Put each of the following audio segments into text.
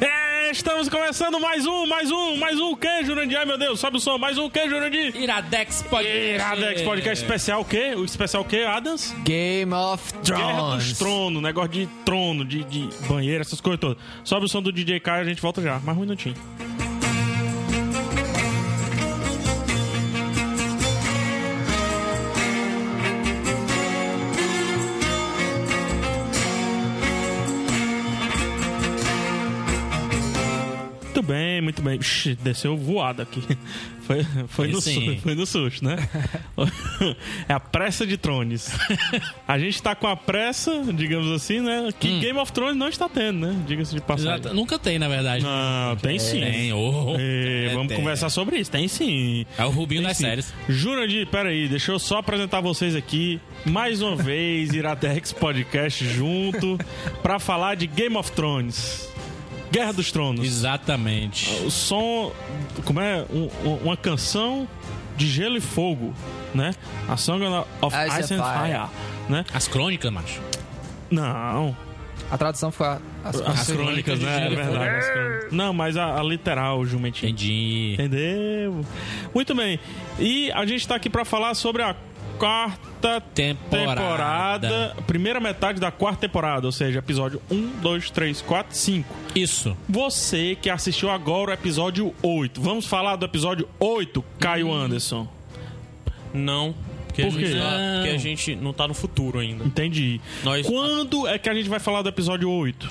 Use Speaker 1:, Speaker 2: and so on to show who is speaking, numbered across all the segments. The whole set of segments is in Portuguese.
Speaker 1: É, começando mais um, mais um, mais um que, Jurandir? Ai, meu Deus, sobe o som, mais um que, Jurandir?
Speaker 2: Iradex Podcast.
Speaker 1: Iradex Podcast especial o quê? O especial o quê, Adams?
Speaker 3: Game of
Speaker 1: Guerra dos
Speaker 3: Thrones.
Speaker 1: Tronos, é negócio de trono, de, de banheiro, essas coisas todas. Sobe o som do DJ Kai, a gente volta já, mais um minutinho. Muito bem, muito bem. Ixi, desceu voado aqui. Foi, foi, no,
Speaker 2: Sim.
Speaker 1: su- foi no susto, né? é a pressa de Trones. A gente tá com a pressa, digamos assim, né? Que Game of Thrones não está tendo, né? Diga-se de passagem.
Speaker 2: Exato. Nunca tem, na verdade.
Speaker 1: Não, tem sim.
Speaker 2: Tem, oh, ô, ô.
Speaker 1: É, vamos
Speaker 2: tem.
Speaker 1: conversar sobre isso, tem sim.
Speaker 2: É o Rubinho das
Speaker 1: Sim.
Speaker 2: séries.
Speaker 1: Jurandir, peraí, deixa eu só apresentar vocês aqui, mais uma vez, Iradex Podcast junto, pra falar de Game of Thrones. Guerra dos Tronos.
Speaker 2: Exatamente.
Speaker 1: O som. Como é? Um- um- uma canção de gelo e fogo, né? A Song of
Speaker 3: Ice
Speaker 1: Ice,
Speaker 3: and
Speaker 1: and Fire. né?
Speaker 2: As crônicas, macho.
Speaker 1: Não.
Speaker 3: A tradução foi a- as,
Speaker 1: As,
Speaker 3: as-
Speaker 1: crônicas,
Speaker 2: crônicas de
Speaker 1: né? É
Speaker 2: gelo e fogo.
Speaker 1: verdade. as crônicas. Não, mas a, a literal, Jumentinho.
Speaker 2: Entendi.
Speaker 1: Entendeu? Muito bem. E a gente tá aqui pra falar sobre a quarta
Speaker 2: Temporada.
Speaker 1: temporada, primeira metade da quarta temporada, ou seja, episódio 1, 2, 3, 4, 5.
Speaker 2: Isso.
Speaker 1: Você que assistiu agora o episódio 8. Vamos falar do episódio 8, Caio Anderson.
Speaker 4: Não. Porque,
Speaker 1: Por
Speaker 4: a gente
Speaker 1: quê?
Speaker 4: tá- porque a
Speaker 2: Não.
Speaker 4: gente não tá no futuro ainda.
Speaker 1: Entendi.
Speaker 4: Nós-
Speaker 1: Quando é que a gente vai falar do episódio 8?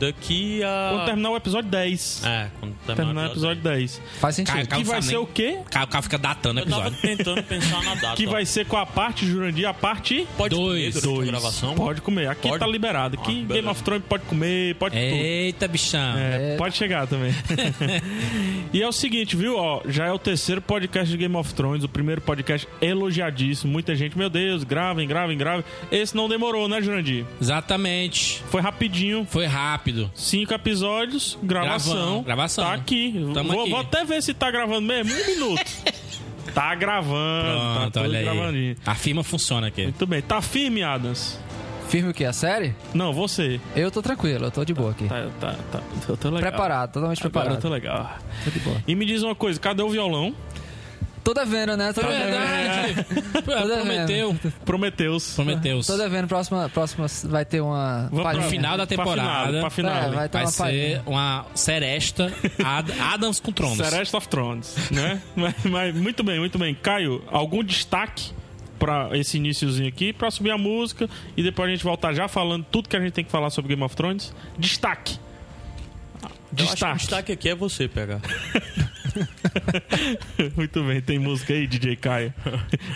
Speaker 4: Daqui a.
Speaker 1: Quando terminar o episódio 10.
Speaker 4: Ah. É, quando terminar,
Speaker 1: terminar o episódio 10.
Speaker 3: Faz sentido.
Speaker 2: Caraca.
Speaker 1: Que
Speaker 2: Calça
Speaker 1: vai ser
Speaker 2: nem.
Speaker 1: o quê?
Speaker 2: O cara, o cara fica datando o
Speaker 4: Eu tava
Speaker 2: episódio.
Speaker 4: tentando pensar na data.
Speaker 1: Que
Speaker 4: ó.
Speaker 1: vai ser com a parte Jurandir, a parte
Speaker 4: Pode
Speaker 2: Dois.
Speaker 4: comer durante a gravação?
Speaker 1: Pode comer. Aqui
Speaker 4: Pode?
Speaker 1: tá liberado. Aqui
Speaker 4: Ah,
Speaker 1: Game
Speaker 4: beleza. É.
Speaker 1: of Thrones pode comer, pode tudo.
Speaker 2: Eita, bichão.
Speaker 1: É,
Speaker 3: É.
Speaker 1: Pode chegar também. e é o seguinte, viu? Ó, já é o terceiro podcast de Game of Thrones, o primeiro podcast elogiadíssimo. Muita gente, meu Deus, gravem, gravem, gravem. Esse não demorou, né, Jurandir?
Speaker 2: Exatamente.
Speaker 1: Foi rapidinho.
Speaker 2: Foi rápido.
Speaker 1: Cinco episódios, gravação.
Speaker 2: Gravando, gravação. né?
Speaker 1: Tá aqui.
Speaker 2: Tamo
Speaker 1: Vou,
Speaker 2: aqui.
Speaker 1: vou até ver se tá gravando mesmo. Um minuto. tá gravando.
Speaker 2: Pronto,
Speaker 1: tá tudo
Speaker 2: olha aí.
Speaker 1: gravandinho.
Speaker 2: A firma funciona aqui.
Speaker 1: Muito bem. Tá firme, Adams?
Speaker 3: Firme o quê? A série?
Speaker 1: Não, você.
Speaker 3: Eu tô tranquilo, eu tô de boa aqui.
Speaker 1: Tá, tá, tá. Eu tô legal.
Speaker 3: Preparado, totalmente
Speaker 1: Agora eu
Speaker 3: preparado.
Speaker 1: tô legal.
Speaker 3: Tô de boa.
Speaker 1: E me diz uma coisa, cadê o violão?
Speaker 3: Tô devendo, né?
Speaker 1: Tá
Speaker 3: Tô devendo.
Speaker 2: Verdade. Prometeu.
Speaker 1: Prometeus.
Speaker 2: Prometeu.
Speaker 3: Tô devendo, próxima, próxima vai ter uma.
Speaker 1: pra-
Speaker 3: palhinha.
Speaker 2: No final da
Speaker 1: pra
Speaker 2: temporada.
Speaker 1: final, Pra final.
Speaker 3: É, vai ter
Speaker 2: Vai
Speaker 3: uma
Speaker 2: ser
Speaker 3: palhinha.
Speaker 2: uma seresta Ad- Adams com Tronos.
Speaker 1: Serest of Thrones, né? mas, mas muito bem, muito bem. Caio, algum destaque pra esse iníciozinho aqui? Pra subir a música e depois a gente voltar já falando tudo que a gente tem que falar sobre Game of Thrones. Destaque.
Speaker 4: Eu acho que o
Speaker 1: Destaque.
Speaker 4: destaque aqui é você pegar.
Speaker 1: Muito bem, tem música aí, DJ Caio.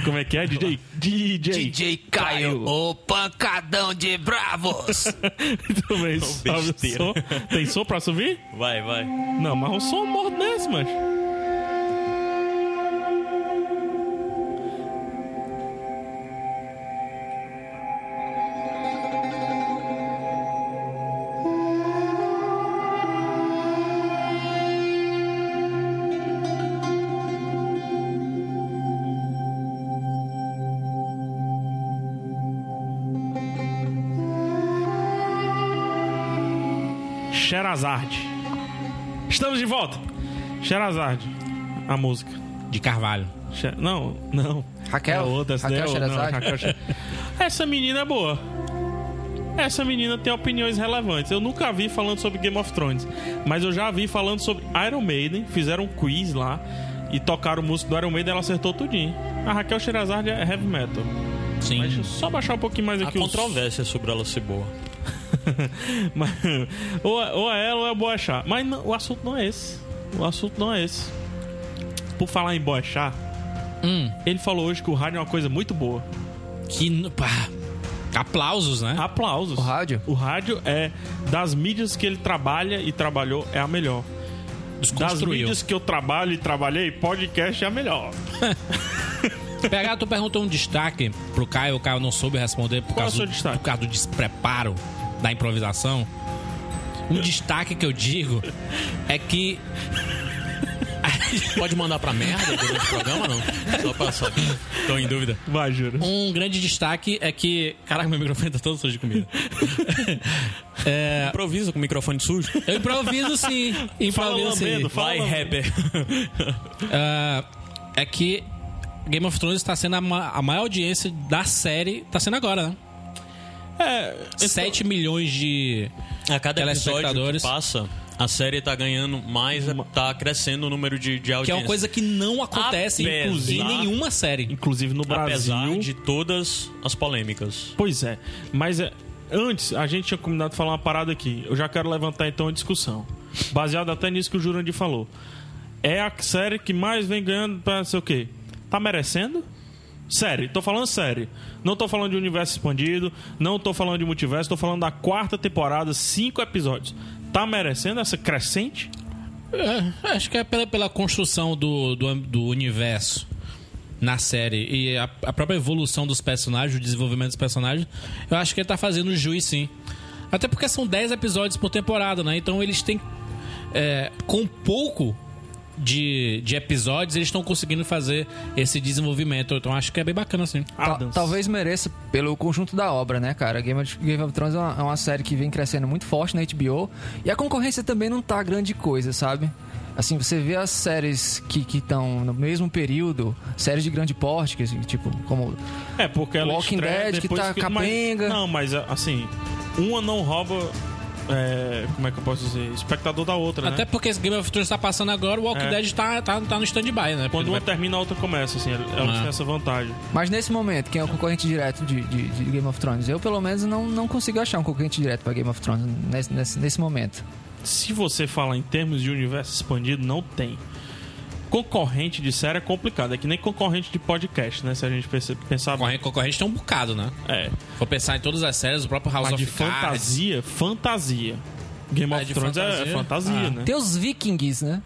Speaker 1: Como é que é, DJ? DJ.
Speaker 3: Caio, o pancadão de bravos.
Speaker 1: Muito bem, sobe o
Speaker 4: besteira.
Speaker 1: som. Tem som pra subir?
Speaker 4: Vai, vai.
Speaker 1: Não, mas um som morto desse, mano. Sherazade. Estamos de volta. Sherazade. A música.
Speaker 2: De Carvalho.
Speaker 1: She- Não, não.
Speaker 3: Raquel?
Speaker 1: É outra, essa
Speaker 3: Raquel
Speaker 1: daí é outra. Não,
Speaker 3: Sherazade?
Speaker 1: Raquel She- Essa menina é boa. Essa menina tem opiniões relevantes. Eu nunca a vi falando sobre Game of Thrones, mas eu já a vi falando sobre Iron Maiden. Fizeram um quiz lá e tocaram o músico do Iron Maiden. Ela acertou tudinho. A Raquel Sherazade é heavy metal.
Speaker 2: Sim.
Speaker 1: Deixa eu só baixar um pouquinho mais
Speaker 4: Há
Speaker 1: aqui. os-
Speaker 4: controvérsia sobre ela ser boa.
Speaker 1: Mas- ou, ou é ela ou é o Boechat. Mas não- o assunto não é esse. O assunto não é esse. Por falar em Boechat,
Speaker 2: Hum.
Speaker 1: ele falou hoje que o rádio é uma coisa muito boa.
Speaker 2: Que. n- pá. Aplausos,
Speaker 1: Ah,
Speaker 2: né?
Speaker 1: Aplausos.
Speaker 3: O rádio?
Speaker 1: O rádio é das mídias que ele trabalha e trabalhou é a melhor. Das
Speaker 2: Desconstruiu.
Speaker 1: mídias que eu trabalho e trabalhei, podcast é a melhor.
Speaker 2: Pegar, tu perguntou um destaque pro Caio, o Caio não soube responder por
Speaker 1: Qual é o
Speaker 2: causa,
Speaker 1: seu
Speaker 2: do,
Speaker 1: destaque?
Speaker 2: por causa do despreparo da improvisação. Um destaque que eu digo é que
Speaker 4: Pode mandar pra merda durante o programa, não? Só pra saber.
Speaker 2: Tô em dúvida.
Speaker 1: Vai, juro.
Speaker 2: Um grande destaque é que. Caraca, meu microfone tá todo sujo de comida. É,
Speaker 4: Improvisa com o microfone sujo.
Speaker 2: eu improviso sim.
Speaker 1: Fala
Speaker 2: Improviso sim.
Speaker 1: lambendo, fala
Speaker 4: Vai,
Speaker 1: lambendo.
Speaker 4: rapper.
Speaker 2: Ah, é que Game of Thrones está sendo a, ma- a maior audiência da série. Tá sendo agora, né?
Speaker 1: É, então-
Speaker 2: 7 milhões de.
Speaker 4: A cada episódio que
Speaker 2: Telespectadores.
Speaker 4: passa, a série tá ganhando mais, tá crescendo o número de, de audiência.
Speaker 2: Que é uma coisa que não acontece
Speaker 1: Ah,
Speaker 4: Apesar-
Speaker 2: inclusive, em nenhuma série.
Speaker 1: Inclusive no Brasil.
Speaker 4: Apesar de todas as polêmicas.
Speaker 1: Pois é. Mas é, antes, a gente tinha combinado de falar uma parada aqui. Eu já quero levantar então a discussão. Baseado até nisso que o Jurandir falou. É a série que mais vem ganhando pra não sei o quê. Tá merecendo? Série, tô falando série. Não tô falando de universo expandido, não tô falando de multiverso, tô falando da quarta temporada, cinco episódios. Tá merecendo essa crescente?
Speaker 2: É, acho que é pela, pela construção do, do, do universo na série e a, a própria evolução dos personagens, o desenvolvimento dos personagens, eu acho que ele tá fazendo juiz sim. Até porque são 10 episódios por temporada, né? Então eles têm. é, com pouco de, de episódios, eles estão conseguindo fazer esse desenvolvimento. Então acho que é bem bacana, assim.
Speaker 1: Ah,
Speaker 3: Ta- talvez mereça pelo conjunto da obra, né, cara? Game of, Game of Thrones é uma, é uma série que vem crescendo muito forte na HBO e a concorrência também não tá grande coisa, sabe? Assim, você vê as séries que estão no mesmo período, séries de grande porte, que, assim, tipo, como.
Speaker 1: É, porque ela
Speaker 3: Walking
Speaker 1: estreia
Speaker 3: Dead, que
Speaker 1: depois
Speaker 3: tá
Speaker 1: mas-
Speaker 3: capenga.
Speaker 1: não, mas assim, uma não rouba. é, como é que eu posso dizer? Espectador da outra,
Speaker 2: Até
Speaker 1: né?
Speaker 2: porque esse Game of Thrones tá passando agora, o Walking
Speaker 1: É.
Speaker 2: Dead tá, tá, tá no stand-by, né?
Speaker 1: Quando
Speaker 2: Porque
Speaker 1: uma
Speaker 2: vai-
Speaker 1: termina, a outra começa, assim. Ela ela
Speaker 2: Ah.
Speaker 1: tem essa vantagem.
Speaker 3: Mas nesse momento, quem é o concorrente direto de, de- de Game of Thrones? Eu, pelo menos, não, não consigo achar um concorrente direto pra Game of Thrones nesse, nesse, nesse momento.
Speaker 1: Se você falar em termos de universo expandido, não tem. Concorrente de série é complicado. É que nem concorrente de podcast, né? Se a gente pense- pensar.
Speaker 2: Concorrente, concorrente tem um bocado, né?
Speaker 1: É.
Speaker 2: Vou pensar em todas as séries, o próprio House
Speaker 1: Mas
Speaker 2: of
Speaker 1: de
Speaker 2: Cards,
Speaker 1: fantasia, fantasia. Game
Speaker 2: Ah,
Speaker 1: of
Speaker 2: de
Speaker 1: Thrones é- é
Speaker 2: fantasia?
Speaker 1: fantasia,
Speaker 2: Ah.
Speaker 1: né?
Speaker 3: Tem os vikings, né?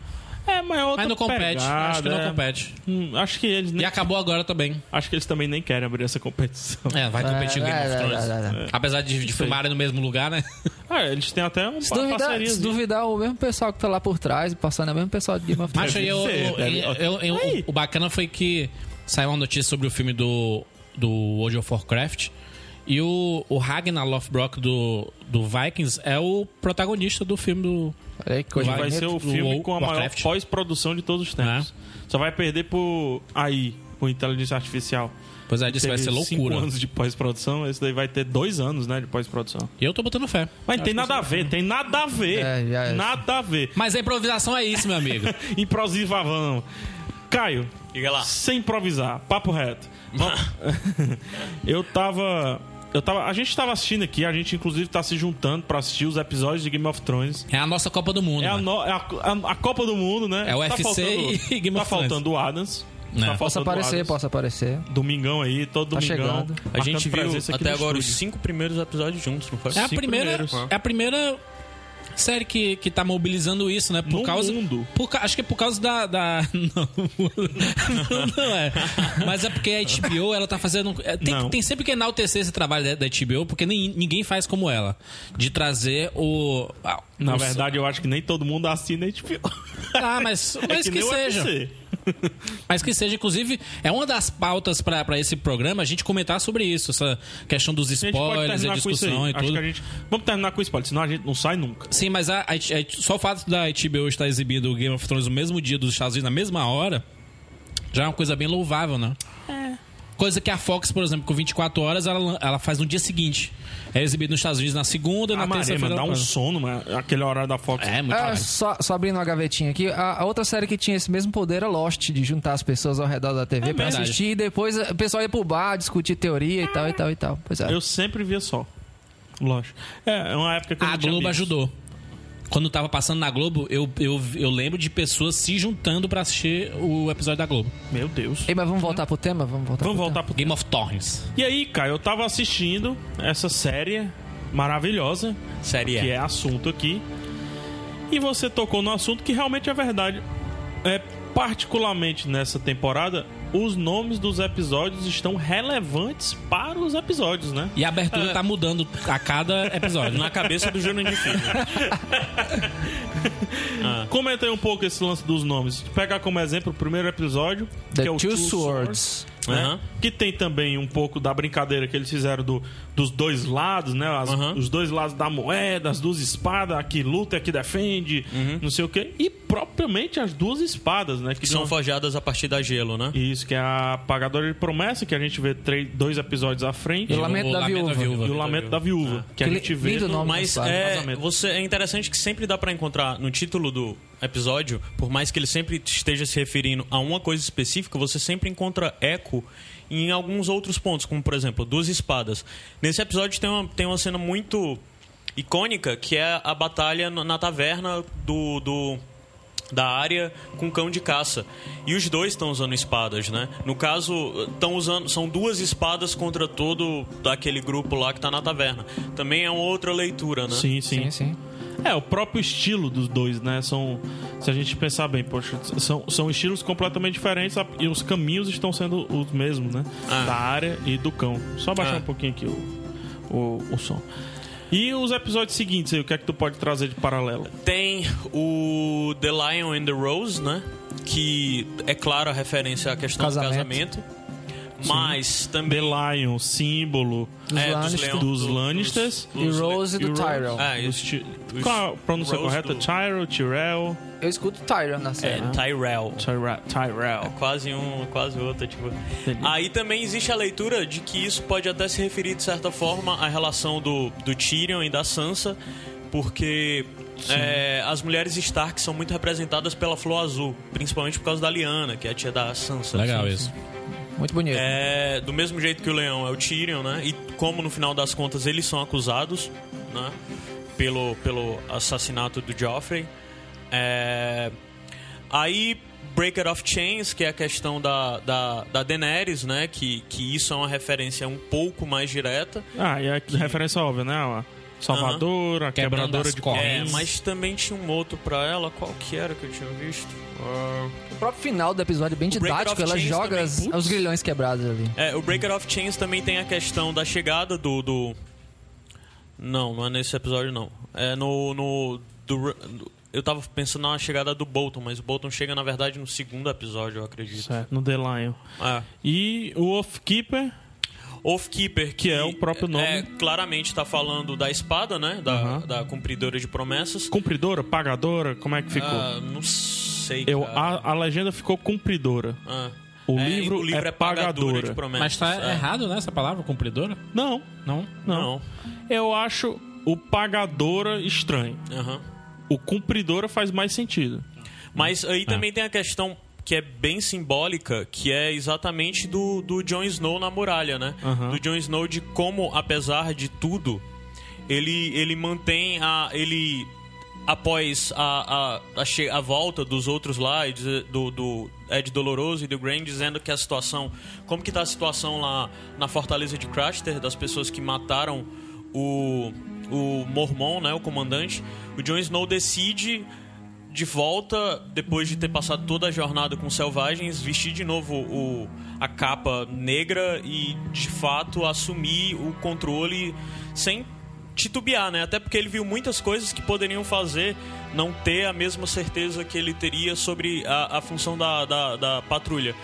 Speaker 1: É, mas é outra
Speaker 2: Mas não compete.
Speaker 1: pegada,
Speaker 2: acho que não
Speaker 1: é.
Speaker 2: compete.
Speaker 1: Hum, Acho que eles
Speaker 2: E
Speaker 1: nem,
Speaker 2: acabou agora também.
Speaker 1: acho que eles também nem querem abrir essa competição.
Speaker 2: É, vai competir com
Speaker 3: É,
Speaker 2: Game of
Speaker 3: é,
Speaker 2: Thrones.
Speaker 3: é, é, é.
Speaker 2: Apesar de, de filmarem no mesmo lugar, né?
Speaker 1: Ah, eles têm até um
Speaker 3: Se duvidar,
Speaker 1: parceria.
Speaker 3: se duvidar, o mesmo pessoal que tá lá por trás, passando é o mesmo pessoal de Game of Thrones.
Speaker 2: Macho, eu,
Speaker 1: ser,
Speaker 2: eu-
Speaker 1: deve-
Speaker 2: eu- eu- eu-
Speaker 1: Aí.
Speaker 2: o bacana foi que saiu uma notícia sobre o filme do, do World of Warcraft. E o, o Ragnar Lothbrok do, do Vikings é o protagonista do filme do.
Speaker 3: Olha que coisa
Speaker 2: Vai
Speaker 1: Vai ser
Speaker 3: bonita.
Speaker 1: o
Speaker 2: do
Speaker 1: filme
Speaker 2: Wo-
Speaker 1: com a maior
Speaker 2: Warcraft. É.
Speaker 1: pós-produção de todos os tempos. Só vai perder por aí, por inteligência artificial.
Speaker 2: Pois é, disse que vai
Speaker 1: Teve
Speaker 2: ser
Speaker 1: Cinco
Speaker 2: loucura.
Speaker 1: anos de pós-produção, esse daí vai ter dois anos, né, de pós-produção.
Speaker 2: E eu tô botando fé.
Speaker 1: Mas tem
Speaker 2: Acho que
Speaker 1: nada a ver, tem nada a ver.
Speaker 3: É, já é.
Speaker 1: Nada a ver.
Speaker 2: Mas a improvisação é isso, meu amigo.
Speaker 1: Improvisavão. Caio,
Speaker 4: Diga lá.
Speaker 1: sem improvisar, papo reto. eu tava. Eu tava. A gente tava assistindo aqui, a gente inclusive tá se juntando pra assistir os episódios de Game of Thrones.
Speaker 2: É a nossa Copa do Mundo.
Speaker 1: É a,
Speaker 2: mano.
Speaker 1: no- é a- a- a Copa do Mundo, né?
Speaker 2: É o UFC
Speaker 1: faltando-
Speaker 2: e Game
Speaker 1: Tá
Speaker 2: of Thrones.
Speaker 1: faltando o Adams.
Speaker 2: É.
Speaker 1: Tá
Speaker 3: Posso
Speaker 1: faltando o
Speaker 3: aparecer,
Speaker 1: Adams.
Speaker 3: posso aparecer.
Speaker 1: Domingão aí, todo
Speaker 3: Tá
Speaker 1: domingão.
Speaker 3: chegando.
Speaker 4: A gente
Speaker 1: marcando
Speaker 4: viu
Speaker 1: presença aqui
Speaker 4: até
Speaker 1: no
Speaker 4: agora os
Speaker 1: estúdio.
Speaker 4: cinco primeiros episódios juntos, não foi?
Speaker 2: É a
Speaker 1: Cinco
Speaker 2: primeira,
Speaker 1: primeiros.
Speaker 2: é a primeira série que, que tá mobilizando isso, né? Por
Speaker 1: No
Speaker 2: causa.
Speaker 1: mundo.
Speaker 2: por ca- acho que é por causa da. da- Não, não é. Mas é porque a HBO, ela tá fazendo. é, Tem,
Speaker 1: Não.
Speaker 2: tem sempre que enaltecer esse trabalho da, da HBO, porque nem, ninguém faz como ela. De trazer o. ah,
Speaker 1: Na
Speaker 2: o-
Speaker 1: verdade, eu acho que nem todo mundo assina HBO.
Speaker 2: Ah, mas,
Speaker 1: É
Speaker 2: mas que,
Speaker 1: nem o
Speaker 2: seja.
Speaker 1: UFC.
Speaker 2: Mas que seja, inclusive, é uma das pautas pra pra esse programa a gente comentar sobre isso, essa questão dos
Speaker 1: A gente pode
Speaker 2: spoilers, a
Speaker 1: terminar com isso
Speaker 2: discussão
Speaker 1: aí. Acho
Speaker 2: e
Speaker 1: que
Speaker 2: tudo.
Speaker 1: a gente... Vamos terminar com spoiler, senão a gente não sai nunca.
Speaker 2: Sim, mas a- a- a- só o fato da HBO estar exibindo o Game of Thrones no mesmo dia dos Estados Unidos, na mesma hora, já é uma coisa bem louvável, né? Coisa que a Fox, por exemplo, com 24 horas, ela, lan- ela faz no dia seguinte. É exibido nos Estados Unidos na segunda,
Speaker 1: A
Speaker 4: Ah,
Speaker 2: na
Speaker 1: Maré,
Speaker 2: terça-feira.
Speaker 1: mano, dá
Speaker 2: ela
Speaker 1: um
Speaker 2: faz.
Speaker 1: sono, mano, aquele horário da Fox.
Speaker 2: É, muito
Speaker 3: Ah,
Speaker 2: legal.
Speaker 3: só, só abrindo uma gavetinha aqui, a, a outra série que tinha esse mesmo poder era Lost, de juntar as pessoas ao redor da TV pra
Speaker 2: verdade.
Speaker 3: assistir e depois eh, o pessoal ia pro bar discutir teoria e tal e tal e tal. Pois é.
Speaker 1: Eu sempre via só. Lógico. É, é uma época que eu
Speaker 2: A
Speaker 1: não tinha
Speaker 2: Globo
Speaker 1: amigos.
Speaker 2: ajudou. Quando tava passando na Globo, eu, eu, eu lembro de pessoas se juntando pra assistir o episódio da Globo.
Speaker 1: Meu Deus.
Speaker 3: Ei, mas vamos voltar pro tema? Vamos voltar
Speaker 1: Vamos
Speaker 3: pro
Speaker 1: voltar pro
Speaker 2: Game of Thrones.
Speaker 1: E aí, cara, eu tava assistindo essa série maravilhosa,
Speaker 4: Série
Speaker 1: que
Speaker 4: E.
Speaker 1: é assunto aqui, e você tocou no assunto que realmente é verdade. É, particularmente nessa temporada, os nomes dos episódios estão relevantes para os episódios, né?
Speaker 2: E a abertura tá mudando a cada episódio.
Speaker 4: Ah. Na cabeça do Júnior de Filho.
Speaker 1: Comenta aí um pouco esse lance dos nomes. Pegar como exemplo o primeiro episódio,
Speaker 3: The
Speaker 1: que é o
Speaker 3: Two Swords.
Speaker 1: né?
Speaker 4: Aham.
Speaker 1: Que tem também um pouco da brincadeira que eles fizeram do, dos dois lados, né? As-
Speaker 4: Aham.
Speaker 1: Os dois lados da moeda, as duas espadas, a que luta, a que defende, não sei o quê. E propriamente as duas espadas, né?
Speaker 4: Que
Speaker 1: de
Speaker 4: são
Speaker 1: uma-
Speaker 4: forjadas a partir da gelo, né?
Speaker 1: Isso, que é a Pagadora de Promessa, que a gente vê três, dois episódios à frente.
Speaker 3: E o Lamento da Viúva.
Speaker 1: E
Speaker 2: tá
Speaker 1: o Lamento da Viúva, que a
Speaker 3: Que
Speaker 1: gente
Speaker 3: li-
Speaker 1: vê...
Speaker 3: lindo
Speaker 1: no-
Speaker 3: nome.
Speaker 4: Mas
Speaker 3: Claro,
Speaker 4: é,
Speaker 1: casamento.
Speaker 4: você, é interessante que sempre dá pra encontrar no título do episódio, por mais que ele sempre esteja se referindo a uma coisa específica, você sempre encontra eco em alguns outros pontos, como por exemplo, duas espadas. Nesse episódio tem uma, tem uma cena muito icônica, que é a batalha na na taverna do- do da área com cão de caça. E os dois estão usando espadas, né? No caso, estão usando são duas espadas contra todo daquele grupo lá que tá na taverna. Também é uma outra leitura, né?
Speaker 1: Sim,
Speaker 3: Sim,
Speaker 1: sim.
Speaker 3: sim.
Speaker 1: É, o próprio estilo dos dois, né? São. Se a gente pensar bem, poxa, são, são estilos completamente diferentes a- e os caminhos estão sendo os mesmos, né?
Speaker 4: Ah.
Speaker 1: Da área e do cão. Só baixar
Speaker 4: Ah.
Speaker 1: um pouquinho aqui o, o, o som. E os episódios seguintes aí, o que é que tu pode trazer de paralelo?
Speaker 4: Tem o The Lion and the Rose, né? Que é claro a referência à questão do
Speaker 3: Casamento.
Speaker 4: casamento. Mas também
Speaker 1: The Lion, símbolo
Speaker 3: Dos
Speaker 4: é,
Speaker 3: Lannisters.
Speaker 4: leão-
Speaker 1: dos
Speaker 4: do-
Speaker 1: Lannisters.
Speaker 4: dos-
Speaker 3: E
Speaker 4: dos-
Speaker 3: Rose do
Speaker 1: Rose.
Speaker 3: Tyrell.
Speaker 4: Ah,
Speaker 1: dos
Speaker 4: isso.
Speaker 1: ti-
Speaker 4: os-
Speaker 1: Qual é a pronúncia
Speaker 4: Rose
Speaker 1: correta?
Speaker 4: do-
Speaker 1: Tyrell, Tyrell,
Speaker 3: Eu escuto Tyrell na
Speaker 4: É,
Speaker 3: série. né?
Speaker 4: Tyrell.
Speaker 1: Tyra-
Speaker 4: É
Speaker 1: Tyrell.
Speaker 4: quase um, quase outro, tipo.
Speaker 1: Entendi.
Speaker 4: Aí também existe a leitura de que isso pode até se referir, de certa forma, à relação do, do Tyrion e da Sansa, porque é, as mulheres Stark são muito representadas pela flor azul, principalmente por causa da Lyanna, que é a tia da Sansa. assim,
Speaker 2: Legal
Speaker 4: Sansa.
Speaker 2: isso.
Speaker 3: Muito bonito.
Speaker 4: É, do mesmo jeito que o leão é o Tyrion, né? E como no final das contas eles são acusados, né? Pelo, pelo assassinato do Joffrey. É, aí, Breaker of Chains, que é a questão da, da, da Daenerys, né? Que, que isso é uma referência um pouco mais direta.
Speaker 1: Ah, e a referência óbvia, né? A Salvadora, a
Speaker 2: Quebrando
Speaker 1: quebradora
Speaker 2: as
Speaker 1: de
Speaker 2: cordas.
Speaker 4: É,
Speaker 1: correntes.
Speaker 4: mas também tinha um outro pra ela. Qual que era que eu tinha visto? Ah,
Speaker 3: O próprio final do episódio é bem
Speaker 4: Breaker
Speaker 3: didático,
Speaker 4: of
Speaker 3: ela
Speaker 4: Chains
Speaker 3: joga
Speaker 4: também,
Speaker 3: as-
Speaker 4: putz.
Speaker 3: os grilhões quebrados ali.
Speaker 4: É, o Breaker of Chains também tem a questão da chegada do. do... Não, não é nesse episódio, não. É no. no do... do- Eu tava pensando na chegada do Bolton, mas o Bolton chega, na verdade, no segundo episódio, eu acredito.
Speaker 1: Certo, no The Lion.
Speaker 4: É.
Speaker 1: E o Offkeeper,
Speaker 4: Oathkeeper, que,
Speaker 1: é o próprio nome.
Speaker 4: é, claramente tá falando da espada, né? Da,
Speaker 1: Aham.
Speaker 4: da cumpridora de promessas.
Speaker 1: cumpridora, pagadora, como é que ficou?
Speaker 4: Ah, não sei.
Speaker 1: Eu,
Speaker 4: cara.
Speaker 1: a, a legenda ficou cumpridora.
Speaker 4: Ah.
Speaker 1: o
Speaker 4: É,
Speaker 1: livro é pagadora.
Speaker 4: de promessas.
Speaker 2: Mas tá
Speaker 4: é.
Speaker 2: errado, né? Essa palavra, cumpridora?
Speaker 1: Não,
Speaker 2: Não.
Speaker 1: não.
Speaker 4: Não.
Speaker 1: Eu acho o pagadora estranho.
Speaker 4: Aham.
Speaker 1: O cumpridora faz mais sentido.
Speaker 4: Mas aí também tem a questão que é bem simbólica, que é exatamente do, do Jon Snow na muralha, né?
Speaker 1: Aham.
Speaker 4: Do Jon Snow de como, apesar de tudo, ele, ele mantém a... Ele, após a, a, a, che- a volta dos outros lá, e dizer- do, do Ed Doloroso e do Graham, dizendo que a situação... Como que tá a situação lá na Fortaleza de Craster, das pessoas que mataram o, o Mormon, né? O comandante. O Jon Snow decide de volta, depois de ter passado toda a jornada com os selvagens, vestir de novo o, a capa negra e de fato assumir o controle sem titubear, né? Até porque ele viu muitas coisas que poderiam fazer não ter a mesma certeza que ele teria sobre a, a função da, da, da patrulha.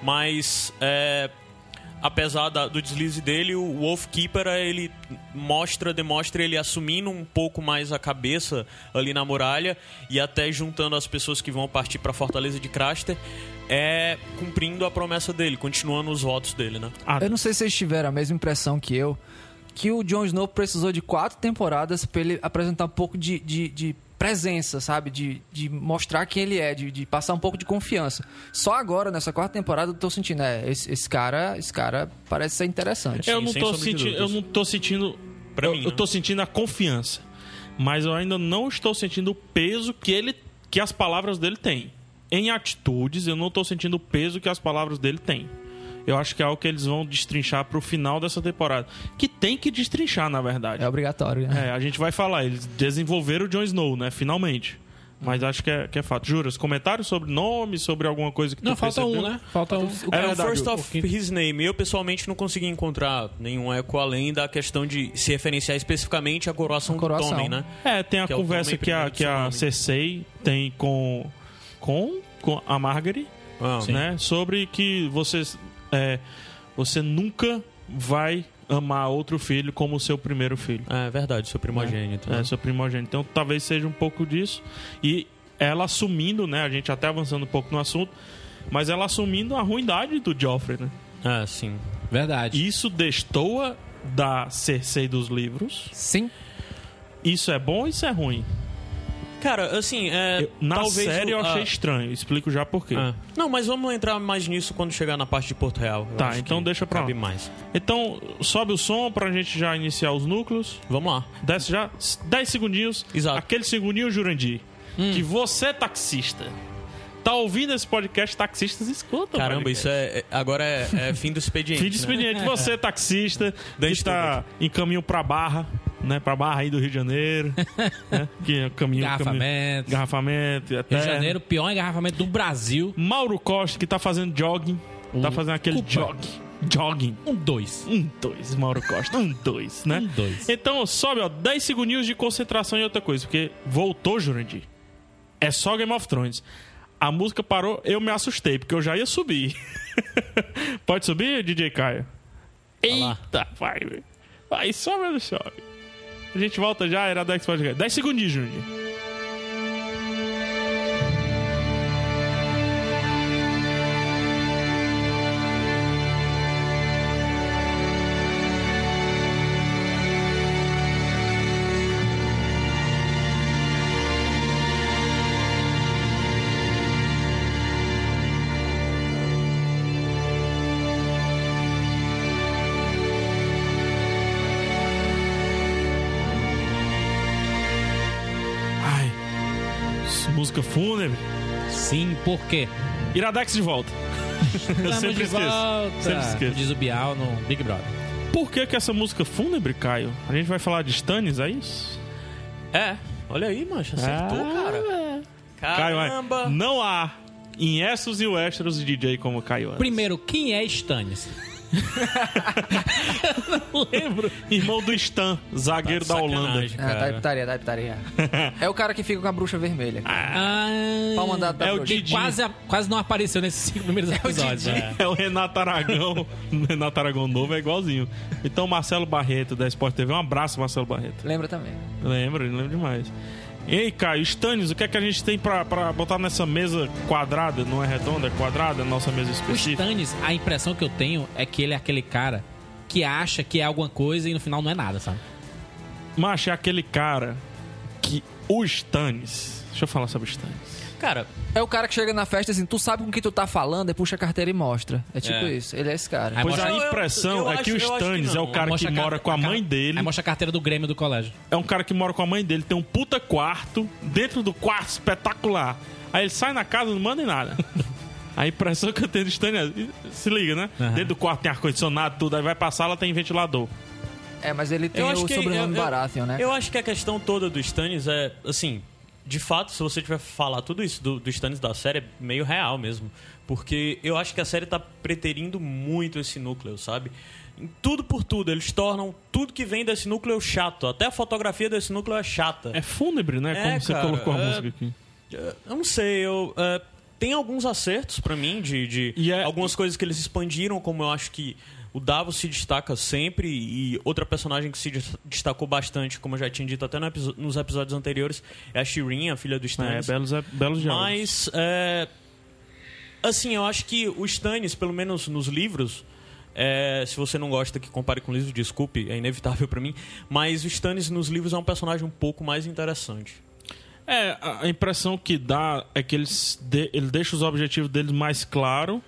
Speaker 4: Mas é, apesar da- do deslize dele, o Wolfkeeper ele mostra, demonstra ele assumindo um pouco mais a cabeça ali na muralha e até juntando as pessoas que vão partir para a fortaleza de Craster, é cumprindo a promessa dele, continuando os votos dele, né?
Speaker 1: Ah,
Speaker 3: Eu não sei se vocês tiveram a mesma impressão que eu, que o Jon Snow precisou de quatro temporadas pra ele apresentar um pouco de, de, de presença, sabe? De, de mostrar quem ele é, de, de passar um pouco de confiança. Só agora, nessa quarta temporada, eu tô sentindo, é, esse, esse cara, esse cara parece ser interessante.
Speaker 1: eu,
Speaker 4: sim,
Speaker 1: não
Speaker 4: sem
Speaker 1: tô
Speaker 4: sombra de
Speaker 1: sentindo, eu
Speaker 4: dúvidas.
Speaker 1: não tô sentindo.
Speaker 4: Pra
Speaker 1: eu,
Speaker 4: mim,
Speaker 1: eu
Speaker 4: né?
Speaker 1: tô sentindo a confiança. Mas eu ainda não estou sentindo o peso que ele. que as palavras dele têm. Em atitudes, eu não tô sentindo o peso que as palavras dele têm. Eu acho que é algo que eles vão destrinchar pro final dessa temporada. Que tem que destrinchar, na verdade.
Speaker 3: É obrigatório, né?
Speaker 1: É, a gente vai falar, eles desenvolveram o Jon Snow, né? Finalmente. Mas acho que é, que é fato. Juras, comentários sobre nome, sobre alguma coisa que
Speaker 2: Não,
Speaker 1: tu
Speaker 2: falta
Speaker 1: percebeu?
Speaker 2: um, né? Falta um.
Speaker 4: É o
Speaker 1: verdade,
Speaker 4: First
Speaker 1: o-
Speaker 4: of His Name. Eu pessoalmente não consegui encontrar nenhum eco além da questão de se referenciar especificamente à coroação,
Speaker 3: A coroação.
Speaker 4: do Tommen, né?
Speaker 1: É, tem a
Speaker 4: Que é o
Speaker 1: conversa
Speaker 4: Tommen
Speaker 1: que a,
Speaker 4: primeiro
Speaker 1: que a
Speaker 4: tsunami.
Speaker 1: Cersei tem com, com, com a Margaret,
Speaker 4: Ah,
Speaker 1: né? Sobre que vocês é, você nunca vai amar outro filho como o seu primeiro filho.
Speaker 4: É verdade, seu primogênito. né?
Speaker 1: É, seu primogênito. Então talvez seja um pouco disso. E ela assumindo, né? A gente até avançando um pouco no assunto, mas ela assumindo a ruindade do Joffrey, né?
Speaker 4: Ah, sim.
Speaker 2: Verdade.
Speaker 1: Isso destoa da Cersei dos livros.
Speaker 3: Sim.
Speaker 1: Isso é bom ou isso é ruim?
Speaker 4: Cara, assim, é,
Speaker 1: Eu- na
Speaker 4: talvez
Speaker 1: série
Speaker 4: o-
Speaker 1: eu
Speaker 4: ah,
Speaker 1: achei estranho. Explico já por quê.
Speaker 4: ah. Não, mas vamos entrar mais nisso quando chegar na parte de Porto Real. Eu
Speaker 1: Tá,
Speaker 4: acho
Speaker 1: então
Speaker 4: que
Speaker 1: deixa pra lá.
Speaker 4: cabe mais.
Speaker 1: Então, sobe o som pra gente já iniciar os núcleos.
Speaker 4: Vamos lá.
Speaker 1: Desce já 10 segundinhos.
Speaker 4: Exato. Hum.
Speaker 1: Aquele segundinho, Jurandir. Que você, é taxista, tá ouvindo esse podcast, taxistas escutam.
Speaker 4: Caramba, isso é. é- Agora é, é fim do expediente.
Speaker 1: Fim de expediente. Você, é taxista, que
Speaker 4: Da
Speaker 1: está tá em caminho pra Barra, né? Pra Barra aí do Rio de Janeiro. né, que é caminho, caminho-
Speaker 2: Garrafamento.
Speaker 1: Garrafamento. e até-
Speaker 2: Rio de Janeiro, o pior engarrafamento do Brasil.
Speaker 1: Mauro Costa, que tá fazendo jogging. Tá fazendo aquele
Speaker 2: Cuba.
Speaker 1: jogging. Jogging.
Speaker 2: Um, dois.
Speaker 1: Um, dois, Mauro Costa. Um, dois, né?
Speaker 2: Um, dois.
Speaker 1: Então, sobe, ó, 10 segundinhos de concentração e outra coisa, porque voltou, Jurandir. É só Game of Thrones. A música parou, eu me assustei, porque eu já ia subir. Pode subir, DJ Caio?
Speaker 4: lá.
Speaker 1: Eita, vai, velho. Vai, sobe ou não sobe? A gente volta já, era da Podcast. 10 segundinhos, Jurandir. Ai, s- música fúnebre.
Speaker 2: Sim, por quê?
Speaker 1: Iradex de volta. eu
Speaker 2: Tamo
Speaker 1: sempre
Speaker 2: de
Speaker 1: esqueço.
Speaker 2: volta,
Speaker 1: Sempre esqueço.
Speaker 2: Diz o Bial no Big Brother.
Speaker 1: Por que que essa música fúnebre, Caio? A gente vai falar de Stannis, é isso?
Speaker 4: É. Olha aí, mancha. Acertou,
Speaker 1: Ah.
Speaker 4: cara.
Speaker 1: Caio, vai.
Speaker 4: Caramba.
Speaker 1: não há em Essos e Westeros de DJ como Caio. Anderson.
Speaker 2: Primeiro, quem é Stannis? não lembro.
Speaker 1: Irmão do Stan, zagueiro da Holanda.
Speaker 4: Sacanagem,
Speaker 3: Ah,
Speaker 4: cara.
Speaker 3: tá hiptaria, tá hiptaria. é o cara que fica com a bruxa vermelha.
Speaker 2: Ah,
Speaker 3: Pau mandado da
Speaker 1: é o
Speaker 3: bruxa.
Speaker 1: Didi.
Speaker 2: quase, quase não apareceu nesses cinco primeiros episódios. né?
Speaker 1: É o Renato Aragão. O Renato Aragão novo é igualzinho. Então, Marcelo Barreto da Sport TV. Um abraço, Marcelo Barreto.
Speaker 3: Lembra também.
Speaker 1: Lembro, lembro demais. Ei, Caio, Stannis, o que é que a gente tem pra, pra botar nessa mesa quadrada? Não é redonda, é quadrada, nossa mesa
Speaker 2: O
Speaker 1: específica.
Speaker 2: Stannis, a impressão que eu tenho é que ele é aquele cara que acha que é alguma coisa e no final não é nada, sabe?
Speaker 1: Macho, é aquele cara que o Stannis. Deixa eu falar sobre o Stannis.
Speaker 4: Cara,
Speaker 3: É o cara que chega na festa assim, tu sabe com que tu tá falando, aí puxa a carteira e mostra. É tipo isso, ele é esse cara.
Speaker 2: Aí
Speaker 1: Pois
Speaker 2: mostra-
Speaker 1: a
Speaker 4: eu-
Speaker 1: impressão
Speaker 4: eu
Speaker 1: é
Speaker 4: acho-
Speaker 1: que o
Speaker 4: eu acho que
Speaker 1: Stannis é
Speaker 4: não.
Speaker 1: o cara
Speaker 2: Mostra
Speaker 1: que
Speaker 2: a car-
Speaker 1: mora com a
Speaker 2: car-
Speaker 1: mãe dele.
Speaker 2: Aí mostra a carteira do Grêmio do colégio.
Speaker 1: É um cara que mora com a mãe dele, tem um puta quarto, dentro do quarto espetacular. Aí ele sai na casa, não manda em nada. A impressão que eu tenho do Stannis é- se liga, né?
Speaker 2: Aham.
Speaker 1: Dentro do quarto tem ar-condicionado, tudo. Aí vai pra sala, tem ventilador.
Speaker 3: É, mas ele tem
Speaker 4: eu
Speaker 3: o
Speaker 4: acho que
Speaker 3: sobrenome
Speaker 4: eu- eu-
Speaker 3: Baratheon, né?
Speaker 4: Eu acho que a questão toda do Stannis é, assim, de fato, se você tiver que falar tudo isso do, do Stannis da série, é meio real mesmo. Porque eu acho que a série tá preterindo muito esse núcleo, sabe? Em Tudo por tudo, eles tornam tudo que vem desse núcleo chato. Até a fotografia desse núcleo é chata.
Speaker 1: É fúnebre, né?
Speaker 4: É,
Speaker 1: Como você
Speaker 4: cara,
Speaker 1: colocou a
Speaker 4: é-
Speaker 1: música aqui.
Speaker 4: Eu não sei, eu. é, tem alguns acertos pra mim de, de
Speaker 1: E é-
Speaker 4: algumas coisas que eles expandiram, como eu acho que o Davos se destaca sempre e outra personagem que se des- destacou bastante, como eu já tinha dito até no episo- nos episódios anteriores, é a Shireen, a filha do
Speaker 1: É,
Speaker 4: Stannis.
Speaker 1: belos, belos diálogos.
Speaker 4: Mas, é, assim, eu acho que o Stannis, pelo menos nos livros, é, se você não gosta que compare com o livro, desculpe, é inevitável pra mim, mas o Stannis nos livros é um personagem um pouco mais interessante.
Speaker 1: É, a a impressão que dá é que eles de- ele deixa os objetivos deles mais claro,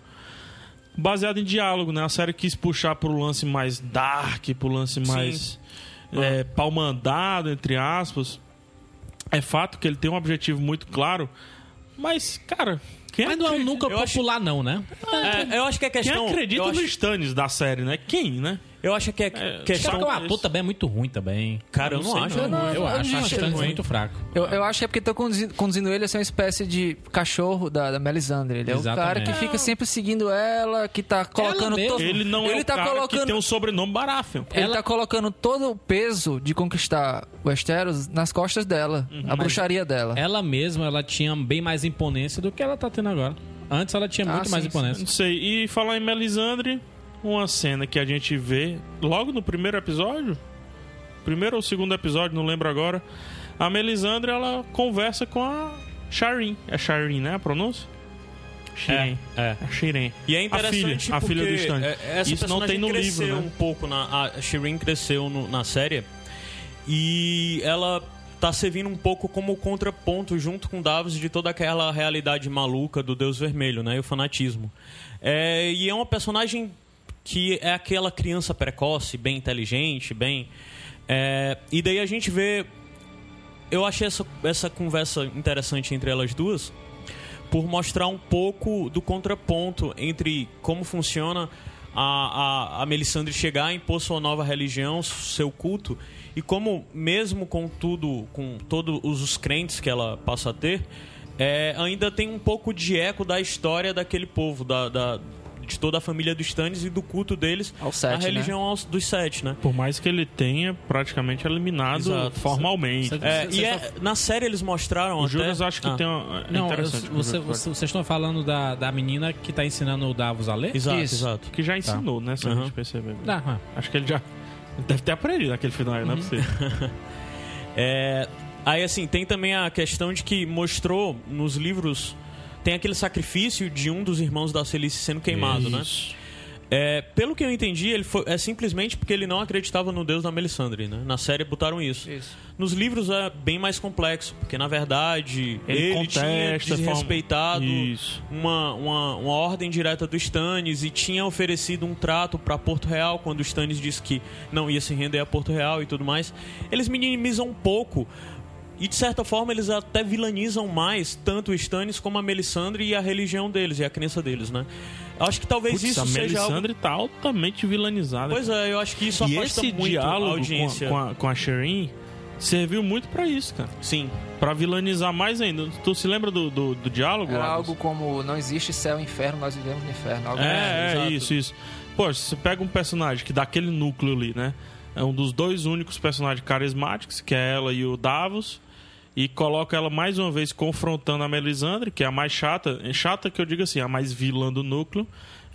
Speaker 1: baseado em diálogo, né? A série quis puxar pro lance mais dark, pro lance mais é, palmandado, entre aspas. É fato que ele tem um objetivo muito claro, mas, cara, quem,
Speaker 2: Mas não é um
Speaker 1: acre-
Speaker 2: nunca
Speaker 4: eu acho-
Speaker 2: popular, não, né?
Speaker 4: É, eu acho que a
Speaker 1: quem
Speaker 4: questão.
Speaker 1: acredita
Speaker 4: eu
Speaker 1: no
Speaker 4: acho-
Speaker 1: Stannis da série, né? Quem, né?
Speaker 4: Eu acho que é,
Speaker 2: Acho que
Speaker 1: tipo,
Speaker 4: questão.
Speaker 2: o ator também é muito ruim também.
Speaker 4: Cara, eu não,
Speaker 1: sei,
Speaker 4: acho. um
Speaker 1: não.
Speaker 4: não.
Speaker 2: eu acho
Speaker 3: não
Speaker 2: o
Speaker 3: achei
Speaker 2: Stannis
Speaker 3: ruim.
Speaker 2: muito fraco.
Speaker 3: Eu, eu acho que é porque estão conduzindo, conduzindo ele a ser uma espécie de cachorro da, da Melisandre. Ele é
Speaker 2: Exatamente.
Speaker 3: o cara que fica sempre seguindo ela, que tá colocando
Speaker 2: mesmo.
Speaker 3: todo. tá
Speaker 1: Ele não é o cara que tem um sobrenome Baratheon.
Speaker 3: Ele
Speaker 2: Ela-
Speaker 3: tá colocando todo o peso de conquistar Westeros nas
Speaker 1: Uhum.
Speaker 3: costas dela, a bruxaria dela.
Speaker 2: Ela mesma, ela tinha bem mais imponência do que ela tá tendo agora. Antes ela tinha
Speaker 3: Ah,
Speaker 2: muito mais
Speaker 3: sim,
Speaker 2: imponência.
Speaker 1: Não sei. E falar em Melisandre, uma cena que a gente vê logo no primeiro episódio, primeiro ou segundo episódio, não lembro agora. A Melisandre ela conversa com a Sharin. É Sharin, né? A pronúncia?
Speaker 4: É,
Speaker 1: Shirin.
Speaker 4: é.
Speaker 1: É Shirin.
Speaker 4: E é
Speaker 1: A
Speaker 4: interessante
Speaker 1: filha, a filha do
Speaker 4: porque
Speaker 1: Stannis.
Speaker 4: é- essa
Speaker 1: Isso não
Speaker 4: personagem
Speaker 1: tem no
Speaker 4: cresceu
Speaker 1: livro, né?
Speaker 4: um pouco na a Shireen cresceu no- na série e ela tá servindo um pouco como contraponto junto com Davos de toda aquela realidade maluca do Deus Vermelho, né? E o fanatismo. É, e é uma personagem que é aquela criança precoce, bem inteligente, bem é, e daí a gente vê eu achei essa, essa conversa interessante entre elas duas por mostrar um pouco do contraponto entre como funciona a, a, a Melisandre chegar a impor sua nova religião, seu culto, e como, mesmo com tudo, com todos os crentes que ela passa a ter, é, ainda tem um pouco de eco da história daquele povo, da, da- de toda a família dos Stannis e do culto deles,
Speaker 3: Aos sete,
Speaker 4: a
Speaker 3: né?
Speaker 4: religião aos- dos sete, né?
Speaker 1: Por mais que ele tenha praticamente eliminado
Speaker 4: Exato.
Speaker 1: formalmente.
Speaker 2: Você-
Speaker 4: É,
Speaker 2: você
Speaker 4: e
Speaker 2: tá-
Speaker 4: é- na série eles
Speaker 1: O
Speaker 4: mostraram até...
Speaker 1: Juras acho que
Speaker 4: Ah,
Speaker 1: tem uma. é
Speaker 2: Não, eu-
Speaker 1: interessante.
Speaker 2: você, você- vocês estão falando da, da menina que tá ensinando o Davos a ler?
Speaker 4: Exato,
Speaker 3: Isso.
Speaker 4: exato.
Speaker 1: Que já ensinou, né? Se a
Speaker 4: Tá. Aham.
Speaker 1: gente perceber.
Speaker 2: Ah,
Speaker 1: Acho que ele já. ele Deve ter aprendido naquele final,
Speaker 4: Uhum.
Speaker 1: não é possível.
Speaker 4: É, aí assim, tem também a questão de que mostrou nos livros. Tem aquele sacrifício de um dos irmãos da Celice sendo queimado, né?
Speaker 1: Isso.
Speaker 4: É, pelo que eu entendi, ele foi, é simplesmente porque ele não acreditava no deus da Melisandre, né? Na série botaram isso.
Speaker 3: Isso.
Speaker 4: Nos livros é bem mais complexo, porque na verdade
Speaker 1: Ele
Speaker 4: ele, tinha
Speaker 1: contesta, forma-
Speaker 4: desrespeitado
Speaker 1: Isso.
Speaker 4: uma, uma, uma ordem direta do Stannis e tinha oferecido um trato para Porto Real quando o Stannis disse que não ia se render a Porto Real e tudo mais. Eles minimizam um pouco e de certa forma eles até vilanizam mais tanto o Stannis como a Melisandre e a religião deles e a crença deles, né? Eu Acho que talvez
Speaker 1: Putz, a
Speaker 4: isso seja algo...
Speaker 1: Melisandre tá altamente vilanizada.
Speaker 4: Pois é, eu acho que isso
Speaker 1: e
Speaker 4: afasta
Speaker 1: esse
Speaker 4: muito a
Speaker 1: diálogo com
Speaker 4: audiência.
Speaker 1: a, com, a, com a Shireen serviu muito pra isso, cara.
Speaker 4: Sim.
Speaker 1: Pra vilanizar mais ainda. Tu se lembra do, do, do diálogo?
Speaker 3: Era
Speaker 1: Adams?
Speaker 3: É algo como não existe céu e inferno, nós vivemos no inferno. Algo assim.
Speaker 1: É, é,
Speaker 4: exato.
Speaker 1: isso, isso. Pô, se você pega um personagem que dá aquele núcleo ali, né? É um dos dois únicos personagens carismáticos, que é ela e o Davos. E coloca ela mais uma vez confrontando a Melisandre, que é a mais chata. É Chata que eu digo assim, a mais vilã do núcleo.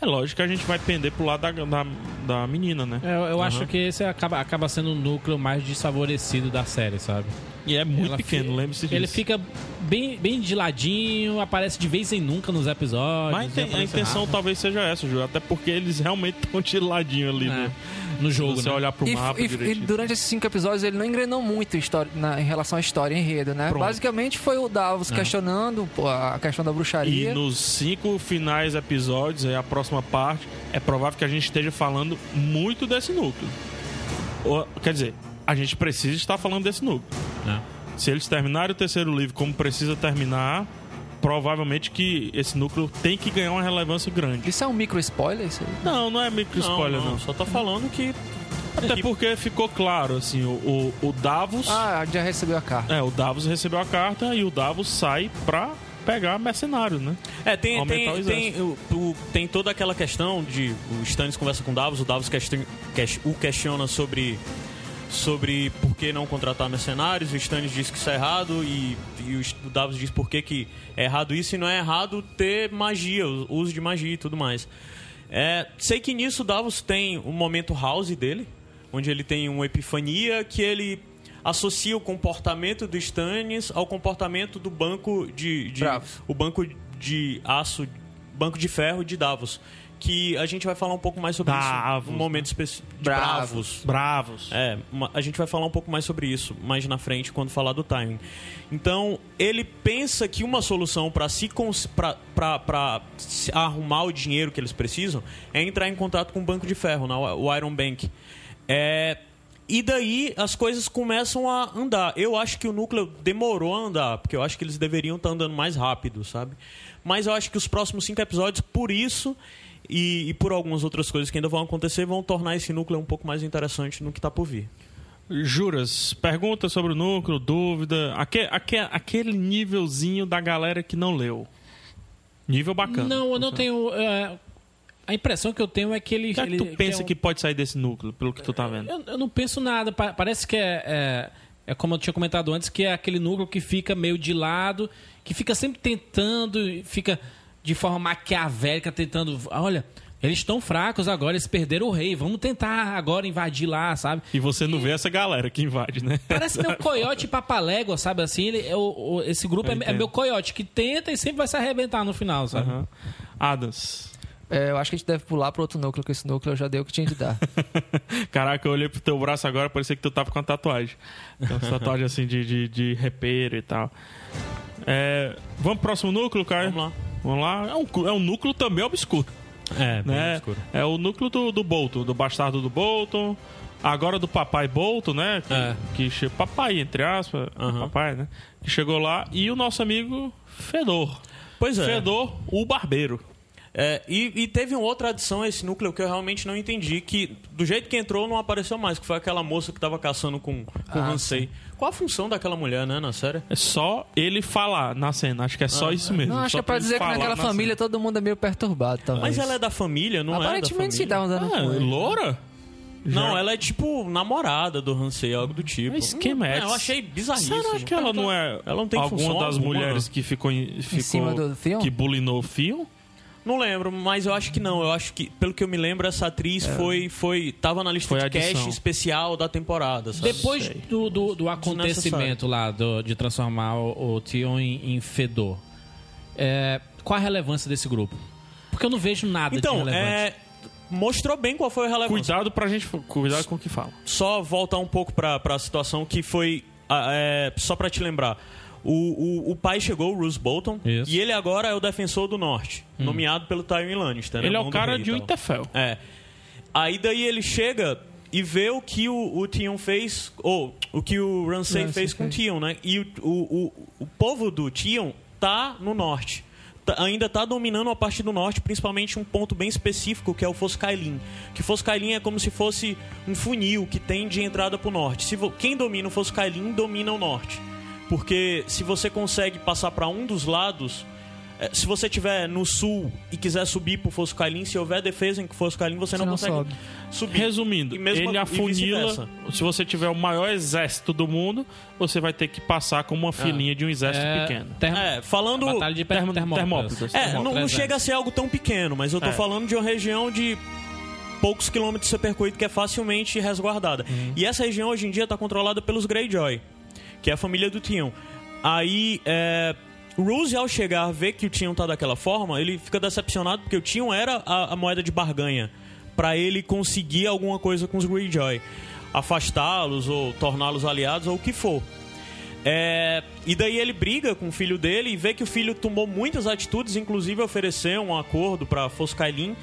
Speaker 1: É lógico que a gente vai pender pro lado da, da, da menina, né?
Speaker 2: é, eu eu acho que esse acaba, acaba sendo o núcleo mais desfavorecido da série, sabe?
Speaker 1: E é muito
Speaker 2: Ela
Speaker 1: pequeno,
Speaker 2: fi-
Speaker 1: lembre-se disso.
Speaker 2: Ele fica bem, bem de ladinho, aparece de vez em nunca nos episódios. né,
Speaker 1: Mas tem- a
Speaker 2: aparece
Speaker 1: intenção talvez seja essa, Ju. Até porque eles realmente estão de ladinho ali.
Speaker 2: rápido,
Speaker 1: né?
Speaker 2: né? no
Speaker 1: Se
Speaker 2: jogo,
Speaker 1: você
Speaker 2: né?
Speaker 1: olhar pro
Speaker 3: E,
Speaker 1: mapa
Speaker 3: e- e
Speaker 1: direitinho.
Speaker 3: durante esses cinco episódios ele não engrenou muito história, na, em relação à história e enredo, né?
Speaker 1: Pronto.
Speaker 3: Basicamente foi o
Speaker 4: É.
Speaker 3: Davos questionando pô, a questão da bruxaria.
Speaker 1: E nos cinco finais episódios, aí a próxima parte, é provável que a gente esteja falando muito desse núcleo. Ou, quer dizer, a gente precisa estar falando desse núcleo.
Speaker 2: Né?
Speaker 1: Se eles terminarem o terceiro livro como precisa terminar, provavelmente que esse núcleo tem que ganhar uma relevância grande.
Speaker 3: Isso é um micro spoiler? Isso aí?
Speaker 1: Não, não é micro spoiler, não.
Speaker 4: Só tá falando que
Speaker 1: Até porque ficou claro, assim, o, o, o Davos.
Speaker 3: Ah, já recebeu a carta.
Speaker 1: É, o Davos recebeu a carta e o Davos sai pra pegar mercenário, né?
Speaker 4: É, tem,
Speaker 1: Aumentar
Speaker 4: tem,
Speaker 1: os
Speaker 4: tem, o- o- tem toda aquela questão de o Stannis conversa com o Davos, o Davos question- ques- o questiona sobre, sobre por que não contratar mercenários, o Stannis diz que isso é errado e, e o, S- o Davos diz por que, que é errado isso e não é errado ter magia, o uso de magia e tudo mais. É, sei que nisso o Davos tem um momento house dele, onde ele tem uma epifania que ele associa o comportamento do Stannis ao comportamento do banco de, de-
Speaker 3: Bravos.
Speaker 4: o banco de aço, banco de ferro de Davos, que a gente vai falar um pouco mais sobre
Speaker 1: Davos,
Speaker 4: isso, um momento específico.
Speaker 3: Bravos.
Speaker 1: Bravos.
Speaker 4: É, uma- a gente vai falar um pouco mais sobre isso mais na frente quando falar do timing. Então, ele pensa que uma solução para se cons- pra- pra- pra se arrumar o dinheiro que eles precisam é entrar em contato com o Banco de Ferro, na, o Iron Bank. É, e daí as coisas começam a andar. Eu acho que o núcleo demorou a andar, porque eu acho que eles deveriam estar andando mais rápido, sabe? Mas eu acho que os próximos cinco episódios, por isso, e, e por algumas outras coisas que ainda vão acontecer, vão tornar esse núcleo um pouco mais interessante no que tá por vir.
Speaker 1: Juras, pergunta sobre o núcleo, dúvida, aque, aque- aquele nívelzinho da galera que não leu. Nível bacana.
Speaker 2: Não, eu não tenho. é, a impressão que eu tenho é que ele.
Speaker 1: O que é que
Speaker 2: ele-
Speaker 1: tu
Speaker 2: é
Speaker 1: pensa que,
Speaker 2: um-
Speaker 1: pode sair desse núcleo, pelo que tu tá vendo?
Speaker 2: Eu, eu não penso nada. pa- Parece que é, é. é como eu tinha comentado antes, que é aquele núcleo que fica meio de lado, que fica sempre tentando, e fica. de forma maquiavélica, tentando. Olha, eles estão fracos agora, eles perderam o rei, vamos tentar agora invadir lá, sabe?
Speaker 1: E você não vê essa galera que invade, né?
Speaker 2: Parece meu coiote papalégua, sabe? Assim, ele, é o- o- esse grupo
Speaker 1: Eu
Speaker 2: é, é
Speaker 1: entendo.
Speaker 2: meu coiote, que tenta e sempre vai se arrebentar no final, sabe?
Speaker 1: Aham. Adams.
Speaker 3: É, eu acho que a gente deve pular para outro núcleo, que esse núcleo eu já dei o que tinha de dar.
Speaker 1: Caraca, eu olhei pro teu braço agora, parecia que tu tava com uma tatuagem. Então, essa tatuagem assim de, de, de repeiro e tal. É, vamos pro próximo núcleo, cara?
Speaker 4: Vamos lá.
Speaker 1: Vamos lá. É um, cu- é um núcleo também obscuro,
Speaker 2: É,
Speaker 1: né? É o núcleo do, do Bolton, do bastardo do Bolton. Agora do papai Bolton, né? Que,
Speaker 2: É.
Speaker 1: que che- papai, entre aspas,
Speaker 4: Aham.
Speaker 1: papai, né? Que chegou lá. E o nosso amigo Fedor.
Speaker 4: Pois é.
Speaker 1: Fedor, o barbeiro.
Speaker 4: É, e, e teve uma outra adição a esse núcleo que eu realmente não entendi, que do jeito que entrou não apareceu mais, que foi aquela moça que tava caçando com, com o
Speaker 3: Ah,
Speaker 4: Hansei. Qual a função daquela mulher, né, na série?
Speaker 1: É só ele falar na cena. Acho que é
Speaker 4: Ah.
Speaker 1: só isso mesmo.
Speaker 3: Não, acho
Speaker 1: Só
Speaker 3: que é pra
Speaker 1: ele
Speaker 3: dizer que
Speaker 1: falar
Speaker 3: naquela
Speaker 1: na
Speaker 3: família todo mundo é meio perturbado, talvez.
Speaker 4: né? Mas ela é da família, não
Speaker 3: Aparentemente se
Speaker 4: é da
Speaker 3: dá
Speaker 4: família?
Speaker 3: um dano
Speaker 1: Ah,
Speaker 3: com ele.
Speaker 1: loura?
Speaker 4: Não, ela é tipo namorada do Hansei, algo do tipo.
Speaker 1: Mas que
Speaker 4: Hum,
Speaker 1: merda.
Speaker 4: Eu achei bizarríssimo.
Speaker 1: um Será que ela não é
Speaker 4: Ela tá não tem
Speaker 1: alguma
Speaker 4: função
Speaker 1: das
Speaker 4: alguma,
Speaker 1: mulheres que ficou, em- ficou-
Speaker 3: cima do Theon?
Speaker 1: que bulinou o Theon?
Speaker 4: Tá Não lembro, mas eu acho que não. Eu acho que, pelo que eu me lembro, essa atriz foi, foi. Tava na lista
Speaker 1: Foi
Speaker 4: de
Speaker 1: adição.
Speaker 4: cast especial da temporada, sabe?
Speaker 2: Depois
Speaker 1: Sei.
Speaker 2: do, do, do acontecimento lá, do- de transformar o, o Tion em, em Fedor, é, qual a relevância desse grupo? Porque eu não vejo nada de
Speaker 4: Então,
Speaker 2: relevante.
Speaker 4: é, mostrou bem qual foi a relevância.
Speaker 1: Cuidado pra gente. Cuidado com o que fala.
Speaker 4: só voltar um pouco pra a situação que foi. ah, é, só pra te lembrar. O, o, o pai chegou, o Bruce Bolton,
Speaker 2: Isso.
Speaker 4: e ele agora é o defensor do norte, nomeado pelo Tywin Lannister. né,
Speaker 1: ele é o
Speaker 4: irmão do
Speaker 1: cara
Speaker 4: rei e
Speaker 1: de
Speaker 4: tal.
Speaker 1: Winterfell.
Speaker 4: É. Aí daí ele chega e vê o que o, o Tion fez, ou o que o Ramsay
Speaker 3: Ramsay
Speaker 4: fez com o
Speaker 3: fez.
Speaker 4: Tion, né? E o, o, o, o povo do Tion tá no norte. Tá- ainda tá dominando a parte do norte, principalmente um ponto bem específico que é o Foscailin. Que Foscailin é como se fosse um funil que tem de entrada pro norte. Se vo- quem domina o Foscailin domina o norte. Porque se você consegue passar para um dos lados, é, Se você tiver no sul e quiser subir pro Foscailin, se houver defesa em Foscailin, você não,
Speaker 3: não
Speaker 4: consegue
Speaker 3: sobe.
Speaker 4: subir.
Speaker 1: Resumindo,
Speaker 4: E mesmo
Speaker 1: ele
Speaker 4: a- e
Speaker 1: afunila.
Speaker 4: vice-versa.
Speaker 1: Se você tiver o maior exército do mundo, você vai ter que passar com
Speaker 4: Ah.
Speaker 1: uma filinha de um exército pequeno.
Speaker 2: termo-
Speaker 4: É, falando.
Speaker 2: Batalha de
Speaker 1: Termo-
Speaker 2: termo,
Speaker 1: Termópilas.
Speaker 2: Termópilas.
Speaker 4: É, não, não
Speaker 2: Termópilas,
Speaker 4: chega
Speaker 2: é.
Speaker 4: a ser algo tão pequeno, mas eu tô
Speaker 1: É.
Speaker 4: falando de uma região de poucos quilômetros ser percorrido que é facilmente resguardada. E essa região hoje em dia tá controlada pelos Greyjoy, que é a família do Tion. Aí, é, Rose, ao chegar, ver que o Tion tá daquela forma, ele fica decepcionado porque o Tion era a, a moeda de barganha pra ele conseguir alguma coisa com os Greyjoy. Afastá-los ou torná-los aliados ou o que for. É, e daí ele briga com o filho dele e vê que o filho tomou muitas atitudes, inclusive ofereceu um acordo pra Foscailin,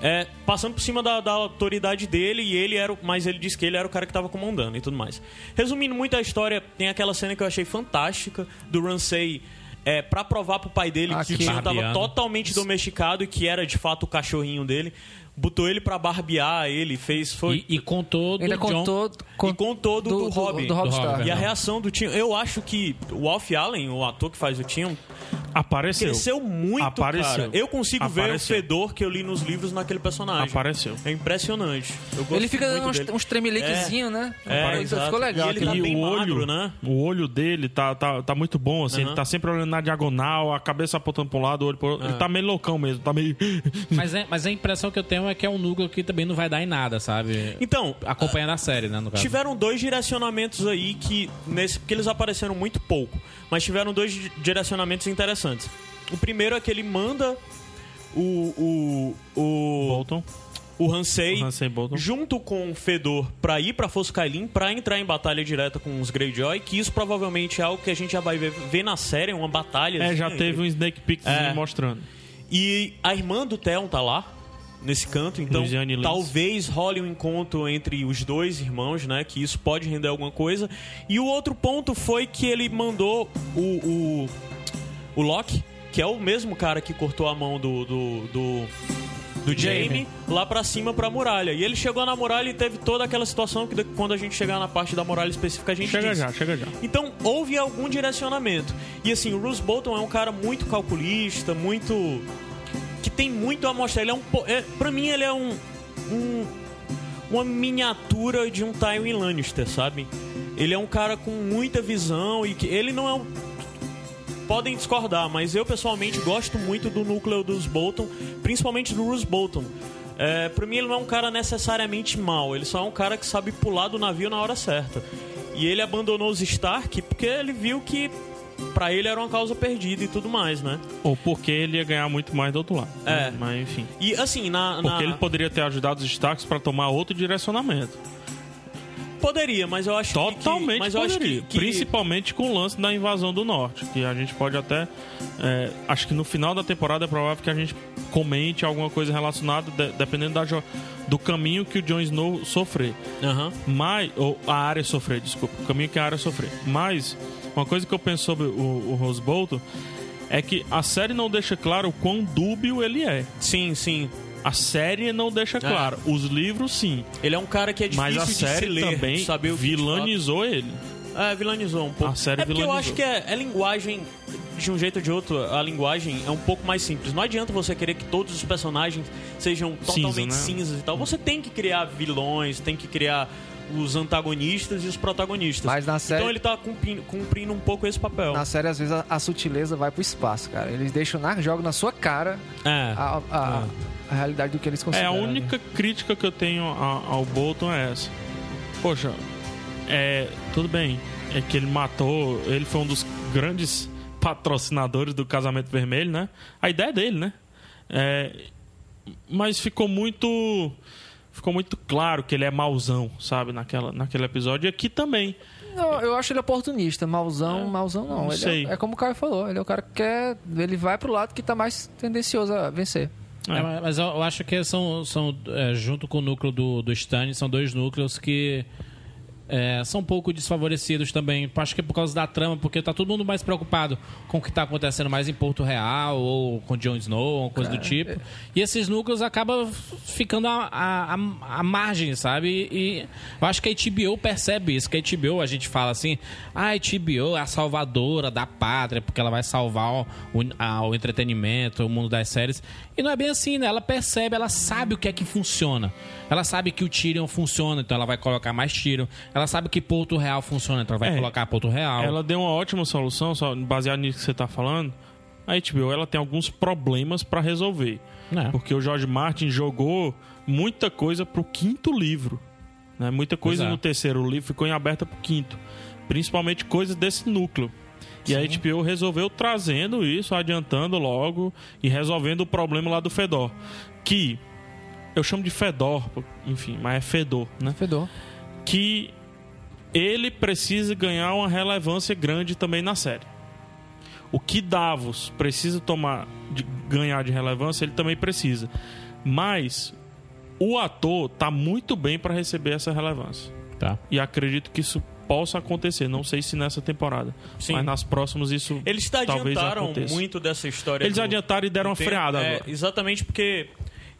Speaker 4: é, passando por cima da, da autoridade dele, e ele era, o- mas ele disse que ele era o cara que tava comandando e tudo mais. Resumindo muito a história, tem aquela cena que eu achei fantástica do Ramsay é, para provar pro pai dele Ah, que o
Speaker 3: Aqui.
Speaker 4: tio tava
Speaker 2: Barbeando.
Speaker 4: totalmente domesticado e que era de fato o cachorrinho dele, botou ele pra barbear ele, fez foi
Speaker 2: E, e contou do
Speaker 3: Ainda
Speaker 2: John.
Speaker 3: contou con-
Speaker 4: e contou do, do, Robin.
Speaker 3: do Rob
Speaker 2: Do Rob,
Speaker 3: Stark.
Speaker 2: é.
Speaker 4: E a
Speaker 2: Não.
Speaker 4: reação do Tim, eu acho que o Alf Allen, o ator que faz o Tim,
Speaker 1: Apareceu.
Speaker 4: cresceu muito,
Speaker 1: Apareceu.
Speaker 4: cara. Eu consigo ver o
Speaker 1: Apareceu.
Speaker 4: fedor que eu li nos livros naquele personagem.
Speaker 1: Apareceu.
Speaker 4: É impressionante. Eu gosto
Speaker 3: Ele fica
Speaker 4: é. muito
Speaker 3: dando uns,
Speaker 4: dele.
Speaker 3: uns tremeliquezinhos, né?
Speaker 4: É,
Speaker 3: Isso
Speaker 4: exato.
Speaker 3: ficou legal.
Speaker 4: E ele
Speaker 3: aquele-
Speaker 4: tá
Speaker 1: E
Speaker 4: bem
Speaker 1: o olho,
Speaker 4: magro, né?
Speaker 1: o olho dele tá, tá, tá muito bom, assim. Ele tá sempre olhando na diagonal, a cabeça apontando pra um lado, o olho pro outro.
Speaker 4: Ah.
Speaker 1: Ele tá meio loucão mesmo, tá meio...
Speaker 2: Mas, é- mas a impressão que eu tenho é que é um núcleo que também não vai dar em nada, sabe?
Speaker 4: Então,
Speaker 2: Acompanhando a série, né, no caso.
Speaker 4: Tiveram dois direcionamentos aí que nesse porque eles apareceram muito pouco, mas tiveram dois di- direcionamentos interessantes. O primeiro é que ele manda o o o,
Speaker 1: Bolton,
Speaker 4: o Hansei
Speaker 1: Hansei Bolton.
Speaker 4: junto com o Fedor pra ir pra Foscailin pra entrar em batalha direta com os Greyjoy, que isso provavelmente é algo que a gente já vai ver, ver na série, uma batalha.
Speaker 1: É, já
Speaker 4: assim,
Speaker 1: teve um sneak peek
Speaker 4: É.
Speaker 1: mostrando.
Speaker 4: e a irmã do Theon tá lá, nesse canto, então
Speaker 1: Luciane Lins.
Speaker 4: talvez role um encontro entre os dois irmãos, né? Que isso pode render alguma coisa. E o outro ponto foi que ele mandou o, o, o Loki, que é o mesmo cara que cortou a mão do. do, do do Jamie lá pra cima pra muralha. E ele chegou na muralha e teve toda aquela situação que de- quando a gente chegar na parte da muralha específica a gente
Speaker 1: Chega
Speaker 4: diz.
Speaker 1: já, chega já.
Speaker 4: Então houve algum direcionamento. E assim, o Bruce Bolton é um cara muito calculista, muito. que tem muito a mostrar. Ele é um. po- É, pra mim, ele é um. um- uma miniatura de um Tywin Lannister, sabe? Ele é um cara com muita visão e que ele não é um. podem discordar, mas eu pessoalmente gosto muito do núcleo dos Bolton, principalmente do Bruce Bolton. É, pra mim ele não é um cara necessariamente mal, ele só é um cara que sabe pular do navio na hora certa. E ele abandonou os Stark porque ele viu que pra ele era uma causa perdida e tudo mais, né?
Speaker 1: Ou porque ele ia ganhar muito mais do outro lado.
Speaker 4: É.
Speaker 1: né? Mas enfim.
Speaker 4: E assim, na. na-
Speaker 1: Porque ele poderia ter ajudado os Starks pra tomar outro direcionamento.
Speaker 4: Poderia, mas eu acho que-
Speaker 1: Totalmente
Speaker 4: que. Mas eu
Speaker 1: poderia.
Speaker 4: acho que. que-
Speaker 1: Principalmente com o lance da invasão do norte. Que a gente pode até. é, acho que no final da temporada é provável que a gente comente alguma coisa relacionada, de- dependendo da jo- do caminho que o Jon Snow sofrer.
Speaker 4: Aham.
Speaker 1: Mas. Ou a área sofrer, desculpa. O caminho que a área sofrer. Mas, uma coisa que eu penso sobre o, o Rose Bolton é que a série não deixa claro o quão dúbio ele é.
Speaker 4: Sim, sim.
Speaker 1: A série não deixa claro. Os livros, sim.
Speaker 4: Ele é um cara que é difícil
Speaker 1: Mas a
Speaker 4: de se
Speaker 1: série
Speaker 4: ler,
Speaker 1: também
Speaker 4: saber o que de
Speaker 1: vilanizou ele.
Speaker 4: fato- É, vilanizou um pouco.
Speaker 1: A série
Speaker 4: é porque
Speaker 1: vilanizou.
Speaker 4: eu acho que é, é linguagem, de um jeito ou de outro, a linguagem é um pouco mais simples. Não adianta você querer que todos os personagens sejam totalmente
Speaker 1: né?
Speaker 4: cinzas e tal. Você tem que criar vilões, tem que criar os antagonistas e os protagonistas.
Speaker 3: Mas na série-
Speaker 4: Então ele tá cumprindo, cumprindo um pouco esse papel.
Speaker 3: Na série, às vezes, a, a sutileza vai pro espaço, cara. Eles deixam na, jogam na sua cara
Speaker 4: É.
Speaker 3: a, a- a realidade do que eles
Speaker 1: É, a
Speaker 3: consideram. né?
Speaker 1: única crítica que eu tenho a- ao Bolton é essa. Poxa, é. Tudo bem. É que ele matou. Ele foi um dos grandes patrocinadores do Casamento Vermelho, né? A ideia é dele, né? É, mas ficou muito. Ficou muito claro que ele é mauzão, sabe? Naquela, naquele episódio. E aqui também.
Speaker 3: Não, eu acho ele oportunista. Malzão, malzão não.
Speaker 1: não
Speaker 3: Ele é-
Speaker 1: sei.
Speaker 3: É, como o Caio falou. Ele é o cara que quer... Ele vai pro lado que tá mais tendencioso a vencer.
Speaker 1: É.
Speaker 2: É, mas- mas eu eu acho que são, são é, junto com o núcleo do, do Stan, são dois núcleos que é, são um pouco desfavorecidos também. Acho que é por causa da trama, porque tá todo mundo mais preocupado com o que tá acontecendo mais em Porto Real ou com Jon Snow, ou coisa do tipo. E esses núcleos acabam f- ficando à- à à- à margem, sabe? E eu acho que a HBO percebe isso, que a HBO a gente fala assim, ah, a HBO é a salvadora da pátria, porque ela vai salvar o, o- a- o entretenimento, o mundo das séries. E não é bem assim, né? Ela percebe, ela sabe o que é que funciona. Ela sabe que o Tyrion funciona, então ela vai colocar mais Tyrion. Ela sabe que Porto Real funciona, então ela vai
Speaker 1: É.
Speaker 2: colocar Porto Real.
Speaker 1: Ela deu uma ótima solução, só baseado nisso que você tá falando. A HBO ela tem alguns problemas pra resolver.
Speaker 2: né?
Speaker 1: Porque o George Martin jogou muita coisa pro quinto livro. Né? Muita coisa
Speaker 2: Pois é.
Speaker 1: no terceiro livro ficou em aberta pro quinto. Principalmente coisas desse núcleo. E a HBO resolveu trazendo isso, adiantando logo e resolvendo o problema lá do Fedor. Que eu chamo de Fedor, enfim, mas é Fedor, né?
Speaker 3: Fedor.
Speaker 1: que ele precisa ganhar uma relevância grande também na série. O que Davos precisa tomar de ganhar de relevância, ele também precisa. Mas o ator tá muito bem para receber essa relevância.
Speaker 2: Tá.
Speaker 1: E acredito que isso possa acontecer, não sei se nessa temporada,
Speaker 4: Sim.
Speaker 1: mas nas próximas isso
Speaker 4: Eles te
Speaker 1: talvez
Speaker 4: adiantaram
Speaker 1: aconteça.
Speaker 4: muito dessa história.
Speaker 1: Eles
Speaker 4: do-
Speaker 1: adiantaram e deram uma
Speaker 4: do tempo.
Speaker 1: freada
Speaker 4: É,
Speaker 1: agora.
Speaker 4: Exatamente porque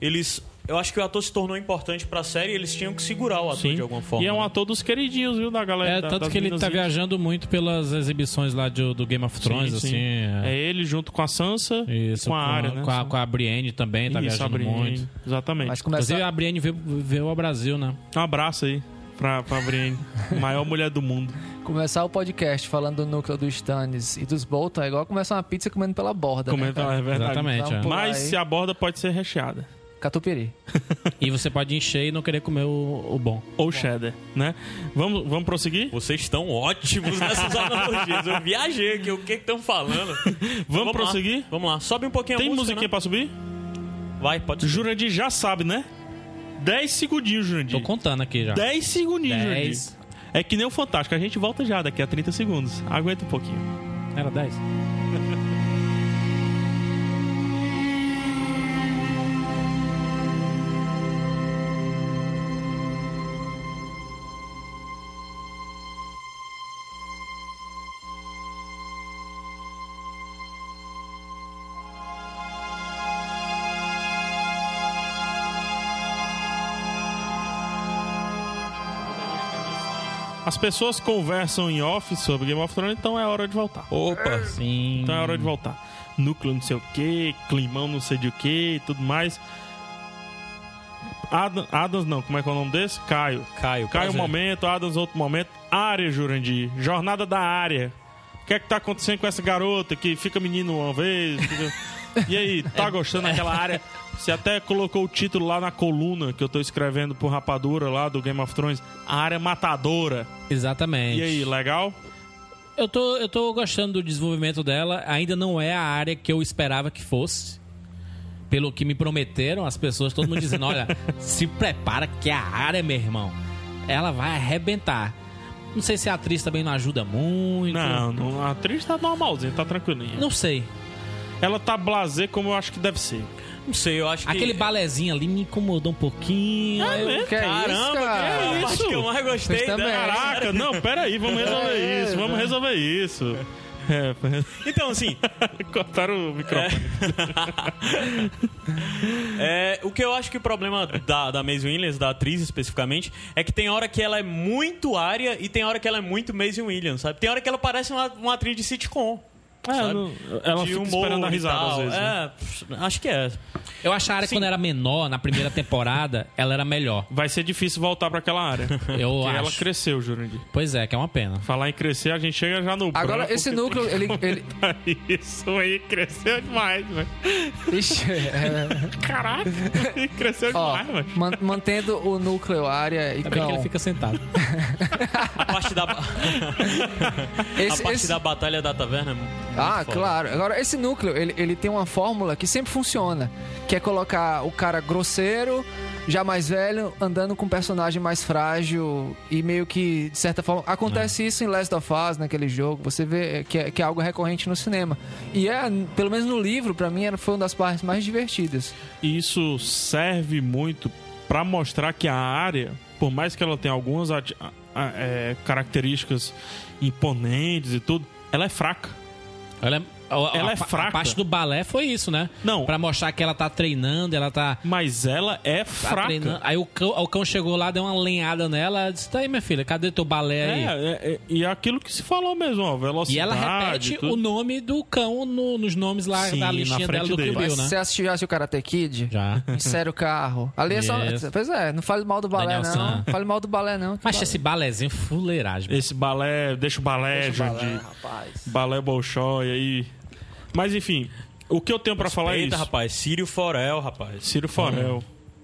Speaker 4: eles. Eu acho que o ator se tornou importante pra série e eles tinham que segurar o ator
Speaker 1: Sim.
Speaker 4: de alguma forma. né?
Speaker 1: E é um ator dos queridinhos, viu, da galera.
Speaker 2: É,
Speaker 1: da-
Speaker 2: tanto
Speaker 1: das
Speaker 2: que ele tá
Speaker 1: meninazinhas.
Speaker 2: viajando muito pelas exibições lá de- do Game of Thrones,
Speaker 1: Sim, sim.
Speaker 2: assim.
Speaker 1: É ele junto com a Sansa
Speaker 2: Isso,
Speaker 1: e com a área, né?
Speaker 2: com a, com a Brienne também, tá
Speaker 1: Isso,
Speaker 2: viajando
Speaker 1: Abrine,
Speaker 2: muito.
Speaker 1: Exatamente.
Speaker 3: Mas
Speaker 2: Inclusive,
Speaker 3: começa...
Speaker 2: a Brienne veio, veio ao Brasil, né?
Speaker 1: Um abraço aí pra, pra Brienne, maior mulher do mundo.
Speaker 3: Começar o podcast falando do núcleo dos Stannis e dos Bolton é igual começar uma pizza comendo pela borda. né,
Speaker 1: Comenta
Speaker 3: cara?
Speaker 1: lá, é verdade.
Speaker 2: Exatamente.
Speaker 3: Dá um
Speaker 2: é.
Speaker 3: pulo.
Speaker 1: Mas
Speaker 3: Aí.
Speaker 1: se a borda pode ser recheada.
Speaker 3: Catupiry.
Speaker 2: E você pode encher e não querer comer o, o bom.
Speaker 1: Ou cheddar, né? Vamos, vamos prosseguir?
Speaker 4: Vocês estão ótimos nessas analogias. Eu viajei aqui, o que estão falando? Vamos,
Speaker 1: prosseguir?
Speaker 4: Lá. Vamos lá, sobe um pouquinho
Speaker 1: Tem
Speaker 4: a música.
Speaker 1: musiquinha pra subir?
Speaker 4: né? Vai, pode subir.
Speaker 1: Jurandir já sabe, né? 10 segundinhos,
Speaker 2: Tô
Speaker 1: Jurandir.
Speaker 2: contando aqui já.
Speaker 1: 10 segundinhos, Jurandir.
Speaker 2: Dez.
Speaker 1: É que nem o Fantástico, a gente volta já daqui a 30 segundos. Aguenta um pouquinho.
Speaker 2: Era 10?
Speaker 1: As pessoas conversam em off sobre Game of Thrones, então é hora de voltar.
Speaker 4: Opa!
Speaker 2: Sim.
Speaker 1: Então é hora de voltar. Núcleo não sei o que, climão não sei de o que e tudo mais. Adam- Adams não, como é que é o nome desse? Caio. Caio um
Speaker 4: Caio, prazer.
Speaker 1: momento, Adams outro momento. Área, Jurandir. Jornada da área. O que é que tá acontecendo com essa garota que fica menino uma vez? fica- E aí, tá gostando daquela área? Você até colocou o título lá na coluna que eu tô escrevendo pro Rapadura lá do Game of Thrones, a área matadora.
Speaker 2: Exatamente.
Speaker 1: E aí, legal?
Speaker 2: Eu tô, eu tô gostando do desenvolvimento dela. Ainda não é a área que eu esperava que fosse. Pelo que me prometeram, as pessoas, todo mundo dizendo: olha, se prepara que é a área, meu irmão, ela vai arrebentar. Não sei se a atriz também não ajuda muito.
Speaker 1: Não, não, a atriz tá normalzinha, tá tranquilinha.
Speaker 2: Não sei.
Speaker 1: Ela tá blazer como eu acho que deve ser.
Speaker 4: Não sei, eu acho que. é
Speaker 2: Aquele balezinho ali me incomodou um pouquinho.
Speaker 1: É mesmo?
Speaker 3: Que é
Speaker 4: Caramba,
Speaker 3: isso, cara?
Speaker 4: que é a parte
Speaker 1: isso?
Speaker 4: que eu mais
Speaker 3: Vocês
Speaker 4: gostei
Speaker 3: também.
Speaker 4: dela.
Speaker 1: Caraca, não, peraí, vamos resolver
Speaker 3: É,
Speaker 1: isso, vamos
Speaker 3: né?
Speaker 1: resolver isso. É,
Speaker 4: Então, assim,
Speaker 1: cortaram o microfone.
Speaker 4: É, o que eu acho que o problema da, da Maisie Williams, da atriz especificamente, é que tem hora que ela é muito área e tem hora que ela é muito Maisie Williams, sabe? Tem hora que ela parece uma, uma atriz de sitcom. sabe?
Speaker 1: ela
Speaker 4: de
Speaker 1: fica
Speaker 4: humor
Speaker 1: esperando a
Speaker 4: e
Speaker 1: risada às
Speaker 4: tal.
Speaker 1: vezes. né?
Speaker 4: É, pff, acho que é.
Speaker 2: Eu acho a área quando era menor, na primeira temporada, ela era melhor.
Speaker 1: Vai ser difícil voltar pra aquela área.
Speaker 2: Eu
Speaker 1: Porque ela
Speaker 2: acho.
Speaker 1: cresceu, Jurandir.
Speaker 2: Pois é, que é uma pena.
Speaker 1: Falar em crescer, a gente chega já no
Speaker 3: Agora,
Speaker 1: branco,
Speaker 3: esse
Speaker 1: que
Speaker 3: núcleo, ele. ele...
Speaker 1: tem- Isso aí cresceu demais, velho.
Speaker 3: Ixi, é...
Speaker 1: Caraca, cresceu
Speaker 3: Ó,
Speaker 1: demais, velho.
Speaker 3: man- mantendo o núcleo, área e
Speaker 2: Ainda bem que
Speaker 3: cão.
Speaker 2: ele fica sentado.
Speaker 4: A parte da, ba- a
Speaker 3: Esse-
Speaker 4: parte
Speaker 3: esse-
Speaker 4: da batalha da taverna. é muito
Speaker 3: Ah,
Speaker 4: foda.
Speaker 3: claro. Agora, esse núcleo, ele, ele tem uma fórmula que sempre funciona. Que é colocar o cara grosseiro, já mais velho, andando com um personagem mais frágil e meio que, de certa forma... Acontece
Speaker 2: É.
Speaker 3: isso em Last of Us, naquele jogo. Você vê que é, que é algo recorrente no cinema. E é, pelo menos no livro, pra mim, era- foi uma das partes mais divertidas.
Speaker 1: E isso serve muito pra mostrar que a área, por mais que ela tenha algumas ati- a- a- é, características imponentes e tudo, ela é fraca.
Speaker 2: Ela é, a-
Speaker 1: Ela
Speaker 2: a-
Speaker 1: é fraca.
Speaker 2: A parte do balé foi isso, né?
Speaker 1: Não.
Speaker 2: Pra mostrar que ela tá treinando, ela tá.
Speaker 1: Mas ela é
Speaker 2: tá
Speaker 1: fraca.
Speaker 2: treinando. Aí o cão, o cão chegou lá, deu uma lenhada nela. ela Disse: tá aí, minha filha, cadê teu balé
Speaker 1: É,
Speaker 2: aí?
Speaker 1: é, é, e é aquilo que se falou mesmo, ó, velocidade.
Speaker 2: E ela repete
Speaker 1: tudo.
Speaker 2: o nome do cão no- nos nomes lá
Speaker 1: Sim,
Speaker 2: da
Speaker 1: na
Speaker 2: listinha
Speaker 1: frente
Speaker 2: dela do
Speaker 1: dele.
Speaker 2: Kill Bill, né?
Speaker 3: Você assistiu, já assistiu Karate Kid?
Speaker 2: Já.
Speaker 3: Sério carro. Ali é só...
Speaker 2: Yes.
Speaker 3: Pois é, não fale mal do balé,
Speaker 2: Daniel San.
Speaker 3: não. Fale mal do balé, não.
Speaker 2: Mas esse balézinho fuleiragem.
Speaker 1: Esse balé, deixa o balé,
Speaker 3: Deixa o balé,
Speaker 1: Jandir.
Speaker 3: rapaz.
Speaker 1: Balé Bolshoi aí. Mas enfim, o que eu tenho pra falar é
Speaker 4: Eita,
Speaker 1: isso.
Speaker 4: rapaz, Sírio Forel, rapaz.
Speaker 1: Ciro Forel.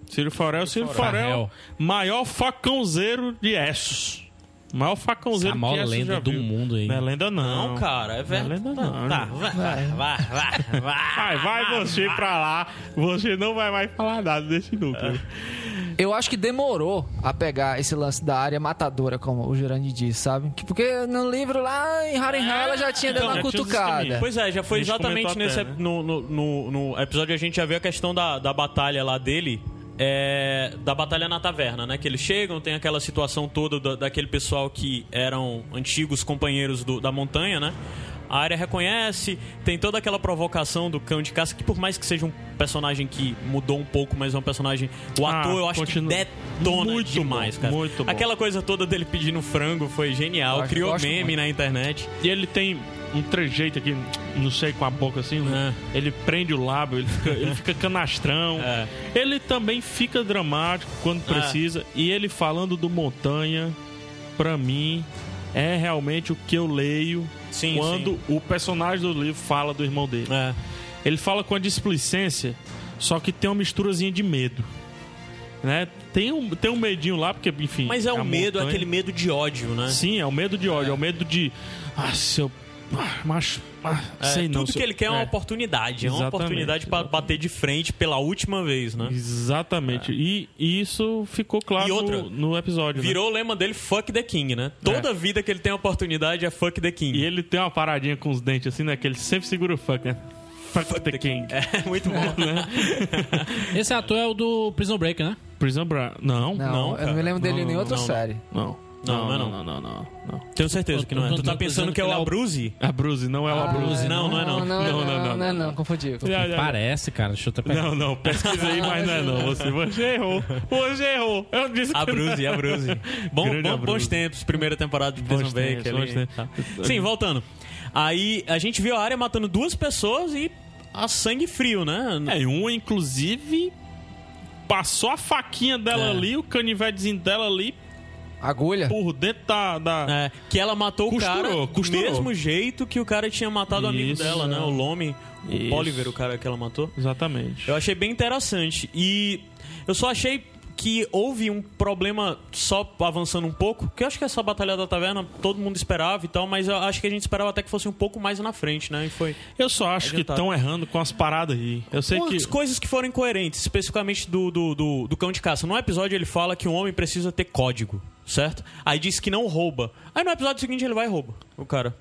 Speaker 1: Ciro Forel, Ciro Forel,
Speaker 2: Farel.
Speaker 1: maior facãozeiro de Essos. Maior facãozeiro
Speaker 2: é A
Speaker 1: de
Speaker 2: maior
Speaker 1: Essos já
Speaker 2: lenda do
Speaker 1: viu.
Speaker 2: mundo aí.
Speaker 1: Não é lenda não.
Speaker 4: Não, cara,
Speaker 1: Não é
Speaker 4: é verdade.
Speaker 1: lenda não.
Speaker 4: Tá, vai, vai, vai, vai,
Speaker 1: Vai, vai você pra lá. Você não vai mais falar nada desse núcleo.
Speaker 3: Eu acho que demorou a pegar esse lance da área matadora, como o Jurandir diz, sabe? Que- Porque no livro lá em Harrenhal ela já tinha dado
Speaker 1: Então,
Speaker 3: uma
Speaker 1: já tinha os
Speaker 3: cutucada.
Speaker 1: esqueminhas.
Speaker 4: Pois é, já foi
Speaker 1: A gente
Speaker 4: exatamente
Speaker 1: comentou
Speaker 4: nesse
Speaker 1: até, né?
Speaker 4: no, no, no- no episódio a gente já viu a questão da, da batalha lá dele. é, da batalha na taverna, né? Que eles chegam, tem aquela situação toda da- daquele pessoal que eram antigos companheiros do- da montanha, né? A área reconhece, tem toda aquela provocação do cão de caça, que por mais que seja um personagem que mudou um pouco, mas é um personagem. O
Speaker 1: Ah,
Speaker 4: ator eu acho
Speaker 1: continua.
Speaker 4: que detona
Speaker 1: Muito
Speaker 4: demais,
Speaker 1: bom,
Speaker 4: cara.
Speaker 1: muito bom.
Speaker 4: Aquela coisa toda dele pedindo frango foi genial,
Speaker 3: Gosto-
Speaker 4: criou
Speaker 3: gosto
Speaker 4: meme
Speaker 3: muito.
Speaker 4: na internet.
Speaker 1: E ele tem um trejeito aqui, não sei, com a boca assim.
Speaker 4: É.
Speaker 1: Ele prende o lábio, ele fica, ele fica canastrão.
Speaker 4: É.
Speaker 1: Ele também fica dramático quando
Speaker 4: É.
Speaker 1: precisa. E ele falando do Montanha, pra mim, é realmente o que eu leio
Speaker 4: Sim,
Speaker 1: quando o personagem do livro fala do irmão dele.
Speaker 4: É.
Speaker 1: Ele fala com a displicência, só que tem uma misturazinha de medo. Né? Tem, um, tem um medinho lá, porque, enfim.
Speaker 4: Mas é
Speaker 1: a
Speaker 4: o medo,
Speaker 1: montanha.
Speaker 4: aquele medo de ódio, né?
Speaker 1: Sim, é o medo de ódio, é, o medo de. Ah, se eu. Ah, macho. Ah,
Speaker 4: É,
Speaker 1: sei não.
Speaker 4: tudo
Speaker 1: se
Speaker 4: que
Speaker 1: eu-
Speaker 4: ele quer é uma
Speaker 1: É,
Speaker 4: oportunidade, é uma
Speaker 1: Exatamente,
Speaker 4: oportunidade pra
Speaker 1: exatamente.
Speaker 4: bater de frente pela última vez, né?
Speaker 1: Exatamente. E, e isso ficou
Speaker 4: E
Speaker 1: claro
Speaker 4: outra,
Speaker 1: no, no episódio. né? É.
Speaker 4: Virou o lema dele Fuck the King, né? Toda vida que ele tem a oportunidade é Fuck the King.
Speaker 1: E ele tem uma paradinha com os dentes assim, né? Que ele sempre segura o fuck, né? Fuck, the king. Né?
Speaker 4: É muito bom.
Speaker 2: Esse ator é o do Prison Break, né?
Speaker 1: Prison Bra... Não,
Speaker 3: Não,
Speaker 1: não.
Speaker 4: Não,
Speaker 3: eu não me
Speaker 4: cara.
Speaker 3: lembro dele
Speaker 1: Não,
Speaker 3: em nenhuma
Speaker 1: não,
Speaker 3: outra
Speaker 4: não,
Speaker 3: série.
Speaker 1: Não.
Speaker 4: Não, não é
Speaker 1: não, não, não, não.
Speaker 4: Tenho certeza que não é.
Speaker 2: Eu tô-
Speaker 4: Tu tá
Speaker 2: tô
Speaker 4: pensando
Speaker 2: dizendo
Speaker 4: que é
Speaker 2: que ele
Speaker 4: o
Speaker 2: é o-
Speaker 4: Abruzi?
Speaker 1: A Bruce não é o
Speaker 3: Ah,
Speaker 1: Bruce.
Speaker 4: não, não é não.
Speaker 3: Não,
Speaker 1: Não,
Speaker 3: não,
Speaker 1: não, não,
Speaker 3: não, não, não, confundi. confundi.
Speaker 1: Já, já, já.
Speaker 2: Parece, cara. Deixa eu até pegar.
Speaker 1: Não, não, pesquisa aí, mas não é não. Você, você errou. Você errou. Eu disse que
Speaker 4: Abruzi, Abruzi. Bom,
Speaker 1: Grande
Speaker 4: bom-
Speaker 1: Abruzzi.
Speaker 4: bons tempos, primeira temporada de Prison
Speaker 1: Bons
Speaker 4: Break.
Speaker 1: tempos,
Speaker 4: ali,
Speaker 1: bons tempos.
Speaker 4: tá? Sim, voltando. Aí a gente viu a área matando duas pessoas e a sangue frio, né?
Speaker 1: É, e uma, inclusive, passou a faquinha dela
Speaker 4: É.
Speaker 1: ali, o canivetezinho dela ali,
Speaker 3: Agulha?
Speaker 1: por dentro da. da-
Speaker 4: É, que ela matou
Speaker 1: Costurou,
Speaker 4: o cara
Speaker 1: costurou.
Speaker 4: do mesmo jeito que o cara tinha matado o amigo
Speaker 1: Isso.
Speaker 4: dela, né? O Lome, o
Speaker 1: Isso.
Speaker 4: Oliver, o cara que ela matou.
Speaker 1: Exatamente.
Speaker 4: Eu achei bem interessante. E eu só achei que houve um problema, só avançando um pouco, que eu acho que essa Batalha da Taverna todo mundo esperava e tal, mas eu acho que a gente esperava até que fosse um pouco mais na frente, né? E foi.
Speaker 1: Eu só acho que tá.
Speaker 4: Adiantado.
Speaker 1: estão errando com as paradas aí. Eu sei que.
Speaker 4: Umas coisas que foram incoerentes, especificamente do, do, do, do cão de caça. Num episódio ele fala que o homem precisa ter código, certo? Aí diz que não rouba. Aí no episódio seguinte ele vai e rouba o cara.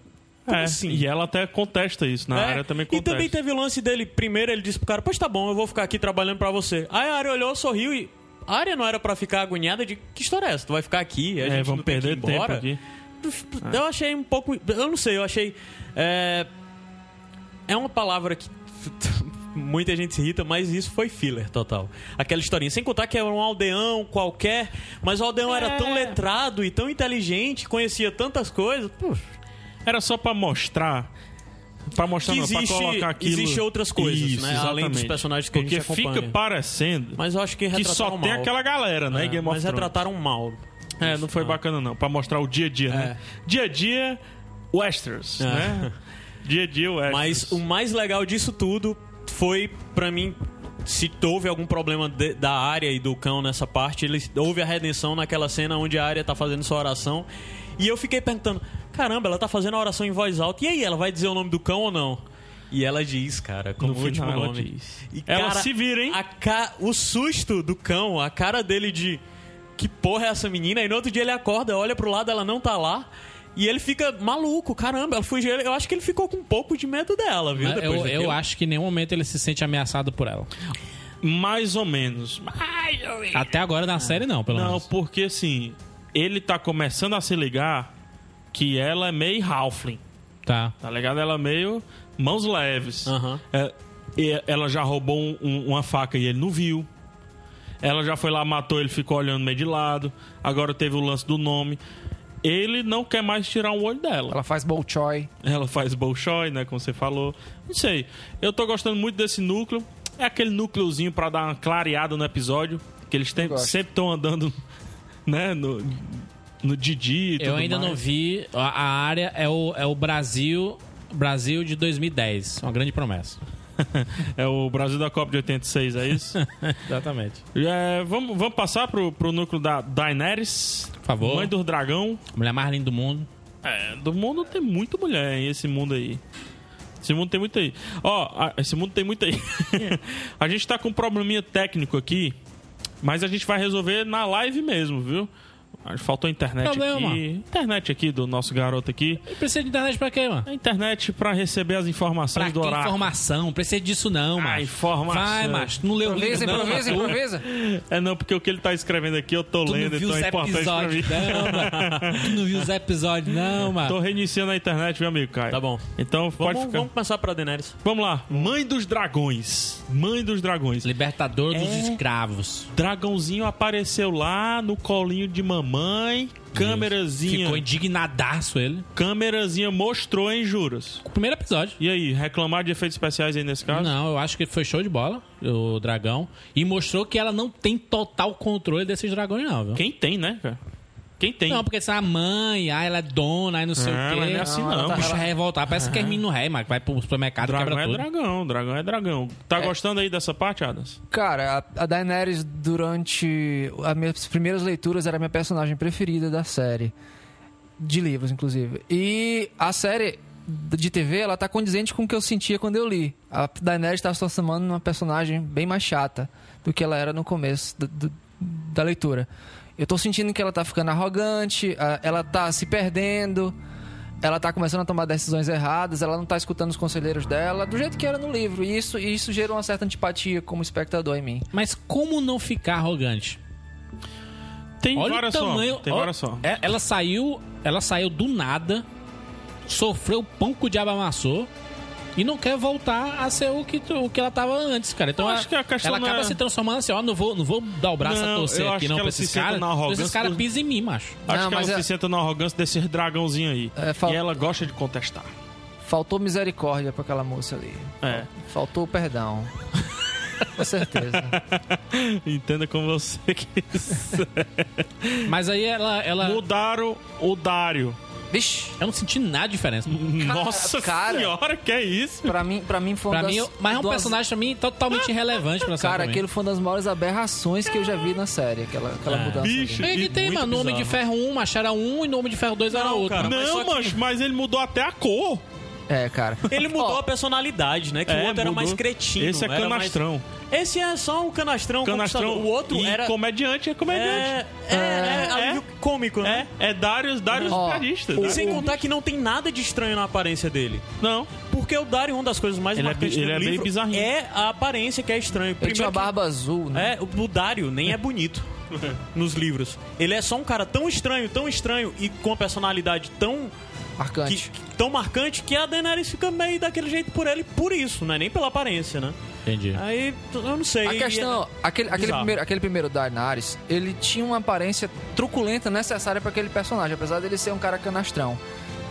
Speaker 4: Como
Speaker 1: É,
Speaker 4: assim?
Speaker 1: E ela até contesta isso. Na
Speaker 4: É,
Speaker 1: área também
Speaker 4: e
Speaker 1: contesta.
Speaker 4: também teve o lance dele. Primeiro ele disse pro cara: Pois tá bom, eu vou ficar aqui trabalhando pra você. Aí a área olhou, sorriu e. A área não era pra ficar agoniada de que história é essa? Tu vai ficar aqui? A
Speaker 1: É,
Speaker 4: gente
Speaker 1: vamos
Speaker 4: não tem que ir
Speaker 1: perder tempo
Speaker 4: embora?"
Speaker 1: aqui.
Speaker 4: Eu achei um pouco. Eu não sei, eu achei. É, é uma palavra que. Muita gente se irrita, mas isso foi filler total. Aquela historinha. Sem contar que era um aldeão qualquer, mas o aldeão era tão
Speaker 1: É.
Speaker 4: letrado e tão inteligente, conhecia tantas coisas. Puxa,
Speaker 1: Era só pra mostrar. Pra mostrar,
Speaker 4: que
Speaker 1: não, pra
Speaker 4: existe,
Speaker 1: colocar aquilo.
Speaker 4: existe outras coisas,
Speaker 1: Isso,
Speaker 4: né? Além dos
Speaker 1: exatamente.
Speaker 4: personagens que
Speaker 1: Porque
Speaker 4: a gente acompanha.
Speaker 1: fica parecendo
Speaker 4: Mas eu acho que
Speaker 1: que
Speaker 4: retrataram
Speaker 1: só
Speaker 4: mal.
Speaker 1: tem aquela galera, né?
Speaker 4: É,
Speaker 1: Game of Thrones.
Speaker 4: mas retrataram mal.
Speaker 1: É, não
Speaker 4: né?
Speaker 1: foi bacana não. Pra mostrar o dia a dia, né? Dia a dia, Westeros,
Speaker 4: É.
Speaker 1: né? Dia a dia, Westeros.
Speaker 4: Mas um o mais legal disso tudo foi, pra mim, se houve algum problema de- da área e do cão nessa parte, eles, houve a redenção naquela cena onde a área tá fazendo sua oração. E eu fiquei perguntando: caramba, ela tá fazendo a oração em voz alta. E aí, ela vai dizer o nome do cão ou não? E ela diz, cara, como
Speaker 1: No final
Speaker 4: último
Speaker 1: ela
Speaker 4: nome.
Speaker 1: diz.
Speaker 4: E,
Speaker 1: Ela se vira, hein?
Speaker 4: a ca- O susto do cão, a cara dele de que porra é essa menina? E no outro dia ele acorda, olha pro lado, ela não tá lá. E ele fica maluco, caramba, ela fugiu. Eu acho que ele ficou com um pouco de medo dela, viu?
Speaker 2: Eu,
Speaker 4: Depois
Speaker 2: eu
Speaker 4: daquilo.
Speaker 2: acho que em nenhum momento ele se sente ameaçado por ela.
Speaker 1: Mais ou menos.
Speaker 2: Até agora na série, não, pelo
Speaker 1: Ah. Não,
Speaker 2: menos.
Speaker 1: porque assim, ele tá começando a se ligar que ela é meio Halfling,
Speaker 2: Tá.
Speaker 1: tá ligado? Ela é meio mãos leves.
Speaker 4: Aham.
Speaker 1: É, e ela já roubou um- um- uma faca e ele não viu. Ela já foi lá, matou, ele ficou olhando meio de lado. Agora teve o lance do nome. Ele não quer mais tirar um olho dela.
Speaker 3: Ela faz bolchói.
Speaker 1: Ela faz Bolshoi, né? Como você falou. Não sei. Eu tô gostando muito desse núcleo. É aquele núcleozinho pra dar uma clareada no episódio. Que eles tem-
Speaker 3: gosto.
Speaker 1: sempre estão andando, né? No, no Didi e tudo
Speaker 2: Eu ainda não
Speaker 1: mais.
Speaker 2: vi. A, a área é o, é o Brasil. Brasil de 2010. Uma grande promessa.
Speaker 1: É o Brasil da Copa de 86, é isso?
Speaker 2: Exatamente.
Speaker 1: É, vamos, vamos passar pro, pro núcleo da Daenerys.
Speaker 2: Por favor.
Speaker 1: Mãe do dragão.
Speaker 2: Mulher mais linda do mundo.
Speaker 1: É, do mundo tem muita mulher hein, esse mundo aí. Esse mundo tem muita aí. Ó, a- esse mundo tem muita aí. a gente tá com um probleminha técnico aqui, mas a gente vai resolver na live mesmo, viu? Ah, Faltou a internet
Speaker 2: Problema.
Speaker 1: aqui. Internet aqui do nosso garoto aqui.
Speaker 2: E precisa de internet pra quê, mano?
Speaker 1: A internet pra receber as
Speaker 2: Pra
Speaker 1: informações
Speaker 2: que
Speaker 1: do horário.
Speaker 2: informação? Precisa disso não,
Speaker 1: Ah,
Speaker 2: mano.
Speaker 1: informação.
Speaker 2: Vai, macho. Não leu o livro,
Speaker 3: Improvisa,
Speaker 2: não,
Speaker 3: improvisa,
Speaker 2: macho.
Speaker 3: improvisa.
Speaker 1: É não, porque o que ele tá escrevendo aqui eu tô
Speaker 2: Tu não
Speaker 1: lendo,
Speaker 2: viu
Speaker 1: então
Speaker 2: os
Speaker 1: é importante pra mim.
Speaker 2: episódios, não, mano. Tu não viu os episódios, não, mano.
Speaker 1: Tô reiniciando a internet, meu amigo, Caio.
Speaker 4: Tá bom.
Speaker 1: Então pode
Speaker 4: Vamos,
Speaker 1: ficar.
Speaker 4: vamos começar pra Daenerys.
Speaker 1: Vamos lá. Mãe dos dragões. Mãe dos dragões.
Speaker 2: Libertador dos
Speaker 1: É.
Speaker 2: escravos.
Speaker 1: Dragãozinho apareceu lá no colinho de mamãe. Câmerazinha.
Speaker 2: Ficou indignadaço ele.
Speaker 1: Câmerazinha mostrou, hein, juros?
Speaker 2: O primeiro episódio.
Speaker 1: E aí, reclamar de efeitos especiais aí nesse caso?
Speaker 2: Não, eu acho que foi show de bola, o dragão. E mostrou que ela não tem total controle desses dragões, não, viu?
Speaker 1: Quem tem, né, cara? Quem tem?
Speaker 2: Não, porque se a mãe, ah, ela é dona, aí não sei
Speaker 1: Ah,
Speaker 2: o quê.
Speaker 1: mas não é assim,
Speaker 2: O
Speaker 1: não.
Speaker 2: bicho vai revoltar. Parece que é menino rei, mano, que vai pro supermercado e
Speaker 1: Dragão
Speaker 2: tá quebra
Speaker 1: é
Speaker 2: tudo.
Speaker 1: dragão, dragão é dragão. Tá
Speaker 3: É.
Speaker 1: gostando aí dessa parte, Adas?
Speaker 3: Cara, a a Daenerys, durante as minhas primeiras leituras, era a minha personagem preferida da série. De livros, inclusive. E a série de TV, ela tá condizente com o que eu sentia quando eu li. A Daenerys tá se transformando numa personagem bem mais chata do que ela era no começo do- do- da leitura. Eu tô sentindo que ela tá ficando arrogante, a- ela tá se perdendo, ela tá começando a tomar decisões erradas, ela não tá escutando os conselheiros dela, do jeito que era no livro. E isso, e isso gerou uma certa antipatia como espectador em mim.
Speaker 2: Mas como não ficar arrogante?
Speaker 1: Tem
Speaker 2: Olha
Speaker 1: várias
Speaker 2: o tamanho.
Speaker 1: só. Tem
Speaker 2: olha-
Speaker 1: várias só.
Speaker 2: É, Ela saiu, ela saiu do nada, sofreu o pão que o diabo amassou e não quer voltar a ser o que, tu- o que ela tava antes, cara. Então
Speaker 1: Eu
Speaker 2: ela,
Speaker 1: acho que a questão
Speaker 2: ela
Speaker 1: não
Speaker 2: acaba
Speaker 1: é-
Speaker 2: se transformando assim, ó, não vou, não vou dar o braço
Speaker 1: Não,
Speaker 2: a torcer
Speaker 1: eu
Speaker 2: aqui
Speaker 1: acho que
Speaker 2: não pra
Speaker 1: ela se
Speaker 2: esses
Speaker 1: senta
Speaker 2: caras.
Speaker 1: na arrogância
Speaker 2: Esses caras
Speaker 1: dos-
Speaker 2: pisam em mim, macho.
Speaker 1: Acho
Speaker 3: Não,
Speaker 1: que ela
Speaker 3: mas
Speaker 1: se
Speaker 3: é-
Speaker 1: senta na arrogância desses dragãozinho aí.
Speaker 3: É, fal-
Speaker 1: E ela gosta de contestar.
Speaker 3: Faltou misericórdia pra aquela moça ali.
Speaker 1: É.
Speaker 3: Faltou perdão. Com certeza.
Speaker 1: Entenda como você quiser.
Speaker 2: Mas aí ela. ela
Speaker 1: Mudaram o Dário.
Speaker 3: Vixe,
Speaker 2: eu não senti nada de diferença.
Speaker 4: Uhum.
Speaker 1: Nossa
Speaker 3: cara.
Speaker 1: senhora, que é isso?
Speaker 3: pra mim, pra mim foi uma
Speaker 2: Pra
Speaker 3: das,
Speaker 2: mim, eu- mas é um
Speaker 3: duas- Ah,
Speaker 2: personagem pra mim totalmente irrelevante pra
Speaker 3: Cara,
Speaker 2: série. pra mim.
Speaker 3: aquele foi uma das maiores aberrações que eu já vi na série. Aquela, aquela mudança. ali.
Speaker 1: Bicho,
Speaker 2: Mas é
Speaker 1: e
Speaker 2: que tem,
Speaker 1: muito
Speaker 2: mano. No Homem de
Speaker 1: bizarro.
Speaker 2: Ferro 1, acharam um, e no Homem de Ferro 2 era
Speaker 4: Não,
Speaker 2: outro.
Speaker 4: cara.
Speaker 1: Não,
Speaker 4: Mas só que-
Speaker 1: mas, mas ele mudou até a cor.
Speaker 3: É, cara.
Speaker 4: Ele mudou
Speaker 3: Ó,
Speaker 4: a personalidade, né? Que o
Speaker 1: É,
Speaker 4: outro era
Speaker 1: mudou.
Speaker 4: mais cretino.
Speaker 1: Esse é
Speaker 4: era mais-
Speaker 1: canastrão.
Speaker 4: Esse é só um canastrão.
Speaker 1: Canastrão.
Speaker 4: conquistador. O outro
Speaker 1: e
Speaker 4: era...
Speaker 1: comediante é
Speaker 4: É,
Speaker 1: comediante.
Speaker 4: é, é,
Speaker 1: É.
Speaker 4: alívio cômico, né?
Speaker 1: É, é Darius, Darius
Speaker 3: Ó,
Speaker 1: Picarista.
Speaker 3: o-
Speaker 1: Darius-
Speaker 4: Sem contar que não tem nada de estranho na aparência dele.
Speaker 1: Não.
Speaker 4: Porque o Dario, uma das coisas mais
Speaker 1: Ele é
Speaker 4: marcantes
Speaker 1: bi-
Speaker 4: do
Speaker 1: ele é bem
Speaker 4: livro
Speaker 1: bizarrinho.
Speaker 4: é a aparência que é estranha.
Speaker 3: Ele tinha uma
Speaker 4: que-
Speaker 3: barba azul, né?
Speaker 4: É, o o Dario nem é bonito nos livros. Ele é só um cara tão estranho, tão estranho e com a personalidade tão que-
Speaker 3: Marcante.
Speaker 4: que- tão marcante que a Daenerys fica meio daquele jeito por ele por isso, não é nem pela aparência, né?
Speaker 1: É.
Speaker 2: Entendi.
Speaker 4: Aí t- eu não sei.
Speaker 3: A questão, aquele, aquele,
Speaker 4: né? bizarro.
Speaker 3: primeiro, aquele primeiro Daenerys, ele tinha uma aparência truculenta necessária pra aquele personagem, apesar dele ser um cara canastrão.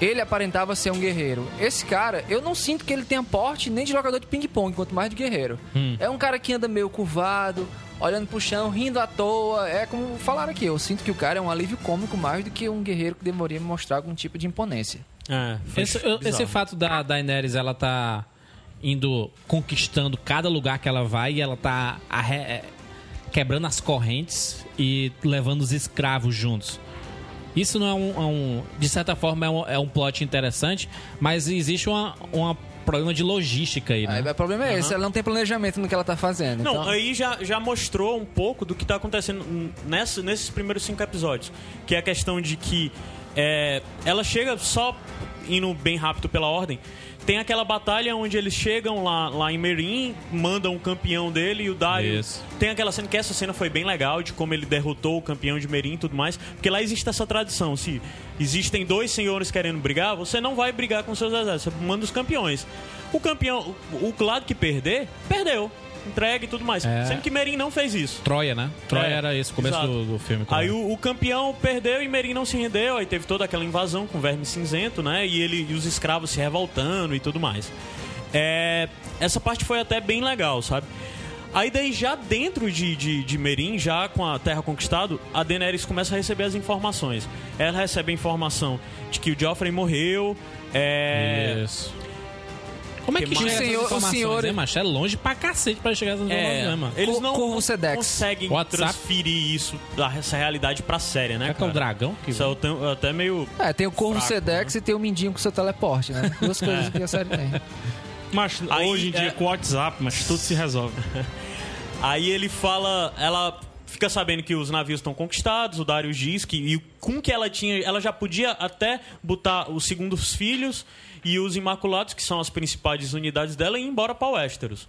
Speaker 3: Ele aparentava ser um guerreiro. Esse cara, eu não sinto que ele tenha porte nem de jogador de ping-pong, quanto mais de guerreiro.
Speaker 4: Hum.
Speaker 3: É um cara que anda meio curvado, olhando pro chão, rindo à toa. É como falaram aqui, eu sinto que o cara é um alívio cômico mais do que um guerreiro que demoria mostrar algum tipo de imponência.
Speaker 4: É, foi
Speaker 2: Esse, eu- esse
Speaker 4: bizarro.
Speaker 2: fato da Daenerys, ela tá indo conquistando cada lugar que ela vai e ela tá arre- é, quebrando as correntes e levando os escravos juntos. Isso não é um. é um- de certa forma, é um, é um plot interessante, mas existe uma, uma problema de logística aí, né?
Speaker 3: Aí, o problema é esse, ela não tem planejamento no que ela tá fazendo.
Speaker 4: Não,
Speaker 3: então-
Speaker 4: aí já, já mostrou um pouco do que tá acontecendo hum, nessa, nesses primeiros cinco episódios. Que é a questão de que é, ela chega só indo bem rápido pela ordem. Tem aquela batalha onde eles chegam lá, lá em Merim, mandam o campeão dele e o Dario.
Speaker 2: Isso.
Speaker 4: Tem aquela cena que essa cena foi bem legal, de como ele derrotou o campeão de Merim e tudo mais. Porque lá existe essa tradição. Se existem dois senhores querendo brigar, você não vai brigar com seus exércitos, você manda os campeões. O campeão, o o lado que perder, perdeu. Entrega e tudo mais.
Speaker 2: É.
Speaker 4: Sendo que Merim não fez isso.
Speaker 2: Troia, né? Troia
Speaker 4: É,
Speaker 2: era esse, o começo
Speaker 4: exato.
Speaker 2: do, do filme. é?
Speaker 4: Aí o, o campeão perdeu e Merim não se rendeu, aí teve toda aquela invasão com o verme cinzento, né? E ele e os escravos se revoltando e tudo mais. É, essa parte foi até bem legal, sabe? Aí daí já dentro de, de, de Merim, já com a Terra Conquistado, a Daenerys começa a receber as informações. Ela recebe a informação de que o Joffrey morreu, é,
Speaker 2: Isso. Como é que,
Speaker 4: Que
Speaker 2: chega
Speaker 4: mais?
Speaker 2: essas
Speaker 3: O senhor- o
Speaker 2: informações,
Speaker 3: senhor-
Speaker 2: hein, macho? É longe pra cacete pra chegar essas
Speaker 4: É.
Speaker 2: informações, né, mano?
Speaker 4: eles
Speaker 3: Cor-
Speaker 4: não
Speaker 3: Corvo Sedex.
Speaker 4: conseguem
Speaker 2: WhatsApp.
Speaker 4: transferir isso, da- essa realidade pra série, né?
Speaker 2: Será que é o
Speaker 4: cara?
Speaker 2: dragão que
Speaker 4: Isso é o tão- é até meio
Speaker 3: É, tem o Corvo
Speaker 4: Fraco,
Speaker 3: Sedex e tem o Mindinho com seu teleporte, né? Duas coisas que a série tem.
Speaker 1: Mas
Speaker 4: Aí,
Speaker 1: hoje em
Speaker 4: é-
Speaker 1: dia com o WhatsApp, mas tudo se resolve.
Speaker 4: Aí ele fala, ela fica sabendo que os navios estão conquistados, o Darius diz que e com que ela tinha, ela já podia até botar os segundos filhos e os Imaculados, que são as principais unidades dela, e ir embora para Westeros.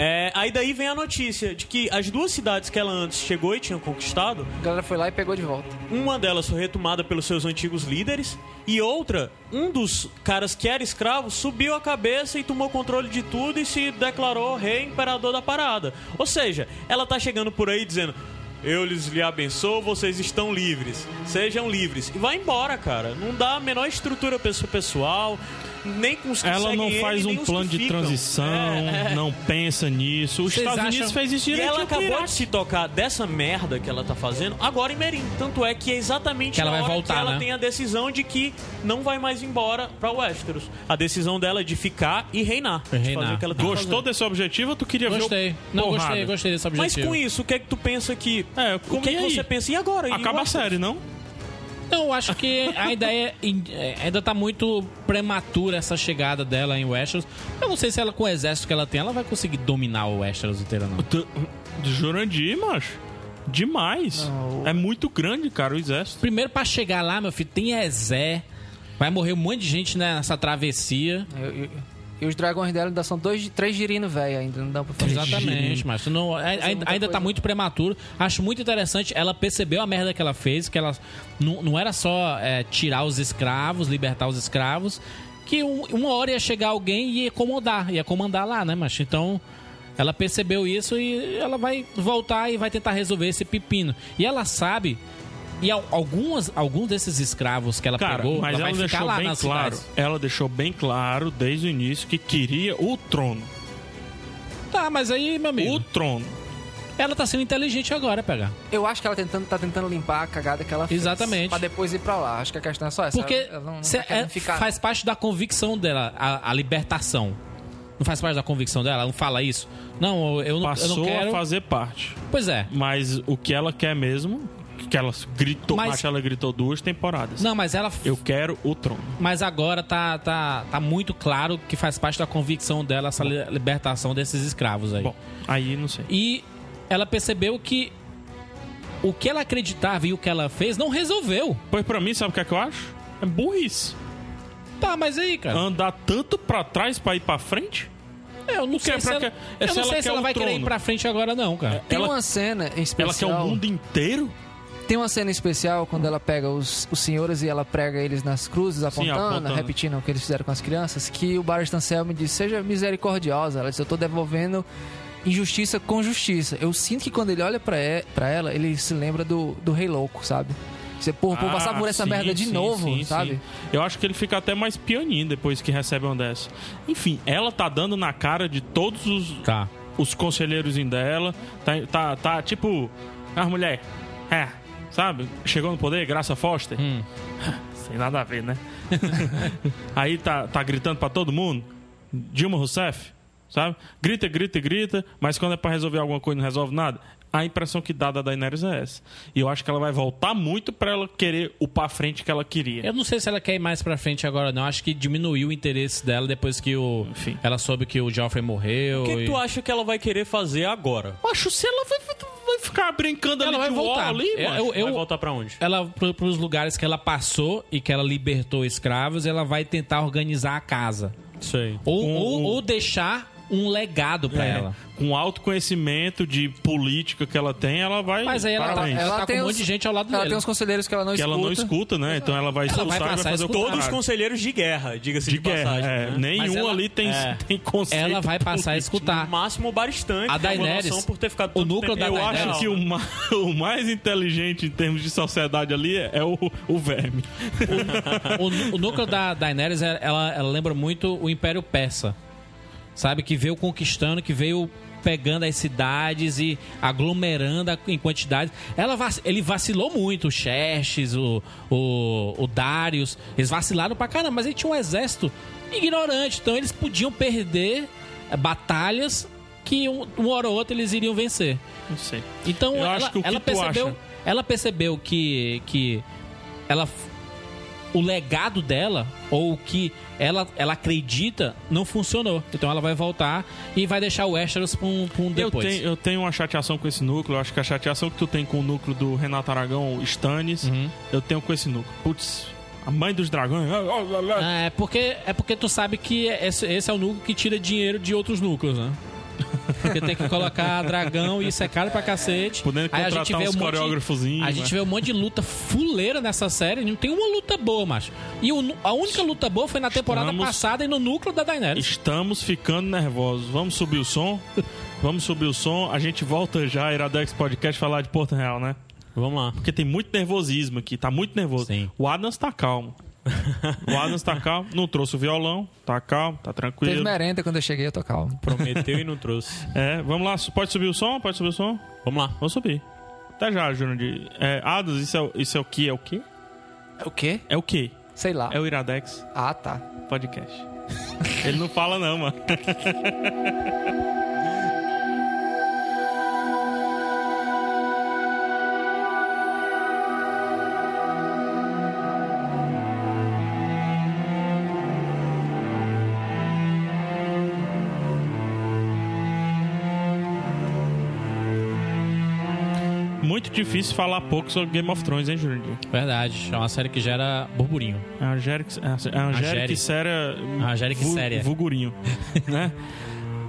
Speaker 4: É, aí daí vem a notícia de que as duas cidades que ela antes chegou e tinha conquistado,
Speaker 3: A galera foi lá e pegou de volta.
Speaker 4: uma delas foi retomada pelos seus antigos líderes e outra, um dos caras que era escravo subiu a cabeça e tomou controle de tudo e se declarou rei imperador da parada. Ou seja, ela tá chegando por aí dizendo: "Eu lhes lhe abençoo, vocês estão livres. Sejam livres." E vai embora, cara. Não dá a menor estrutura pro seu pessoal, nem com os é que
Speaker 1: Ela
Speaker 4: seguem
Speaker 1: não
Speaker 4: ele,
Speaker 1: faz
Speaker 4: nem
Speaker 1: um
Speaker 4: os
Speaker 1: plano
Speaker 4: que
Speaker 1: de
Speaker 4: ficam.
Speaker 1: transição,
Speaker 4: É, é.
Speaker 1: não pensa nisso. Os
Speaker 2: Vocês
Speaker 1: Estados
Speaker 2: acham-
Speaker 1: Unidos fez isso
Speaker 4: E
Speaker 1: direitinho
Speaker 4: ela
Speaker 1: com o
Speaker 4: acabou de
Speaker 1: Iraque.
Speaker 4: se tocar dessa merda que ela tá fazendo agora em Merim. Tanto é que é exatamente
Speaker 2: Que ela
Speaker 4: na
Speaker 2: vai
Speaker 4: hora
Speaker 2: voltar,
Speaker 4: que ela
Speaker 2: né?
Speaker 4: tem a decisão de que não vai mais embora pra Westeros. A decisão dela é de ficar e reinar.
Speaker 2: E
Speaker 4: de
Speaker 2: reinar.
Speaker 4: fazer o que ela tá
Speaker 1: Gostou
Speaker 4: fazendo.
Speaker 1: desse objetivo ou tu queria
Speaker 2: Gostei.
Speaker 1: ver o
Speaker 2: Não,
Speaker 1: porrada?
Speaker 2: gostei, gostei desse
Speaker 4: Mas
Speaker 2: objetivo.
Speaker 4: com isso, o que é que tu pensa que...
Speaker 1: É,
Speaker 4: O
Speaker 1: como
Speaker 4: que é
Speaker 1: e
Speaker 4: que
Speaker 1: aí?
Speaker 4: você pensa? E agora? E
Speaker 1: Acaba a
Speaker 4: Westeros?
Speaker 1: série, não?
Speaker 2: Não, eu acho que a ideia in- é, ainda tá muito prematura essa chegada dela em Westeros. Eu não sei se ela, com o exército que ela tem, ela vai conseguir dominar o Westeros inteiro, não.
Speaker 1: Tu- Jurandir, macho. Demais.
Speaker 3: Não.
Speaker 1: É muito grande, cara, o exército.
Speaker 2: Primeiro, pra chegar lá, meu filho, tem Ezé. Vai morrer um monte de gente né, nessa travessia.
Speaker 3: Eu- eu- e os dragões dela ainda são dois, três girino velho ainda, não dá pra fazer.
Speaker 2: Exatamente, mas tu não, ai- ai- ainda,
Speaker 3: é muita
Speaker 2: tá
Speaker 3: coisa.
Speaker 2: muito prematuro. Acho muito interessante. Ela percebeu a merda que ela fez, que ela não, não era só é, tirar os escravos, libertar os escravos, que um- uma hora ia chegar alguém e ia comandar, ia comandar lá, né, macho? Então. Ela percebeu isso e ela vai voltar e vai tentar resolver esse pepino. E ela sabe. E al- algumas, alguns desses escravos que ela
Speaker 1: Cara,
Speaker 2: pegou,
Speaker 1: mas ela,
Speaker 2: ela vai ficar
Speaker 1: deixou
Speaker 2: lá
Speaker 1: bem
Speaker 2: nas
Speaker 1: claro.
Speaker 2: cidades.
Speaker 1: Ela deixou bem claro desde o início que queria o trono.
Speaker 2: Tá, mas aí, meu amigo.
Speaker 1: O trono.
Speaker 2: Ela tá sendo inteligente agora, pegar.
Speaker 3: Eu acho que ela tentando, tá tentando limpar a cagada que ela fez.
Speaker 2: Exatamente.
Speaker 3: Pra depois ir pra lá. Acho que a questão é só essa.
Speaker 2: Porque
Speaker 3: ela não, não
Speaker 2: cê-
Speaker 3: tá querendo
Speaker 2: é-
Speaker 3: ficar.
Speaker 2: faz parte da convicção dela, a, a libertação. Não faz parte da convicção dela? Ela não fala isso? Não, eu, eu não, eu não
Speaker 1: Passou
Speaker 2: quero.
Speaker 1: a fazer parte.
Speaker 2: Pois é.
Speaker 1: Mas o que ela quer mesmo, que ela gritou,
Speaker 2: Mas-
Speaker 1: acho que ela gritou duas temporadas.
Speaker 2: Não, mas ela.
Speaker 1: Eu quero o trono.
Speaker 2: Mas agora tá, tá, tá muito claro que faz parte da convicção dela essa li- libertação desses escravos aí.
Speaker 1: Bom, aí não sei.
Speaker 2: E ela percebeu que o que ela acreditava e o que ela fez não resolveu.
Speaker 1: Pois pra mim, sabe o que é que eu acho? É burrice.
Speaker 2: Tá, mas aí, cara.
Speaker 1: Andar tanto pra trás pra ir pra frente?
Speaker 2: Eu não sei
Speaker 1: quer
Speaker 2: se
Speaker 1: é pra
Speaker 2: ela,
Speaker 1: quê?
Speaker 2: eu
Speaker 1: Se
Speaker 2: não
Speaker 1: ela
Speaker 2: sei se
Speaker 1: quer
Speaker 2: ela
Speaker 1: o
Speaker 2: vai querer ir
Speaker 1: trono. É,
Speaker 2: pra frente agora, não, cara.
Speaker 3: Tem
Speaker 1: ela-
Speaker 3: uma cena em
Speaker 1: Ela quer
Speaker 3: especial.
Speaker 1: o mundo inteiro?
Speaker 3: Tem uma cena especial quando ela pega os, os senhores e ela prega eles nas cruzes, apontando,
Speaker 1: apontando.
Speaker 3: repetindo o que eles fizeram com as crianças, que o Barristan Selmy diz, seja misericordiosa. Ela diz, eu tô devolvendo injustiça com justiça. Eu sinto que quando ele olha pra, e- pra ela, ele se lembra do, do rei louco, sabe? Você, pô, vou passar por essa
Speaker 1: Ah, sim,
Speaker 3: merda de
Speaker 1: sim,
Speaker 3: novo,
Speaker 1: sim,
Speaker 3: sabe?
Speaker 1: sim. Eu acho que ele fica até mais pioninho depois que recebe uma dessa. Enfim, ela tá dando na cara de todos os,
Speaker 2: Tá.
Speaker 1: os conselheiros dela. Tá, tá, tá tipo. Ah, mulher. É. Sabe? Chegou no poder, Graça Foster.
Speaker 2: Hum.
Speaker 1: Sem nada a ver, né? Aí tá, tá gritando pra todo mundo. Dilma Rousseff, sabe? Grita, grita, grita, mas quando é pra resolver alguma coisa não resolve nada. A impressão que dá da Daenerys é essa. E eu acho que ela vai voltar muito pra ela querer o pra frente que ela queria.
Speaker 2: Eu não sei se ela quer ir mais pra frente agora, não. Acho que diminuiu o interesse dela depois que o.
Speaker 1: Enfim.
Speaker 2: Ela soube que o Joffrey morreu.
Speaker 4: O que, que
Speaker 2: e-
Speaker 4: tu acha que ela vai querer fazer agora?
Speaker 1: Eu acho que se ela vai, vai ficar brincando
Speaker 2: Ela
Speaker 1: ali
Speaker 2: vai
Speaker 1: de wall
Speaker 2: voltar.
Speaker 1: ali,
Speaker 2: Eu-
Speaker 1: macho.
Speaker 2: eu-
Speaker 4: Vai voltar pra onde?
Speaker 2: Ela, pro- pros lugares que ela passou e que ela libertou escravos, ela vai tentar organizar a casa.
Speaker 4: Isso aí.
Speaker 2: Ou,
Speaker 1: Um-
Speaker 2: ou,
Speaker 1: um-
Speaker 2: ou deixar um legado pra
Speaker 1: É,
Speaker 2: ela.
Speaker 1: com alto conhecimento de política que ela tem, ela vai.
Speaker 2: Mas aí ela
Speaker 1: para
Speaker 2: tá,
Speaker 1: além.
Speaker 2: ela
Speaker 3: Ela
Speaker 2: tá
Speaker 3: tem
Speaker 2: com um
Speaker 3: os-
Speaker 2: monte de gente ao lado
Speaker 3: Ela
Speaker 2: dela.
Speaker 3: tem uns conselheiros que ela não
Speaker 1: que
Speaker 3: escuta.
Speaker 1: ela não escuta, né? Então ela vai
Speaker 2: Ela
Speaker 1: expulsar
Speaker 2: vai
Speaker 1: e vai
Speaker 2: passar a
Speaker 1: fazer o
Speaker 2: escutar.
Speaker 1: contrário.
Speaker 4: Todos os um conselheiros de guerra, diga-se de,
Speaker 1: de guerra.
Speaker 4: passagem.
Speaker 1: é,
Speaker 4: né?
Speaker 2: Mas
Speaker 1: Nenhum
Speaker 2: ela-
Speaker 1: ali tem,
Speaker 2: é.
Speaker 1: tem conceito.
Speaker 2: Ela vai passar a escutar.
Speaker 4: No máximo o Baristante.
Speaker 2: tá. A
Speaker 4: que é uma
Speaker 2: Daenerys,
Speaker 4: noção por ter ficado
Speaker 2: o
Speaker 4: tanto
Speaker 2: núcleo
Speaker 4: tempo.
Speaker 2: da
Speaker 1: Eu
Speaker 4: Eu
Speaker 2: Daenerys-
Speaker 1: acho que o ma- o mais, inteligente em termos de sociedade ali é, é o, o verme.
Speaker 2: o, nu- o núcleo da Daenerys, é- ela, ela lembra muito o Império Persa. Sabe? Que veio conquistando, que veio pegando as cidades e aglomerando a- em quantidades. Ela, vac- ele vacilou muito, o Xerxes, o, o, o Darius. Eles vacilaram pra caramba, mas ele tinha um exército ignorante. Então eles podiam perder eh, batalhas que um- uma hora ou outra eles iriam vencer.
Speaker 1: Não sei.
Speaker 2: Então
Speaker 1: Eu
Speaker 2: ela,
Speaker 1: acho que o que
Speaker 2: ela
Speaker 1: tu
Speaker 2: percebeu,
Speaker 1: acha?
Speaker 2: ela percebeu que que ela f- o legado dela ou o que ela, ela acredita não funcionou. Então ela vai voltar e vai deixar o Westeros pra um, pra um
Speaker 1: Eu
Speaker 2: depois.
Speaker 1: tenho, eu tenho uma chateação com esse núcleo. Eu acho que a chateação que tu tem com o núcleo do Renato Aragão, o Stannis,
Speaker 2: Uhum.
Speaker 1: eu tenho com esse núcleo. Putz, a mãe dos dragões.
Speaker 2: Ah, é porque é porque tu sabe que esse, esse é o núcleo que tira dinheiro de outros núcleos, né? Porque tem que colocar dragão e isso é caro pra cacete.
Speaker 1: Podendo
Speaker 2: Aí a
Speaker 1: contratar
Speaker 2: gente
Speaker 1: uns
Speaker 2: vê um monte de-
Speaker 1: coreógrafozinhos.
Speaker 2: A
Speaker 1: né?
Speaker 2: gente vê um monte de luta fuleira nessa série, não tem uma luta boa, macho. E o nu- a única luta boa foi na temporada
Speaker 1: Estamos-
Speaker 2: passada e no núcleo da Daenerys.
Speaker 1: Estamos ficando nervosos. Vamos subir o som. Vamos subir o som. A gente volta já, Iradex Podcast, falar de Porto Real, né?
Speaker 4: Vamos lá.
Speaker 1: Porque tem muito nervosismo aqui, tá muito nervoso.
Speaker 2: Sim.
Speaker 1: O Adams tá calmo. O Adams tá calmo, não trouxe o violão, tá calmo, tá
Speaker 3: Teve
Speaker 1: tranquilo.
Speaker 3: merenda quando eu cheguei, eu tô calmo.
Speaker 4: Prometeu e não trouxe.
Speaker 1: É, vamos lá, pode subir o som? Pode subir o som?
Speaker 4: Vamos lá.
Speaker 1: Vamos subir. Até já, Jurandir. É, Adams, isso é, o- isso é o que? É o que?
Speaker 3: O quê?
Speaker 1: É o que?
Speaker 3: Sei lá.
Speaker 1: É o Iradex
Speaker 3: Ah, tá.
Speaker 1: Podcast. Ele não fala, não, mano. Muito difícil falar pouco sobre Game of Thrones, hein, Jurandir?
Speaker 2: Verdade, é uma série que gera burburinho.
Speaker 1: A É Angélica, a
Speaker 2: Angélica.
Speaker 1: Angélica Séria.
Speaker 2: A Angélica Séria.
Speaker 1: Vulgurinho. né?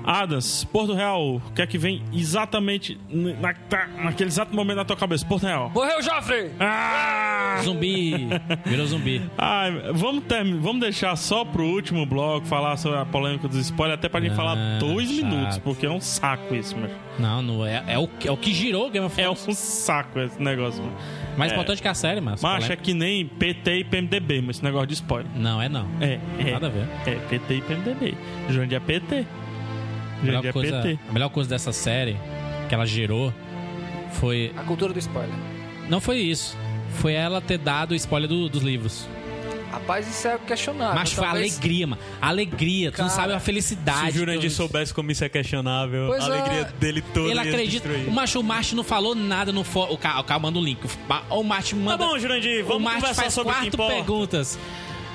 Speaker 1: Adams, Porto Real, o que é que vem exatamente n- na- tá- naquele exato momento na tua cabeça? Porto Real.
Speaker 3: Morreu, Joffrey!
Speaker 1: Ah!
Speaker 2: Zumbi, virou zumbi.
Speaker 1: Ai, vamos, termi- vamos deixar só pro último bloco falar sobre a polêmica dos spoilers, até pra gente
Speaker 2: Ah,
Speaker 1: falar dois
Speaker 2: chato.
Speaker 1: minutos, porque é um saco isso, mano.
Speaker 2: Não, não é, é, o, é o que girou Game of
Speaker 1: É um
Speaker 2: Thrones.
Speaker 1: saco esse negócio, mano.
Speaker 2: Mais
Speaker 1: é.
Speaker 2: importante que a série, mas.
Speaker 1: Macho, é que nem PT e PMDB, mas esse negócio de spoiler.
Speaker 2: é Não, é não.
Speaker 1: É, é.
Speaker 2: Nada a ver.
Speaker 1: É, PT e PMDB. Jandir é PT.
Speaker 2: A melhor,
Speaker 1: GG é
Speaker 2: coisa,
Speaker 1: PT.
Speaker 2: a melhor coisa dessa série que ela gerou foi.
Speaker 5: A cultura do spoiler.
Speaker 2: Não foi isso. Foi ela ter dado o spoiler do- dos livros.
Speaker 3: Rapaz, isso é questionável.
Speaker 2: Mas foi a
Speaker 3: Talvez-
Speaker 2: alegria, mano. A Alegria. tu não
Speaker 3: Cara,
Speaker 2: sabe a felicidade.
Speaker 4: Se o Jurandir
Speaker 2: que eu-
Speaker 4: soubesse como isso é questionável,
Speaker 3: Pois
Speaker 4: a
Speaker 3: é.
Speaker 4: alegria dele toda
Speaker 2: Ele
Speaker 4: ia
Speaker 2: acredita.
Speaker 4: destruir.
Speaker 2: O macho, o macho não falou nada no fo... o, cara, o cara manda o link. O fa- O macho
Speaker 4: Tá
Speaker 2: manda.
Speaker 4: bom, Jurandir,
Speaker 2: o
Speaker 4: vamos
Speaker 2: macho
Speaker 4: conversar
Speaker 2: faz
Speaker 4: sobre o que
Speaker 2: quatro
Speaker 4: importa.
Speaker 2: perguntas.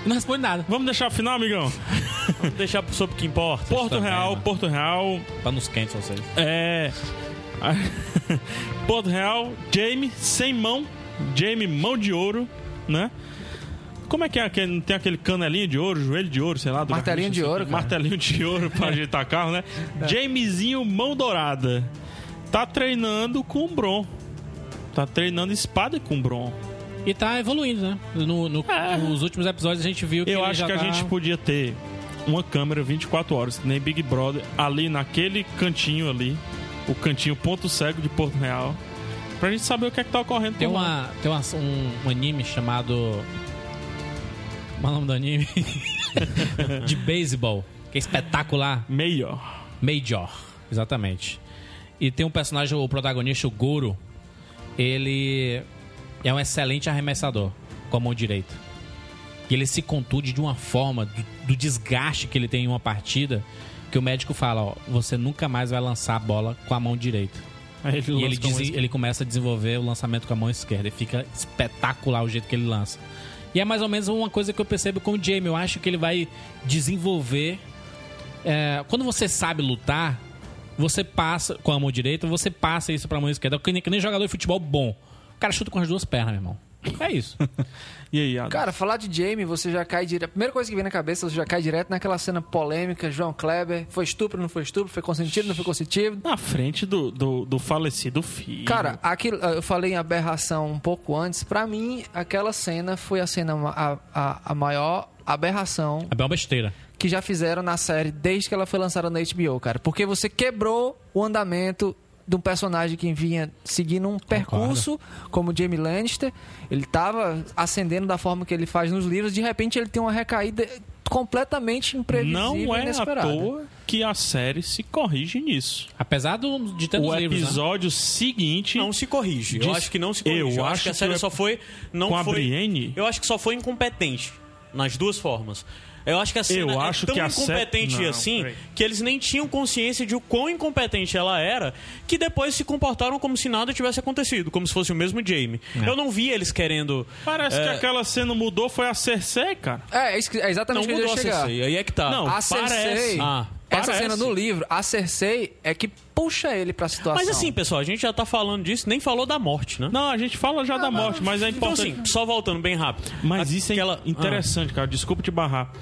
Speaker 2: Não responde nada.
Speaker 1: Vamos deixar o final, amigão?
Speaker 4: Vamos deixar sobre o que importa.
Speaker 1: Porto
Speaker 2: também,
Speaker 1: Real,
Speaker 2: mano.
Speaker 1: Porto Real,
Speaker 2: Tá nos quentes vocês.
Speaker 1: É. Porto Real, Jamie, sem mão. Jamie, mão de ouro, né? Como é que é aquele? Não tem aquele canelinho de ouro, joelho de ouro, sei lá. do
Speaker 3: Martelinho
Speaker 1: Garrincha,
Speaker 3: de ouro, cara. É.
Speaker 1: Martelinho de ouro pra ajeitar carro, né? Jamiezinho, mão dourada. Tá treinando com o Bron. Tá treinando espada com o Bron.
Speaker 2: E tá evoluindo, né? No, no-
Speaker 1: É.
Speaker 2: Nos últimos episódios a gente viu que
Speaker 1: Eu
Speaker 2: ele
Speaker 1: acho
Speaker 2: já
Speaker 1: que a
Speaker 2: tá-
Speaker 1: gente podia ter uma câmera 24 horas, que nem Big Brother, ali naquele cantinho ali, o cantinho ponto cego de Porto Real, pra gente saber o que é que tá ocorrendo.
Speaker 2: Tem,
Speaker 1: por lá.
Speaker 2: uma, tem uma- um, um anime chamado. Qual é o nome do anime? de beisebol. Que é espetacular.
Speaker 1: Meio.
Speaker 2: Major. Exatamente. E tem um personagem, o protagonista, o Goro. Ele é um excelente arremessador com a mão direita. E ele se contude de uma forma, do, do desgaste que ele tem em uma partida, que o médico fala: ó, você nunca mais vai lançar a bola com a mão direita.
Speaker 1: Aí
Speaker 2: E
Speaker 1: lança
Speaker 2: ele,
Speaker 1: com
Speaker 2: diz-
Speaker 1: esse-
Speaker 2: ele começa a desenvolver o lançamento com a mão esquerda. E fica espetacular o jeito que ele lança. E é mais ou menos uma coisa que eu percebo com o Jamie. Eu acho que ele vai desenvolver. é, quando você sabe lutar, você passa com a mão direita, você passa isso pra mão esquerda. Que nem, que nem jogador de futebol bom. O cara chuta com as duas pernas, meu irmão. É isso.
Speaker 1: E aí, Adam?
Speaker 3: Cara, falar de Jamie, você já cai direto. A primeira coisa que vem na cabeça, você já cai direto naquela cena polêmica, João Kleber. Foi estupro, não foi estupro? Foi consentido, não foi consentido?
Speaker 1: na frente do, do, do falecido filho.
Speaker 3: Cara, aquilo, eu falei em aberração um pouco antes. Pra mim, aquela cena foi a cena, ma- a, a, a maior aberração
Speaker 2: É uma besteira.
Speaker 3: que já fizeram na série desde que ela foi lançada na HBO, cara. Porque você quebrou o andamento de um personagem que vinha seguindo um percurso, como o Jamie Lannister. Ele tava ascendendo da forma que ele faz nos livros, de repente ele tem uma recaída completamente imprevisível
Speaker 1: não
Speaker 3: e
Speaker 1: é à
Speaker 3: inesperada.
Speaker 1: toa que a série se corrige nisso.
Speaker 2: Apesar do, de tantos
Speaker 1: O
Speaker 2: livros. né?
Speaker 1: episódio seguinte
Speaker 4: Não se corrige. Eu
Speaker 1: Diz-
Speaker 4: acho que não se corrige.
Speaker 1: Eu
Speaker 4: Eu, acho,
Speaker 1: acho
Speaker 4: que a
Speaker 1: que
Speaker 4: série
Speaker 1: é-
Speaker 4: só foi. Não
Speaker 1: com a
Speaker 4: foi...
Speaker 1: Brienne.
Speaker 4: Eu acho que só foi incompetente. Nas duas formas. Eu acho que a cena
Speaker 1: Eu
Speaker 4: é
Speaker 1: acho
Speaker 4: tão
Speaker 1: que a sé-
Speaker 4: incompetente
Speaker 1: Não,
Speaker 4: assim
Speaker 1: peraí.
Speaker 4: que eles nem tinham consciência de o quão incompetente ela era, que depois se comportaram como se nada tivesse acontecido, como se fosse o mesmo Jamie. Eu não vi eles querendo.
Speaker 1: É. Parece que
Speaker 4: É.
Speaker 1: aquela cena mudou, foi a Cersei, cara.
Speaker 3: É, é isso que- é
Speaker 4: Não
Speaker 3: exatamente o que eu ia
Speaker 4: mudou a
Speaker 3: chegar.
Speaker 4: Cersei. Aí é que tá.
Speaker 1: Não,
Speaker 3: A Cersei,
Speaker 1: Parece.
Speaker 4: Ah,
Speaker 3: essa
Speaker 1: parece.
Speaker 3: cena no livro, a Cersei é que puxa ele pra situação.
Speaker 4: Mas assim, pessoal, a gente já tá falando disso, nem falou da morte, né?
Speaker 1: Não, a gente fala já da morte, mas é
Speaker 4: Então,
Speaker 1: importante.
Speaker 4: assim, só voltando bem rápido.
Speaker 1: Mas isso é
Speaker 4: Aquela- Ah.
Speaker 1: interessante, cara. Desculpa te barrar.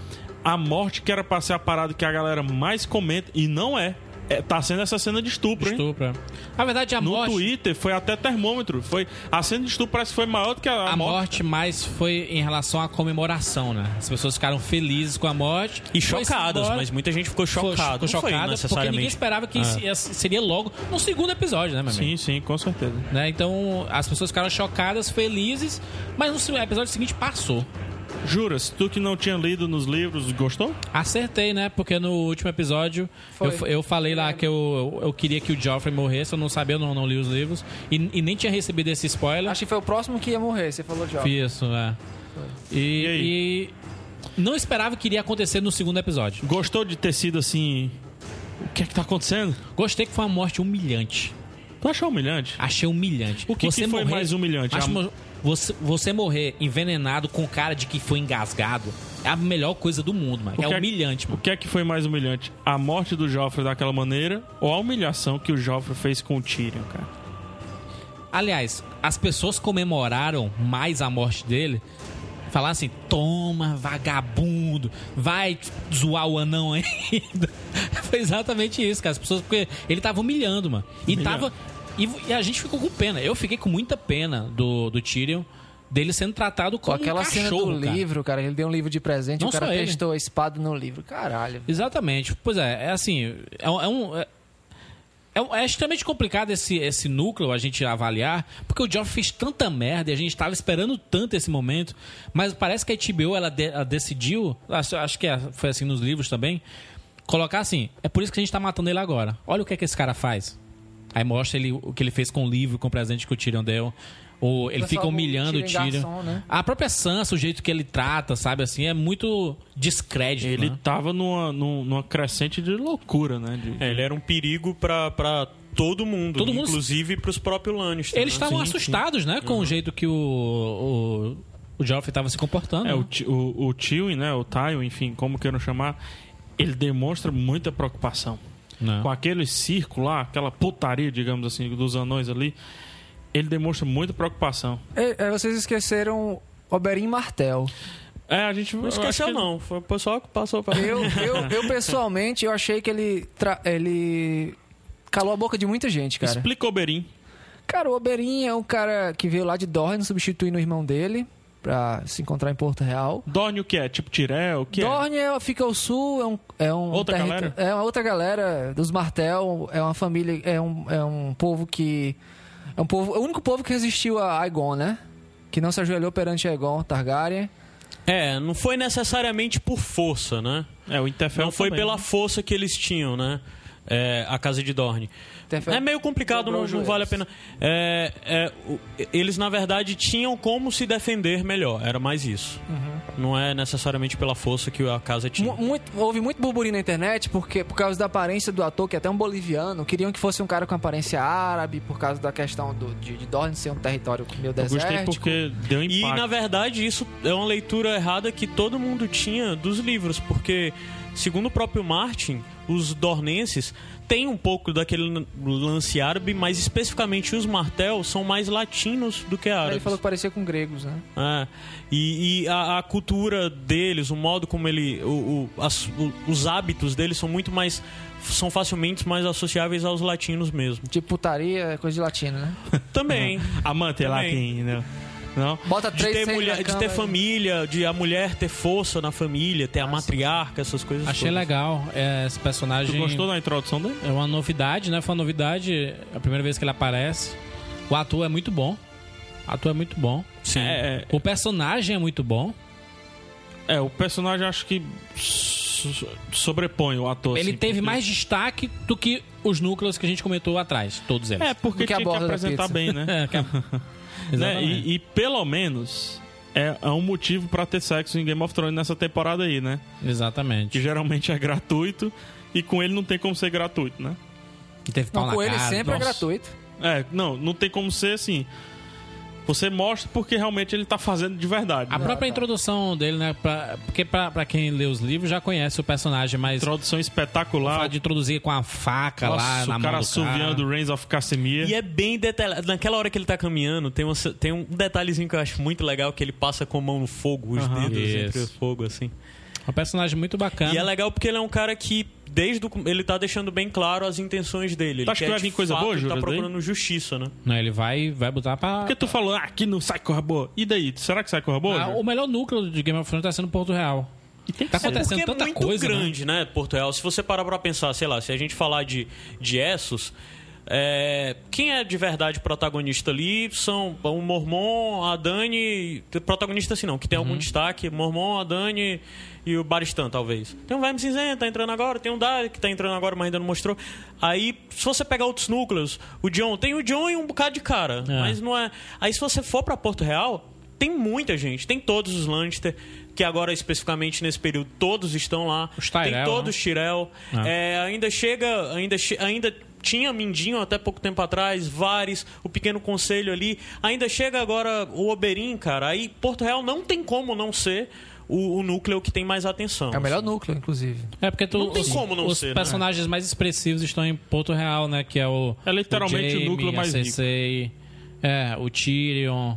Speaker 1: A morte que era pra ser a parada que a galera mais comenta, e não é. é tá sendo essa cena de estupro, hein?
Speaker 2: Estupro. é. Na verdade, a
Speaker 1: No
Speaker 2: morte.
Speaker 1: Twitter foi até termômetro. Foi, a cena de estupro parece que foi maior do que a,
Speaker 2: A
Speaker 1: morte.
Speaker 2: morte mais foi em relação à comemoração, né? As pessoas ficaram felizes com a morte.
Speaker 4: E
Speaker 2: Foi-se
Speaker 4: chocadas,
Speaker 2: embora.
Speaker 4: mas muita gente ficou
Speaker 2: Foi-
Speaker 4: chocada.
Speaker 2: Ficou
Speaker 4: não foi
Speaker 2: chocada, porque ninguém
Speaker 4: necessariamente. É.
Speaker 2: esperava que isso ia- seria logo no segundo episódio, né, meu amigo?
Speaker 1: Sim, sim, com certeza.
Speaker 2: Né? Então, as pessoas ficaram chocadas, felizes, mas no se- episódio seguinte passou.
Speaker 1: Juras, tu que não tinha lido nos livros, gostou?
Speaker 2: Acertei, né? Porque no último episódio
Speaker 3: Foi.
Speaker 2: eu, eu falei lá que eu, eu queria que o Joffrey morresse, eu não sabia, eu não, não li os livros. E, e nem tinha recebido esse spoiler.
Speaker 3: Acho que foi o próximo que ia morrer, você falou de
Speaker 2: Isso, né?
Speaker 1: E
Speaker 2: E, e não esperava que iria acontecer no segundo episódio.
Speaker 1: Gostou de ter sido assim. O que é que tá acontecendo?
Speaker 2: Gostei que foi uma morte humilhante.
Speaker 1: Tu achou humilhante?
Speaker 2: Achei humilhante.
Speaker 1: O que que foi mais humilhante?
Speaker 2: Acho
Speaker 1: A-
Speaker 2: mo- você, você morrer envenenado com cara de que foi engasgado é a melhor coisa do mundo, mano.
Speaker 1: O
Speaker 2: É
Speaker 1: que é-
Speaker 2: humilhante,
Speaker 1: O
Speaker 2: mano.
Speaker 1: que é que foi mais humilhante? A morte do Joffrey daquela maneira ou a humilhação que o Joffrey fez com o Tyrion, cara?
Speaker 2: Aliás, as pessoas comemoraram mais a morte dele. Falaram assim, toma, vagabundo, vai zoar o anão ainda. Foi exatamente isso, cara. As pessoas, porque ele tava humilhando, mano. E
Speaker 1: Humilhando.
Speaker 2: tava. E, e a gente ficou com pena. Eu fiquei com muita pena do, do Tyrion, dele sendo tratado
Speaker 3: Com
Speaker 2: como
Speaker 3: aquela
Speaker 2: um
Speaker 3: cena
Speaker 2: cachorro,
Speaker 3: do
Speaker 2: cara.
Speaker 3: livro, cara, ele deu um livro de presente,
Speaker 2: Não
Speaker 3: o cara
Speaker 2: só ele.
Speaker 3: testou a espada no livro. Caralho.
Speaker 2: Exatamente. Pois é, é assim, é, um- é um. É, é um- é extremamente complicado esse, esse núcleo a gente avaliar, porque o Joffrey fez tanta merda e a gente tava esperando tanto esse momento, mas parece que a HBO ela, de- ela decidiu, acho, acho que é- foi assim nos livros também, colocar assim, é por isso que a gente tá matando ele agora. Olha o que é que esse cara faz. Aí mostra ele o que ele fez com o livro, com o presente que o Tyrion deu. Ou ele
Speaker 3: Pessoal
Speaker 2: fica
Speaker 3: do
Speaker 2: humilhando o
Speaker 3: Tyrion e
Speaker 2: Tyrion.
Speaker 3: Garçom, né?
Speaker 2: A própria Sansa, o jeito que ele trata, sabe assim, é muito descrédito.
Speaker 1: Ele
Speaker 2: né?
Speaker 1: tava numa, num- numa crescente de loucura, né? De-
Speaker 4: É, ele era um perigo pra, pra todo mundo,
Speaker 2: Todo mundo-
Speaker 4: inclusive pros próprios Lannister.
Speaker 2: Eles
Speaker 4: né?
Speaker 2: estavam
Speaker 1: Sim, Uhum. sim.
Speaker 2: assustados, né? Com o jeito que o, o, o Joffrey tava se comportando.
Speaker 1: É,
Speaker 2: né?
Speaker 1: o, Ti- o, o Tywin, né? O Tywin, enfim, como queiram chamar, ele demonstra muita preocupação.
Speaker 2: Né?
Speaker 1: Com aquele circo lá, aquela putaria, digamos assim, dos anões ali, ele demonstra muita preocupação.
Speaker 3: É, é, vocês esqueceram Oberyn Martel.
Speaker 1: É, a gente
Speaker 4: Não esqueceu, não. Foi o pessoal que passou pra.
Speaker 3: Eu, eu, eu, pessoalmente, eu achei que ele, tra- ele calou a boca de muita gente, cara.
Speaker 1: Explica o Berim.
Speaker 3: Cara, o Oberyn é um cara que veio lá de Dorne substituindo o irmão dele pra se encontrar em Porto Real.
Speaker 1: Dorne o que é? Tipo Tirel? O que é?
Speaker 3: Dorne é- fica ao sul, é um. É um
Speaker 1: Outra
Speaker 3: terri-
Speaker 1: galera?
Speaker 3: É uma outra galera dos Martel, é uma família, é um, é um povo que. É um povo. É o único povo que resistiu a Aegon, né? Que não se ajoelhou perante Aegon Targaryen.
Speaker 4: É, não foi necessariamente por força, né?
Speaker 1: É, o Interfell
Speaker 4: Não foi
Speaker 1: também,
Speaker 4: pela
Speaker 1: né?
Speaker 4: força que eles tinham, né? É, a casa de Dorne.
Speaker 3: Interfere-
Speaker 4: É meio complicado,
Speaker 3: Dobrou
Speaker 4: não,
Speaker 3: os
Speaker 4: não
Speaker 3: joelhos.
Speaker 4: vale a pena. É, é, o- eles, na verdade, tinham como se defender melhor. Era mais isso. Não é necessariamente pela força que a casa tinha.
Speaker 3: Uhum. Mu- muito- houve muito burburinho na internet porque por causa da aparência do ator, que é até um boliviano, queriam que fosse um cara com aparência árabe, por causa da questão do, de, de Dorne ser um território meio
Speaker 1: Eu gostei
Speaker 3: desértico.
Speaker 1: porque deu
Speaker 4: E,
Speaker 1: impacto.
Speaker 4: na verdade, isso é uma leitura errada que todo mundo tinha dos livros, porque, segundo o próprio Martin, os dornenses têm um pouco daquele n- lance árabe, mas especificamente os martel são mais latinos do que
Speaker 3: Ele
Speaker 4: árabes.
Speaker 3: falou que parecia com gregos, né?
Speaker 4: É. E, e a, a cultura deles, o modo como ele. o- o- as- o- os hábitos deles são muito mais. são facilmente mais associáveis aos latinos mesmo.
Speaker 3: Tipo putaria, coisa de latino, né?
Speaker 4: Também.
Speaker 1: Amante lá
Speaker 4: Também.
Speaker 1: quem, né? Não?
Speaker 3: Bota
Speaker 4: De
Speaker 3: três
Speaker 4: ter,
Speaker 3: seis
Speaker 4: mulher,
Speaker 3: na
Speaker 4: de
Speaker 3: cama né?
Speaker 4: ter
Speaker 3: e-
Speaker 4: família, de a mulher ter força na família, ter a matriarca, essas coisas.
Speaker 2: Achei
Speaker 4: todas.
Speaker 2: legal é, esse
Speaker 1: Tu
Speaker 2: personagem.
Speaker 1: gostou da introdução dele?
Speaker 2: É uma novidade, né? Foi uma novidade. A primeira vez que ele aparece. O ator é muito bom. O ator é muito bom.
Speaker 4: Sim.
Speaker 1: É,
Speaker 2: O personagem é muito bom.
Speaker 1: é, o personagem acho que so- sobrepõe o ator.
Speaker 2: Ele
Speaker 1: assim,
Speaker 2: teve
Speaker 1: porque-
Speaker 2: mais destaque do que os núcleos que a gente comentou atrás, todos eles.
Speaker 1: É, porque
Speaker 3: Do que a
Speaker 1: tinha que
Speaker 3: borda da
Speaker 1: apresentar
Speaker 3: pizza.
Speaker 1: bem, né?
Speaker 2: É, que-
Speaker 1: né?
Speaker 2: Exatamente.
Speaker 1: E, e pelo menos é, é um motivo pra ter sexo em Game of Thrones nessa temporada aí, né? Que
Speaker 2: Exatamente.
Speaker 1: geralmente é gratuito e com ele não tem como ser gratuito, né?
Speaker 2: E teve pau
Speaker 3: Não,
Speaker 2: na
Speaker 3: com ele
Speaker 2: Tá cara,
Speaker 3: sempre
Speaker 2: nossa.
Speaker 3: é gratuito.
Speaker 1: É, não, não tem como ser assim. Você mostra porque realmente ele tá fazendo de verdade.
Speaker 2: A
Speaker 1: né?
Speaker 2: própria introdução dele, né? Pra, porque pra, pra quem lê os livros já conhece o personagem, mas
Speaker 1: Introdução
Speaker 2: fala
Speaker 1: espetacular.
Speaker 2: de introduzir com a faca lá
Speaker 1: Nossa,
Speaker 2: na
Speaker 1: o cara
Speaker 2: mão do cara.
Speaker 1: assoviando Reigns of
Speaker 4: E
Speaker 1: Castamere.
Speaker 4: é bem detalhado. Naquela hora que ele tá caminhando, tem, uma, tem um detalhezinho que eu acho muito legal, que ele passa com a mão no fogo, os
Speaker 1: Aham.
Speaker 4: dedos entre
Speaker 2: Isso.
Speaker 4: o fogo, assim.
Speaker 2: Um personagem muito bacana.
Speaker 4: E é legal porque ele é um cara que, desde o, com- ele tá deixando bem claro as intenções dele. Ele
Speaker 1: Tu acha que
Speaker 4: quer,
Speaker 1: vai
Speaker 4: de
Speaker 1: vir coisa
Speaker 4: fato,
Speaker 1: boa,
Speaker 4: ele
Speaker 1: Juras,
Speaker 4: tá
Speaker 1: daí?
Speaker 4: procurando justiça, né?
Speaker 2: Não, ele vai, vai botar pra.
Speaker 1: Porque tu falou, ah, aqui não sai corra boa. E daí? Será que sai corra boa? né?
Speaker 2: Ah,
Speaker 1: Ju?
Speaker 2: o melhor núcleo de Game of Thrones tá sendo Porto Real. tá acontecendo
Speaker 4: Porque
Speaker 2: tanta
Speaker 4: é muito
Speaker 2: coisa. né?
Speaker 4: grande, né? Porto Real. Se você parar pra pensar, sei lá, se a gente falar de, de Essos, é, quem é de verdade protagonista ali são o Mormon, a Dani. Protagonista assim não, que tem algum destaque. Mormon, a Dani e o Baristan, talvez. Tem um Verme Cinzento, tá entrando agora. Tem um Dari que tá entrando agora, mas ainda não mostrou. Aí, se você pegar outros núcleos, o John, tem o John e um bocado de cara.
Speaker 2: É.
Speaker 4: Mas não é. Aí, se você for pra Porto Real, tem muita gente, tem todos os Lannister, que agora especificamente nesse período todos estão lá.
Speaker 2: Os Tyrell,
Speaker 4: tem todos os Tyrell.
Speaker 2: Ah.
Speaker 4: É, ainda chega, ainda che- ainda tinha Mindinho até pouco tempo atrás, Vares, o pequeno conselho ali. Ainda chega agora o Oberyn, cara. Aí Porto Real não tem como não ser o, o núcleo que tem mais atenção.
Speaker 3: É o melhor núcleo, inclusive.
Speaker 2: É porque tu,
Speaker 4: Não tem
Speaker 2: os,
Speaker 4: como não
Speaker 2: os
Speaker 4: ser, né?
Speaker 2: personagens mais expressivos estão em Porto Real, né? Que é o.
Speaker 1: É literalmente o
Speaker 2: Jaime,
Speaker 1: núcleo mais
Speaker 2: a
Speaker 1: rico.
Speaker 2: Cersei, É, o Tyrion.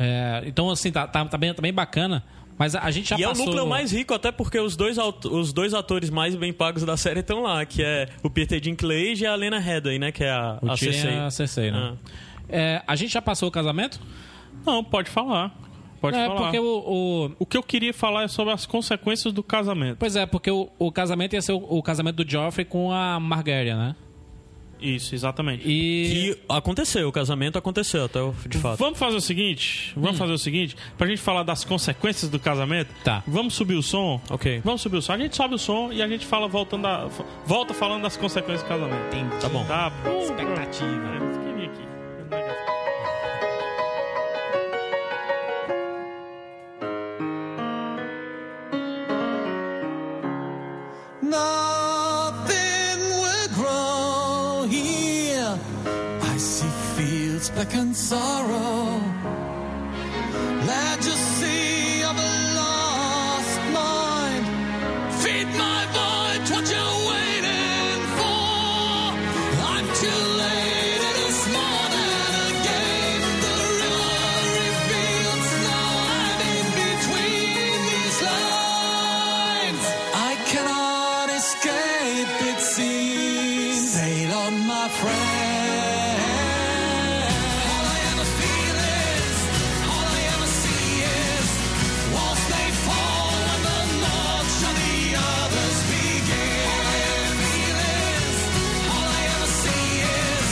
Speaker 2: É, então, assim, tá, tá, tá bem, tá bem bacana. Mas a, a gente já
Speaker 4: e é o
Speaker 2: passou.
Speaker 4: núcleo mais rico, até porque os dois, aut- os dois atores mais bem pagos da série estão lá, que é o Peter Dinklage e a Lena Headey, né? Que é a,
Speaker 2: O
Speaker 4: a
Speaker 2: Tyrion
Speaker 4: Cersei.
Speaker 2: é a Cersei, né? É, a gente já passou o casamento?
Speaker 1: Não, pode falar. Pode
Speaker 2: é,
Speaker 1: falar.
Speaker 2: porque o- o,
Speaker 1: O que eu queria falar é sobre as consequências do casamento.
Speaker 2: Pois é, porque o, o casamento ia ser o, o casamento do Joffrey com a Marguerite, né?
Speaker 1: Isso, exatamente.
Speaker 2: E.
Speaker 4: Que aconteceu, o casamento aconteceu até o- de fato.
Speaker 1: Vamos fazer o seguinte, vamos
Speaker 2: Hum.
Speaker 1: fazer o seguinte, pra gente falar das consequências do casamento.
Speaker 2: Tá.
Speaker 1: Vamos subir o som.
Speaker 4: Ok.
Speaker 1: Vamos subir o som. A gente sobe o som e a gente fala voltando a, volta falando das consequências do casamento.
Speaker 4: Tá bom.
Speaker 1: Tá.
Speaker 2: Expectativa.
Speaker 1: É, eu queria aqui.
Speaker 5: Nothing will grow here. I see fields black and sorrow. Legacy of a lost mind. Feed my void what you're waiting for. I'm too late. It is more than a game. The river reveals no I'm in between these lines. I cannot escape. It seems. Sail on, my friend. All I ever feel is. All I ever see is. Walls they fall when the march of the others begin. All I ever feel is, all I ever see is,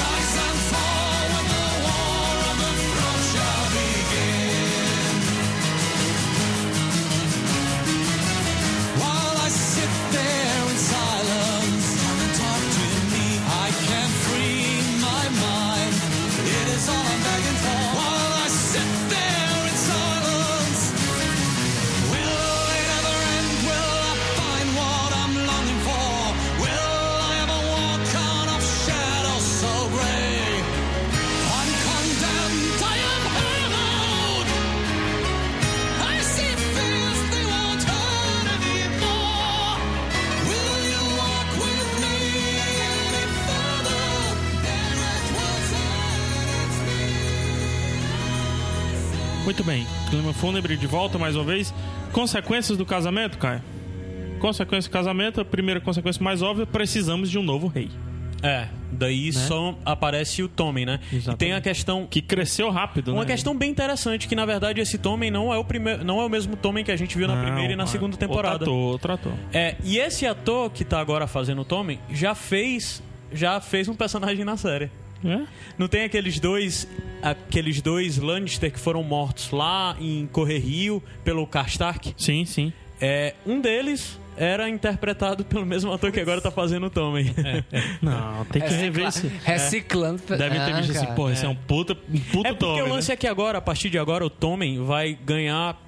Speaker 5: rise and fall when the war of the throne shall begin. While I sit there in silence, come and talk to me. I can't free my mind. It is all I'm begging for. While I sit there in silence, will it ever end? Will I find what I'm longing for? Will I ever walk out of shadows so grey? I'm condemned. I am hallowed. I see fears they won't hurt anymore. Will you walk with me any further? There it was,
Speaker 1: Muito bem. Clima fúnebre de volta mais uma vez. Consequências do casamento, Caio? Consequência do casamento, a primeira consequência mais óbvia, precisamos de um novo rei.
Speaker 4: É, daí só aparece o Tommen, né? E tem
Speaker 1: Né? Exatamente.
Speaker 4: a questão
Speaker 1: Que cresceu rápido,
Speaker 4: Uma
Speaker 1: né?
Speaker 4: questão bem interessante, que na verdade esse Tommen não é o primeiro, não é o mesmo Tommen que a gente viu na
Speaker 1: Não,
Speaker 4: primeira e na
Speaker 1: mano.
Speaker 4: segunda temporada.
Speaker 1: Outro ator, outro ator.
Speaker 4: É, e esse ator que tá agora fazendo o Tommen já fez, já fez um personagem na série.
Speaker 1: É?
Speaker 4: Não tem aqueles dois, aqueles dois Lannister que foram mortos lá em Correrio pelo Karstark?
Speaker 1: Sim, sim.
Speaker 4: É, um deles era interpretado pelo mesmo ator que agora tá fazendo o Tommen.
Speaker 1: É. Não, tem que
Speaker 4: É,
Speaker 1: rever
Speaker 3: Recicla-
Speaker 1: esse.
Speaker 3: Reciclando.
Speaker 1: Deve ter
Speaker 3: Ah,
Speaker 1: visto assim,
Speaker 3: cara.
Speaker 1: porra, esse é um puta, um puta
Speaker 4: É porque
Speaker 1: Tommen,
Speaker 4: o
Speaker 1: né?
Speaker 4: lance é que agora, a partir de agora, o Tommen vai ganhar,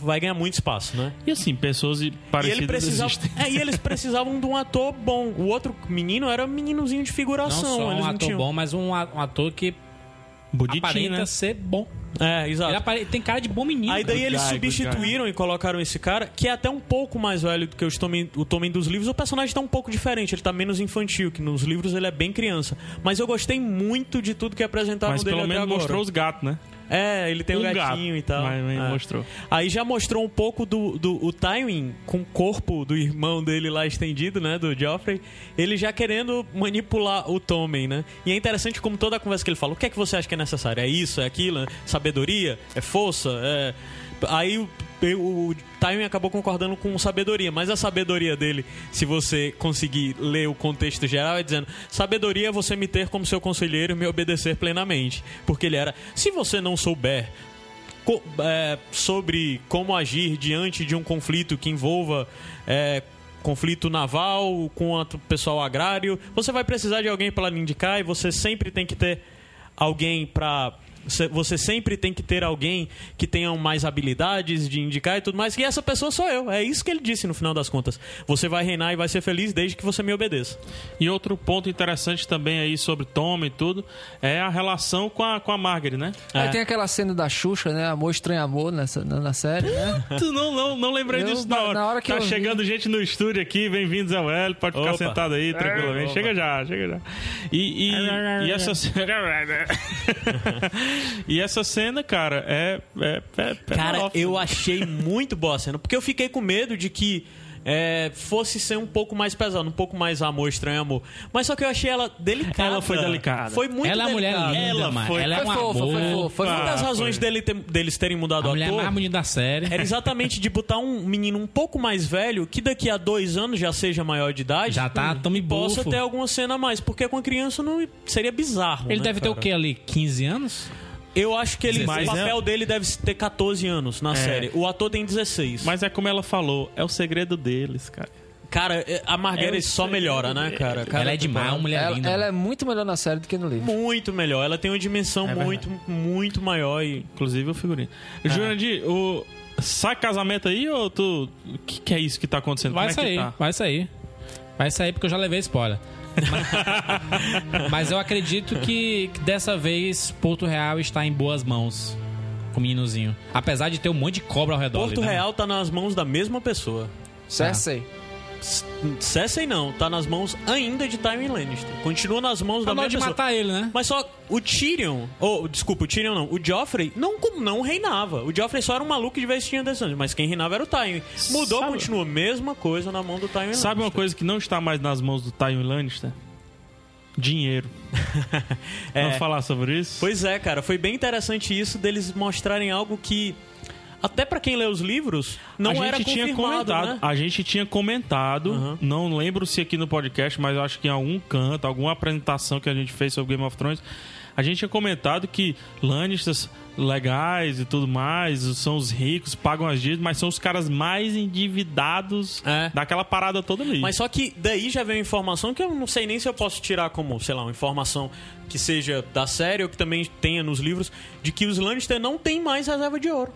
Speaker 4: vai ganhar muito espaço, né?
Speaker 1: E assim, pessoas e-
Speaker 4: E,
Speaker 1: parecidas
Speaker 4: ele precisava,
Speaker 1: existem.
Speaker 4: é, e eles precisavam de um ator bom. O outro menino era um meninozinho de
Speaker 2: Não
Speaker 4: figuração.
Speaker 2: só
Speaker 4: eles
Speaker 2: um
Speaker 4: não
Speaker 2: ator
Speaker 4: tinham.
Speaker 2: bom, mas um, a- um ator que
Speaker 1: Bonitinho,
Speaker 2: aparenta
Speaker 1: né?
Speaker 2: ser bom.
Speaker 4: É, exato.
Speaker 2: Ele apare- tem cara de bom menino.
Speaker 4: Aí daí
Speaker 1: Good
Speaker 4: eles
Speaker 1: guy, good
Speaker 4: substituíram e colocaram esse cara, que é até um pouco mais velho do que os Tommen- o Tommen dos livros. O personagem tá um pouco diferente, ele tá menos infantil, que nos livros ele é bem criança. Mas eu gostei muito de tudo que apresentaram
Speaker 1: Mas
Speaker 4: dele
Speaker 1: pelo
Speaker 4: até
Speaker 1: menos
Speaker 4: agora.
Speaker 1: mostrou os gatos, né?
Speaker 4: É, ele tem um,
Speaker 1: um gato,
Speaker 4: gatinho e tal.
Speaker 1: mas- mas
Speaker 4: É.
Speaker 1: mostrou.
Speaker 4: Aí já mostrou um pouco do, do o Tywin com o corpo do irmão dele lá estendido, né? Do Joffrey. Ele já querendo manipular o Tommen, né? E é interessante como toda a conversa que ele fala: o que é que você acha que é necessário? É isso? É aquilo? É sabedoria? É força? É. Aí o, o, o Tywin acabou concordando com sabedoria, mas a sabedoria dele, se você conseguir ler o contexto geral, é dizendo: sabedoria é você me ter como seu conselheiro e me obedecer plenamente. Porque ele era: se você não souber co- é, sobre como agir diante de um conflito que envolva é, conflito naval com o pessoal agrário. Você vai precisar de alguém para lhe indicar e você sempre tem que ter alguém para você sempre tem que ter alguém que tenha mais habilidades de indicar e tudo mais. E essa pessoa sou eu. É isso que ele disse no final das contas. Você vai reinar e vai ser feliz desde que você me obedeça.
Speaker 1: E outro ponto interessante também aí sobre Tom e tudo é a relação com a, com a Margaret, né?
Speaker 3: Aí tem aquela cena da Xuxa, né? Amor estranho amor nessa, na, na série, né?
Speaker 1: Tu não, não, não lembrei
Speaker 3: Eu,
Speaker 1: disso na
Speaker 3: na-
Speaker 1: hora.
Speaker 3: na hora que
Speaker 1: tá
Speaker 3: eu vi.
Speaker 1: chegando gente no estúdio aqui, bem-vindos ao L, pode ficar
Speaker 4: Opa.
Speaker 1: sentado aí tranquilamente. Chega já, chega já. E,
Speaker 3: É,
Speaker 1: e, e essa cena. e essa cena, cara, é. é, é- é
Speaker 4: Cara,
Speaker 1: nova.
Speaker 4: eu achei muito boa a cena, porque eu fiquei com medo de que é, fosse ser um pouco mais pesado, um pouco mais amor, estranho amor. Mas só que eu achei ela delicada.
Speaker 1: Ela foi delicada.
Speaker 4: Foi muito
Speaker 2: ela é uma mulher
Speaker 4: delicada.
Speaker 2: linda,
Speaker 1: Ela
Speaker 2: mano.
Speaker 1: foi-
Speaker 2: ela é
Speaker 3: foi
Speaker 2: um
Speaker 3: fofa,
Speaker 2: amor.
Speaker 3: foi fofa.
Speaker 4: Uma das
Speaker 1: Ah,
Speaker 4: razões
Speaker 1: foi.
Speaker 4: dele ter- deles terem mudado
Speaker 2: A
Speaker 4: o
Speaker 2: mulher
Speaker 4: ator É
Speaker 2: mais bonita da série.
Speaker 4: era exatamente de botar um menino um pouco mais velho, que daqui a dois anos já seja maior de idade.
Speaker 2: Já tá
Speaker 4: hum,
Speaker 2: Tommy
Speaker 4: Possa
Speaker 2: Bufo.
Speaker 4: ter alguma cena a mais, porque com a criança não seria bizarro.
Speaker 2: Ele
Speaker 4: né,
Speaker 2: deve ter o
Speaker 4: cara?
Speaker 2: quê ali? 15 anos?
Speaker 4: Eu acho que ele, o
Speaker 1: 16, né?
Speaker 4: papel dele deve ter 14 anos na
Speaker 1: É.
Speaker 4: série. O ator tem 16.
Speaker 1: Mas é como ela falou, é o segredo deles, cara.
Speaker 4: Cara, é- a Margaret
Speaker 1: É, eu
Speaker 4: só
Speaker 1: sei.
Speaker 4: melhora, né, cara? Cada
Speaker 2: ela é demais, uma mulher
Speaker 3: Ela,
Speaker 2: linda. né?
Speaker 3: ela
Speaker 2: mano.
Speaker 3: é muito melhor na série do que no livro.
Speaker 4: Muito melhor. Ela tem uma
Speaker 2: É
Speaker 4: dimensão muito, muito maior e.
Speaker 1: Inclusive o figurino.
Speaker 3: É.
Speaker 1: Jurandir, o... sai casamento aí ou tu. O que, que é isso que tá acontecendo?
Speaker 2: Vai
Speaker 1: como é
Speaker 2: sair,
Speaker 1: que tá?
Speaker 2: vai sair. Vai sair porque eu já levei spoiler. Mas, mas eu acredito que, que dessa vez Porto Real está em boas mãos com o meninozinho. Apesar de ter um monte de cobra ao redor.
Speaker 4: Porto
Speaker 2: ali, né?
Speaker 4: Real tá nas mãos da mesma pessoa.
Speaker 3: Cersei.
Speaker 4: S- Cersei não, tá nas mãos ainda de Tywin Lannister. Continua nas mãos
Speaker 2: Tá
Speaker 4: da
Speaker 2: na hora
Speaker 1: é
Speaker 4: mesma
Speaker 2: de
Speaker 4: pessoa.
Speaker 2: matar ele, né?
Speaker 4: Mas só o Tyrion, ou desculpa, o Tyrion não, o Joffrey não com- não reinava. O Joffrey só era um maluco que tivesse tinha descendência, mas quem reinava era o Tywin. Mudou,
Speaker 1: Sabe-
Speaker 4: continua a mesma coisa na mão do Tywin.
Speaker 1: Sabe uma
Speaker 4: Lannister.
Speaker 1: coisa que não está mais nas mãos do Tywin Lannister? Dinheiro.
Speaker 4: É.
Speaker 1: Vamos
Speaker 3: É.
Speaker 1: falar sobre isso?
Speaker 4: Pois é, cara, foi bem interessante isso deles mostrarem algo que até pra quem lê os livros não
Speaker 1: a gente
Speaker 4: era
Speaker 1: tinha
Speaker 4: confirmado,
Speaker 1: comentado,
Speaker 4: né?
Speaker 1: a gente tinha comentado,
Speaker 4: Uhum.
Speaker 1: não lembro se aqui no podcast, mas eu acho que em algum canto, alguma apresentação que a gente fez sobre Game of Thrones, a gente tinha comentado que Lannisters legais e tudo mais, são os ricos, pagam as dívidas, mas são os caras mais endividados
Speaker 4: É.
Speaker 1: daquela parada toda ali.
Speaker 4: Mas só que daí já veio informação que eu não sei nem se eu posso tirar como, sei lá, uma informação que seja da série ou que também tenha nos livros, de que os Lannister não tem mais reserva de ouro.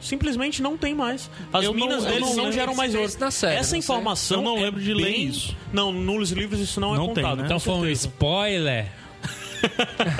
Speaker 4: Simplesmente não tem mais. As
Speaker 1: Eu não-
Speaker 4: minas
Speaker 1: eu
Speaker 4: deles
Speaker 1: não
Speaker 4: não,
Speaker 1: lembro
Speaker 4: geram
Speaker 3: se
Speaker 4: mais
Speaker 3: tem
Speaker 4: ouro.
Speaker 3: isso na série, não
Speaker 4: Essa
Speaker 3: sei.
Speaker 4: informação.
Speaker 1: Eu não
Speaker 4: é
Speaker 1: lembro de
Speaker 4: bem-
Speaker 1: ler isso.
Speaker 4: Não, nos livros isso não, é
Speaker 1: Não tem,
Speaker 4: contado.
Speaker 1: né?
Speaker 4: com
Speaker 2: Então foi um
Speaker 4: certeza.
Speaker 2: spoiler.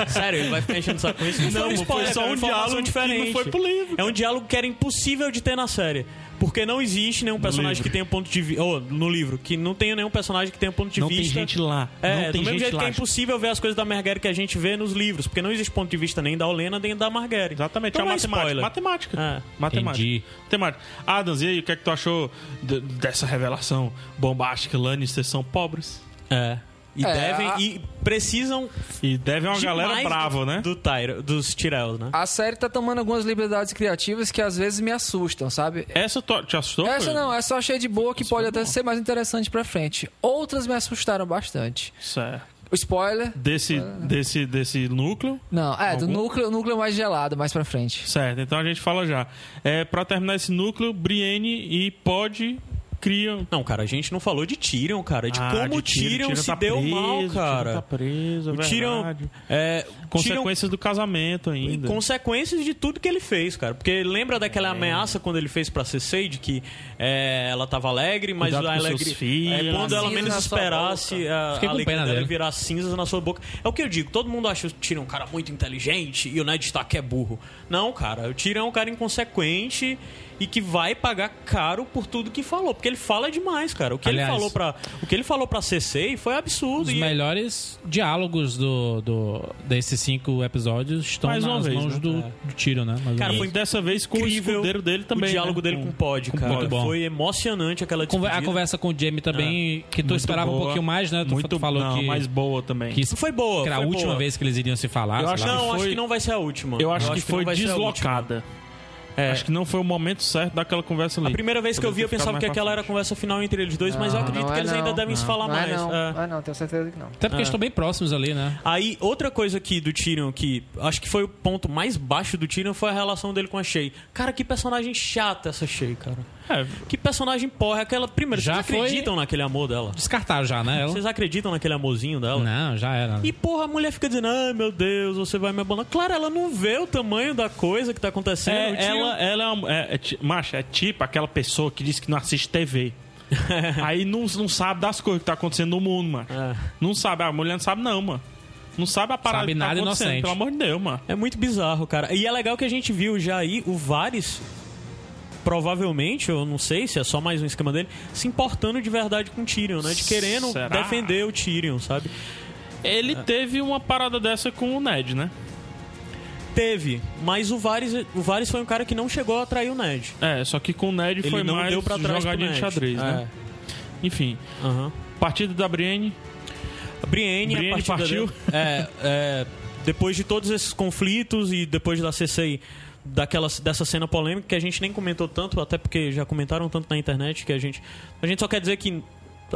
Speaker 4: Sério, ele vai ficar enchendo saco com isso?
Speaker 1: Não, foi só
Speaker 4: é uma
Speaker 1: um
Speaker 4: informação
Speaker 1: diálogo que não foi pro livro,
Speaker 4: É um diálogo que era impossível de ter na série. Porque não existe nenhum personagem
Speaker 1: livro.
Speaker 4: que tenha um ponto de vista. Ou no livro, que não tenha nenhum personagem que tenha um ponto de
Speaker 1: não
Speaker 4: vista.
Speaker 1: tem gente lá.
Speaker 4: É,
Speaker 1: não tem
Speaker 4: do mesmo
Speaker 1: gente
Speaker 4: jeito
Speaker 1: lá.
Speaker 4: que é impossível ver as coisas da Marguerite que a gente vê nos livros, porque não existe ponto de vista nem da Olena nem da Marguerite.
Speaker 1: Exatamente,
Speaker 4: Então
Speaker 1: é
Speaker 4: não
Speaker 1: a matemática.
Speaker 4: spoiler.
Speaker 1: Matemática.
Speaker 4: É.
Speaker 1: Matemática.
Speaker 2: Entendi.
Speaker 1: Matemática. Adams, e aí, o que é que tu achou de- dessa revelação bombástica? Lannister são pobres.
Speaker 4: É. E
Speaker 3: É,
Speaker 4: devem
Speaker 3: a-
Speaker 4: e precisam
Speaker 1: E deve uma galera
Speaker 4: demais
Speaker 1: brava,
Speaker 4: do-
Speaker 1: né?
Speaker 4: Do Tyra, dos Tyrell, né?
Speaker 3: A série tá tomando algumas liberdades criativas que às vezes me assustam, sabe?
Speaker 1: Essa tu- te assustou?
Speaker 3: Essa
Speaker 1: Pedro?
Speaker 3: não, essa eu achei de boa, que pode até ser mais interessante pra frente. Outras me assustaram bastante.
Speaker 1: Certo.
Speaker 3: O spoiler?
Speaker 1: Desse, desse, desse núcleo.
Speaker 3: Não, é, do
Speaker 1: Algum?
Speaker 3: núcleo, núcleo mais gelado, mais pra frente.
Speaker 1: Certo, então a gente fala já. É, pra terminar esse núcleo, Brienne e Pod criam.
Speaker 4: Não, cara, a gente não falou de Tyrion, cara, É de
Speaker 1: Ah,
Speaker 4: como o
Speaker 1: de Tyrion,
Speaker 4: Tyrion,
Speaker 1: Tyrion
Speaker 4: se
Speaker 1: tá
Speaker 4: deu
Speaker 1: preso,
Speaker 4: mal,
Speaker 1: Tyrion
Speaker 4: cara.
Speaker 1: Tá preso, é
Speaker 4: o Tyrion,
Speaker 1: verdade.
Speaker 4: é, Tyrion
Speaker 1: Consequências do casamento ainda.
Speaker 4: consequências de tudo que ele fez, cara. Porque lembra daquela ameaça quando ele fez pra Cersei de que é, ela tava alegre, mas
Speaker 1: Cuidado
Speaker 4: a
Speaker 1: com seus
Speaker 4: alegre
Speaker 1: filhos.
Speaker 4: é, quando ela
Speaker 3: Cinza
Speaker 4: menos
Speaker 3: na sua
Speaker 4: esperasse a,
Speaker 2: Fiquei
Speaker 4: a
Speaker 2: com
Speaker 4: alegria
Speaker 2: pena
Speaker 4: dela
Speaker 2: dele.
Speaker 4: virar cinzas na sua boca. É o que eu digo, todo mundo acha o Tyrion um cara muito inteligente e o Ned Stark é burro. Não, cara, o Tyrion é um cara inconsequente e que vai pagar caro por tudo que falou, porque ele fala demais, cara. O que
Speaker 2: Aliás,
Speaker 4: ele falou para o que ele falou para Cersei foi
Speaker 2: Os
Speaker 4: absurdo
Speaker 1: é-
Speaker 4: e
Speaker 2: melhores diálogos do, do- desses cinco episódios estão
Speaker 1: Mais uma
Speaker 2: nas
Speaker 1: vez,
Speaker 2: mãos
Speaker 1: né?
Speaker 2: do, do tiro, né? Mais uma
Speaker 4: Cara,
Speaker 1: E
Speaker 2: vez.
Speaker 4: foi
Speaker 1: dessa vez com
Speaker 4: incrível
Speaker 1: o escudeiro dele também.
Speaker 4: o diálogo
Speaker 1: né?
Speaker 4: dele com o Pod, cara.
Speaker 2: Pod. Bom.
Speaker 4: Foi emocionante aquela
Speaker 2: Conver-
Speaker 4: despedida.
Speaker 2: a conversa com o Jamie também, que tu
Speaker 1: É. Muito
Speaker 2: esperava um
Speaker 1: boa.
Speaker 2: pouquinho mais, né? Tu
Speaker 1: Muito
Speaker 2: falou
Speaker 1: não,
Speaker 2: que,
Speaker 1: mais boa também.
Speaker 2: que
Speaker 4: Foi boa.
Speaker 2: que era a
Speaker 4: foi
Speaker 2: última
Speaker 4: boa.
Speaker 2: vez que eles iriam se falar.
Speaker 1: Eu
Speaker 2: sei
Speaker 1: acho
Speaker 2: lá.
Speaker 1: que
Speaker 4: Não, acho
Speaker 1: foi-
Speaker 4: que não vai ser a última.
Speaker 1: Eu acho que
Speaker 4: não
Speaker 1: foi
Speaker 4: vai ser a última.
Speaker 1: deslocada.
Speaker 4: É.
Speaker 1: Acho que não foi o momento certo daquela conversa
Speaker 4: A
Speaker 1: ali.
Speaker 4: primeira vez que eu vi, eu
Speaker 1: Poderia ter
Speaker 4: pensava
Speaker 1: ficado
Speaker 4: que
Speaker 1: mais pra
Speaker 4: aquela era a conversa final entre eles dois, mas eu
Speaker 3: Não,
Speaker 4: acredito
Speaker 3: não
Speaker 4: que
Speaker 3: é
Speaker 4: eles
Speaker 3: não,
Speaker 4: ainda devem se falar
Speaker 3: não
Speaker 4: mais.
Speaker 3: É não,
Speaker 4: é.
Speaker 3: não é não, tenho certeza que não.
Speaker 2: Até porque eles estão bem próximos ali, né?
Speaker 4: Aí, outra coisa aqui do Tyrion, que acho que foi o ponto mais baixo do Tyrion, foi a relação dele com a Shay. Cara, que personagem chata essa Shay, cara.
Speaker 1: É,
Speaker 4: Que personagem porra. Aquela, primeiro,
Speaker 2: Já
Speaker 4: vocês
Speaker 2: foi-
Speaker 4: acreditam naquele amor dela?
Speaker 2: Descartaram já, né? Ela?
Speaker 4: Vocês acreditam naquele amorzinho dela?
Speaker 2: Não, já era. né?
Speaker 4: E porra, a mulher fica dizendo: ai meu Deus, você vai me abandonar. Claro, ela não vê o tamanho da coisa que tá acontecendo.
Speaker 1: É,
Speaker 4: o Tyrion-
Speaker 1: ela, ela é, uma, é, é ti- macho, é tipo aquela pessoa que diz que não assiste TV. Aí não, não sabe das coisas que tá acontecendo no mundo, mano.
Speaker 4: É.
Speaker 1: Não sabe, a mulher não sabe não, mano. Não sabe a parada
Speaker 2: Sabe
Speaker 1: que tá
Speaker 2: nada
Speaker 1: acontecendo,
Speaker 2: inocente.
Speaker 1: pelo amor de Deus, mano.
Speaker 4: É muito bizarro, cara. E é legal que a gente viu já aí o Vares, provavelmente, eu não sei se é só mais um esquema dele, se importando de verdade com o Tyrion, né? De querendo
Speaker 1: Será?
Speaker 4: defender o Tyrion, sabe?
Speaker 1: Ele teve uma parada dessa com o Ned, né?
Speaker 4: Teve, mas o Vares, o Varys foi um cara que não chegou a atrair o Ned.
Speaker 1: É, só que com o Ned
Speaker 4: Ele
Speaker 1: foi
Speaker 4: não
Speaker 1: mais
Speaker 4: deu pra trás pro
Speaker 1: jogadinha de
Speaker 4: Ned.
Speaker 1: xadrez,
Speaker 4: É.
Speaker 1: né? Enfim,
Speaker 4: Aham.
Speaker 1: partida da Brienne,
Speaker 4: A Brienne, a
Speaker 1: Brienne
Speaker 4: partir da-
Speaker 1: partiu.
Speaker 4: É, é, depois de todos esses conflitos e depois da CCI, daquela, dessa cena polêmica que a gente nem comentou tanto, até porque já comentaram tanto na internet que a gente. A gente só quer dizer que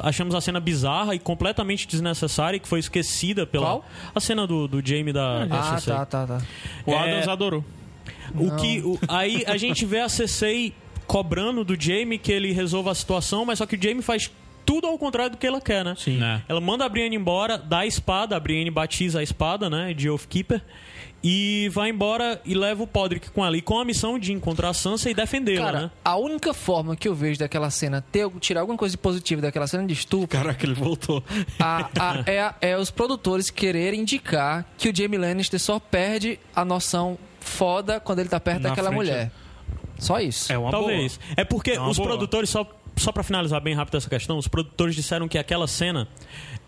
Speaker 4: achamos a cena bizarra e completamente desnecessária e que foi esquecida pela.
Speaker 3: Qual?
Speaker 4: A cena do, do Jamie da, da
Speaker 3: Ah,
Speaker 4: CCI.
Speaker 3: tá, tá, tá.
Speaker 1: o
Speaker 4: É.
Speaker 1: Adams adorou.
Speaker 4: O que, o- aí a gente vê a CCI cobrando do Jamie que ele resolva a situação, mas só que o Jamie faz tudo ao contrário do que ela quer, né?
Speaker 2: Sim. É.
Speaker 4: Ela manda a Brienne embora, dá a espada, a Brienne batiza a espada, né, de Oathkeeper, e vai embora e leva o Podrick com ela, e com a missão de encontrar a Sansa e defendê-la,
Speaker 3: Cara,
Speaker 4: né?
Speaker 3: a única forma que eu vejo daquela cena ter, tirar alguma coisa de positiva daquela cena é de estupro
Speaker 1: Caraca, ele voltou.
Speaker 3: a- a- é, a- é os produtores quererem indicar que o Jamie Lannister só perde a noção foda quando ele tá perto
Speaker 1: Na
Speaker 3: daquela
Speaker 1: frente-
Speaker 3: mulher. Só isso.
Speaker 1: É uma
Speaker 4: Talvez. É porque
Speaker 1: É uma
Speaker 4: os
Speaker 1: boa.
Speaker 4: produtores, só, só para finalizar bem rápido essa questão, os produtores disseram que aquela cena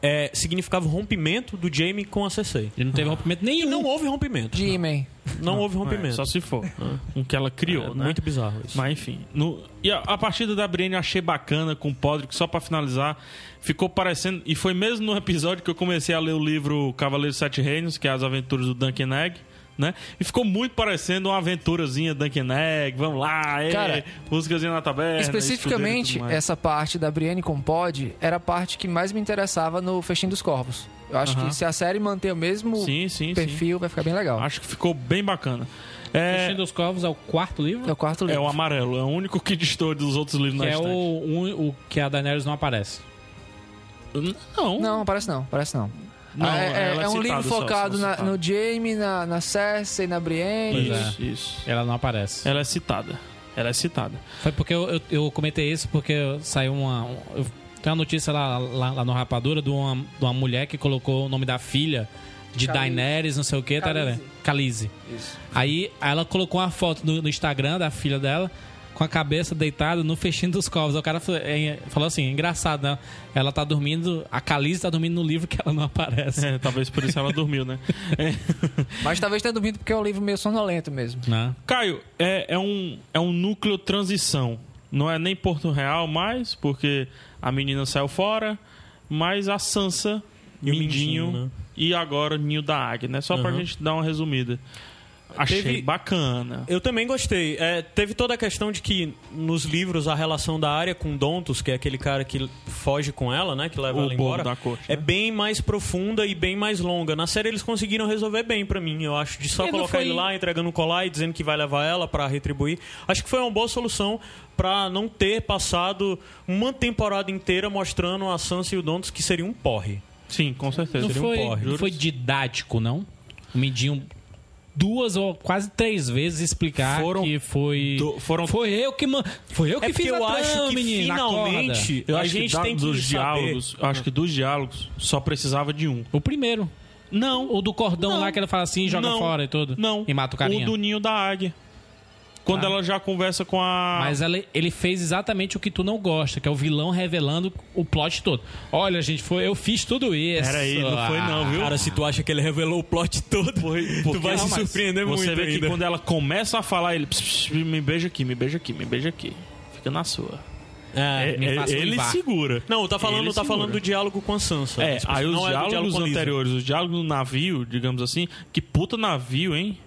Speaker 4: é, significava o rompimento do Jamie com a CCI.
Speaker 2: E não teve rompimento
Speaker 4: E
Speaker 2: nenhum.
Speaker 4: não houve rompimento. né?
Speaker 3: Jimmy.
Speaker 4: Não houve
Speaker 1: boa. É,
Speaker 4: rompimento.
Speaker 1: só se for. Um que ela criou,
Speaker 4: É
Speaker 1: né?
Speaker 4: Muito bizarro isso.
Speaker 1: Mas enfim. no- E a, a partida da Brienne eu achei bacana com o Podrick, só pra finalizar. Ficou parecendo. E foi mesmo no episódio que eu comecei a ler o livro Cavaleiro dos Sete Reinos, que é as aventuras do Duncan Egg. Né? E ficou muito parecendo uma aventurazinha Duncan Egg, vamos lá, ê,
Speaker 3: Cara,
Speaker 1: músicazinha na taberna. escudeiro É, né, e
Speaker 3: Especificamente, é
Speaker 1: tudo mais.
Speaker 3: essa parte da Brienne com Pod era a parte que mais me interessava no Festim dos Corvos. Eu acho
Speaker 1: Aham.
Speaker 3: que se a série manter o mesmo
Speaker 1: Sim, sim, sim.
Speaker 3: perfil, vai ficar bem legal.
Speaker 1: Acho que ficou bem bacana.
Speaker 2: Festim
Speaker 1: É,
Speaker 2: dos Corvos é o quarto livro?
Speaker 3: É o quarto
Speaker 1: é
Speaker 3: livro.
Speaker 1: o amarelo, é o único que distorce dos outros livros
Speaker 2: Que
Speaker 1: na
Speaker 2: é o,
Speaker 1: estante.
Speaker 2: um- o que a Daenerys não aparece.
Speaker 1: Não,
Speaker 3: Não, parece não, parece não.
Speaker 1: Não,
Speaker 3: Ah, é, é,
Speaker 1: ela
Speaker 3: é um
Speaker 1: citada
Speaker 3: livro
Speaker 1: só,
Speaker 3: focado
Speaker 1: só
Speaker 3: na-
Speaker 1: citada.
Speaker 3: no Jamie, na, na Cersei, na Brienne.
Speaker 2: é.
Speaker 1: Isso, isso.
Speaker 2: Ela não aparece.
Speaker 1: Ela é citada. Ela é citada.
Speaker 2: Foi porque eu, eu, eu comentei isso porque saiu uma. um- eu- tem uma notícia lá, lá, lá no Rapadura de uma, de uma mulher que colocou o nome da filha de
Speaker 3: Khaleesi.
Speaker 2: Daenerys, não sei o que, tarará. Khaleesi.
Speaker 3: Isso.
Speaker 2: Aí ela colocou uma foto no, no Instagram da filha dela com a cabeça deitada no fechinho dos covos. Aí O cara falou, é, falou assim, engraçado, né? Ela tá dormindo, a Khaleesi tá dormindo no livro que ela não aparece.
Speaker 1: É, talvez por isso ela dormiu, né? É.
Speaker 3: Mas talvez tenha dormido porque é um livro meio sonolento mesmo.
Speaker 2: Né?
Speaker 1: Caio, é, é um, é um núcleo transição. Não é nem Porto Real mais, porque a menina saiu fora, mas a Sansa,
Speaker 4: E o
Speaker 1: Mindinho,
Speaker 4: Mindinho, né?
Speaker 1: e agora Ninho da Águia, né? Só pra
Speaker 4: Aham.
Speaker 1: gente dar uma resumida. Achei
Speaker 4: Teve-
Speaker 1: bacana.
Speaker 4: Eu também gostei. É, teve toda a questão de que nos livros a relação da área com Dontos, que é aquele cara que foge com ela, né? Que leva
Speaker 1: O
Speaker 4: ela
Speaker 1: bolo
Speaker 4: embora.
Speaker 1: da corte,
Speaker 4: é
Speaker 1: né?
Speaker 4: bem mais profunda e bem mais longa. Na série eles conseguiram resolver bem pra mim, eu acho. De só
Speaker 2: E não
Speaker 4: colocar
Speaker 2: foi-
Speaker 4: ele lá, entregando o colar e dizendo que vai levar ela pra retribuir. Acho que foi uma boa solução pra não ter passado uma temporada inteira mostrando a Sansa e o Dontos que seria um porre.
Speaker 1: Sim, com certeza.
Speaker 2: Não
Speaker 1: Seria um
Speaker 2: foi,
Speaker 1: porre.
Speaker 2: não foi didático, não? O Mindinho duas ou quase três vezes explicar
Speaker 1: Foram
Speaker 2: que foi.
Speaker 1: do- foram-
Speaker 2: foi eu que man- Foi eu que
Speaker 4: É porque
Speaker 2: fiz a
Speaker 4: eu acho
Speaker 2: trama,
Speaker 4: que
Speaker 2: menino, na
Speaker 4: finalmente-
Speaker 2: corda.
Speaker 1: Eu
Speaker 4: A
Speaker 1: acho
Speaker 4: gente
Speaker 1: que da-
Speaker 4: tem que
Speaker 1: dos
Speaker 4: saber.
Speaker 1: diálogos, eu acho que dos diálogos só precisava de um.
Speaker 2: O primeiro. Não. O do cordão
Speaker 1: Não.
Speaker 2: lá que ela fala assim, joga
Speaker 1: Não.
Speaker 2: fora e tudo.
Speaker 1: Não.
Speaker 2: E mata o carinha. Tá.
Speaker 1: O do Ninho da Águia. Quando ela já conversa com a
Speaker 2: Mas ela- ele fez exatamente o que tu não gosta, que é o vilão revelando o plot todo. Olha, gente, foi, eu fiz tudo isso. Ah,
Speaker 1: Peraí, não foi não, viu?
Speaker 4: Cara, se tu acha que ele revelou o plot todo, tu vai
Speaker 1: Não,
Speaker 4: se
Speaker 1: mas
Speaker 4: surpreender muito
Speaker 1: Você vê que
Speaker 4: ainda.
Speaker 1: quando ela começa a falar, ele "Pss, pss, me beija aqui, me beija aqui, me beija aqui. Fica na sua.
Speaker 4: É,
Speaker 1: É,
Speaker 2: me um
Speaker 1: é,
Speaker 2: faça
Speaker 1: ele
Speaker 2: uivar.
Speaker 1: segura.
Speaker 4: Não, tá falando,
Speaker 1: Ele
Speaker 4: tá
Speaker 1: segura.
Speaker 4: falando do diálogo com a Sansa.
Speaker 1: É, aí os
Speaker 4: Não é do diálogo
Speaker 1: diálogos
Speaker 4: com a Lisa.
Speaker 1: anteriores, os diálogos no navio, digamos assim, que puta navio, hein?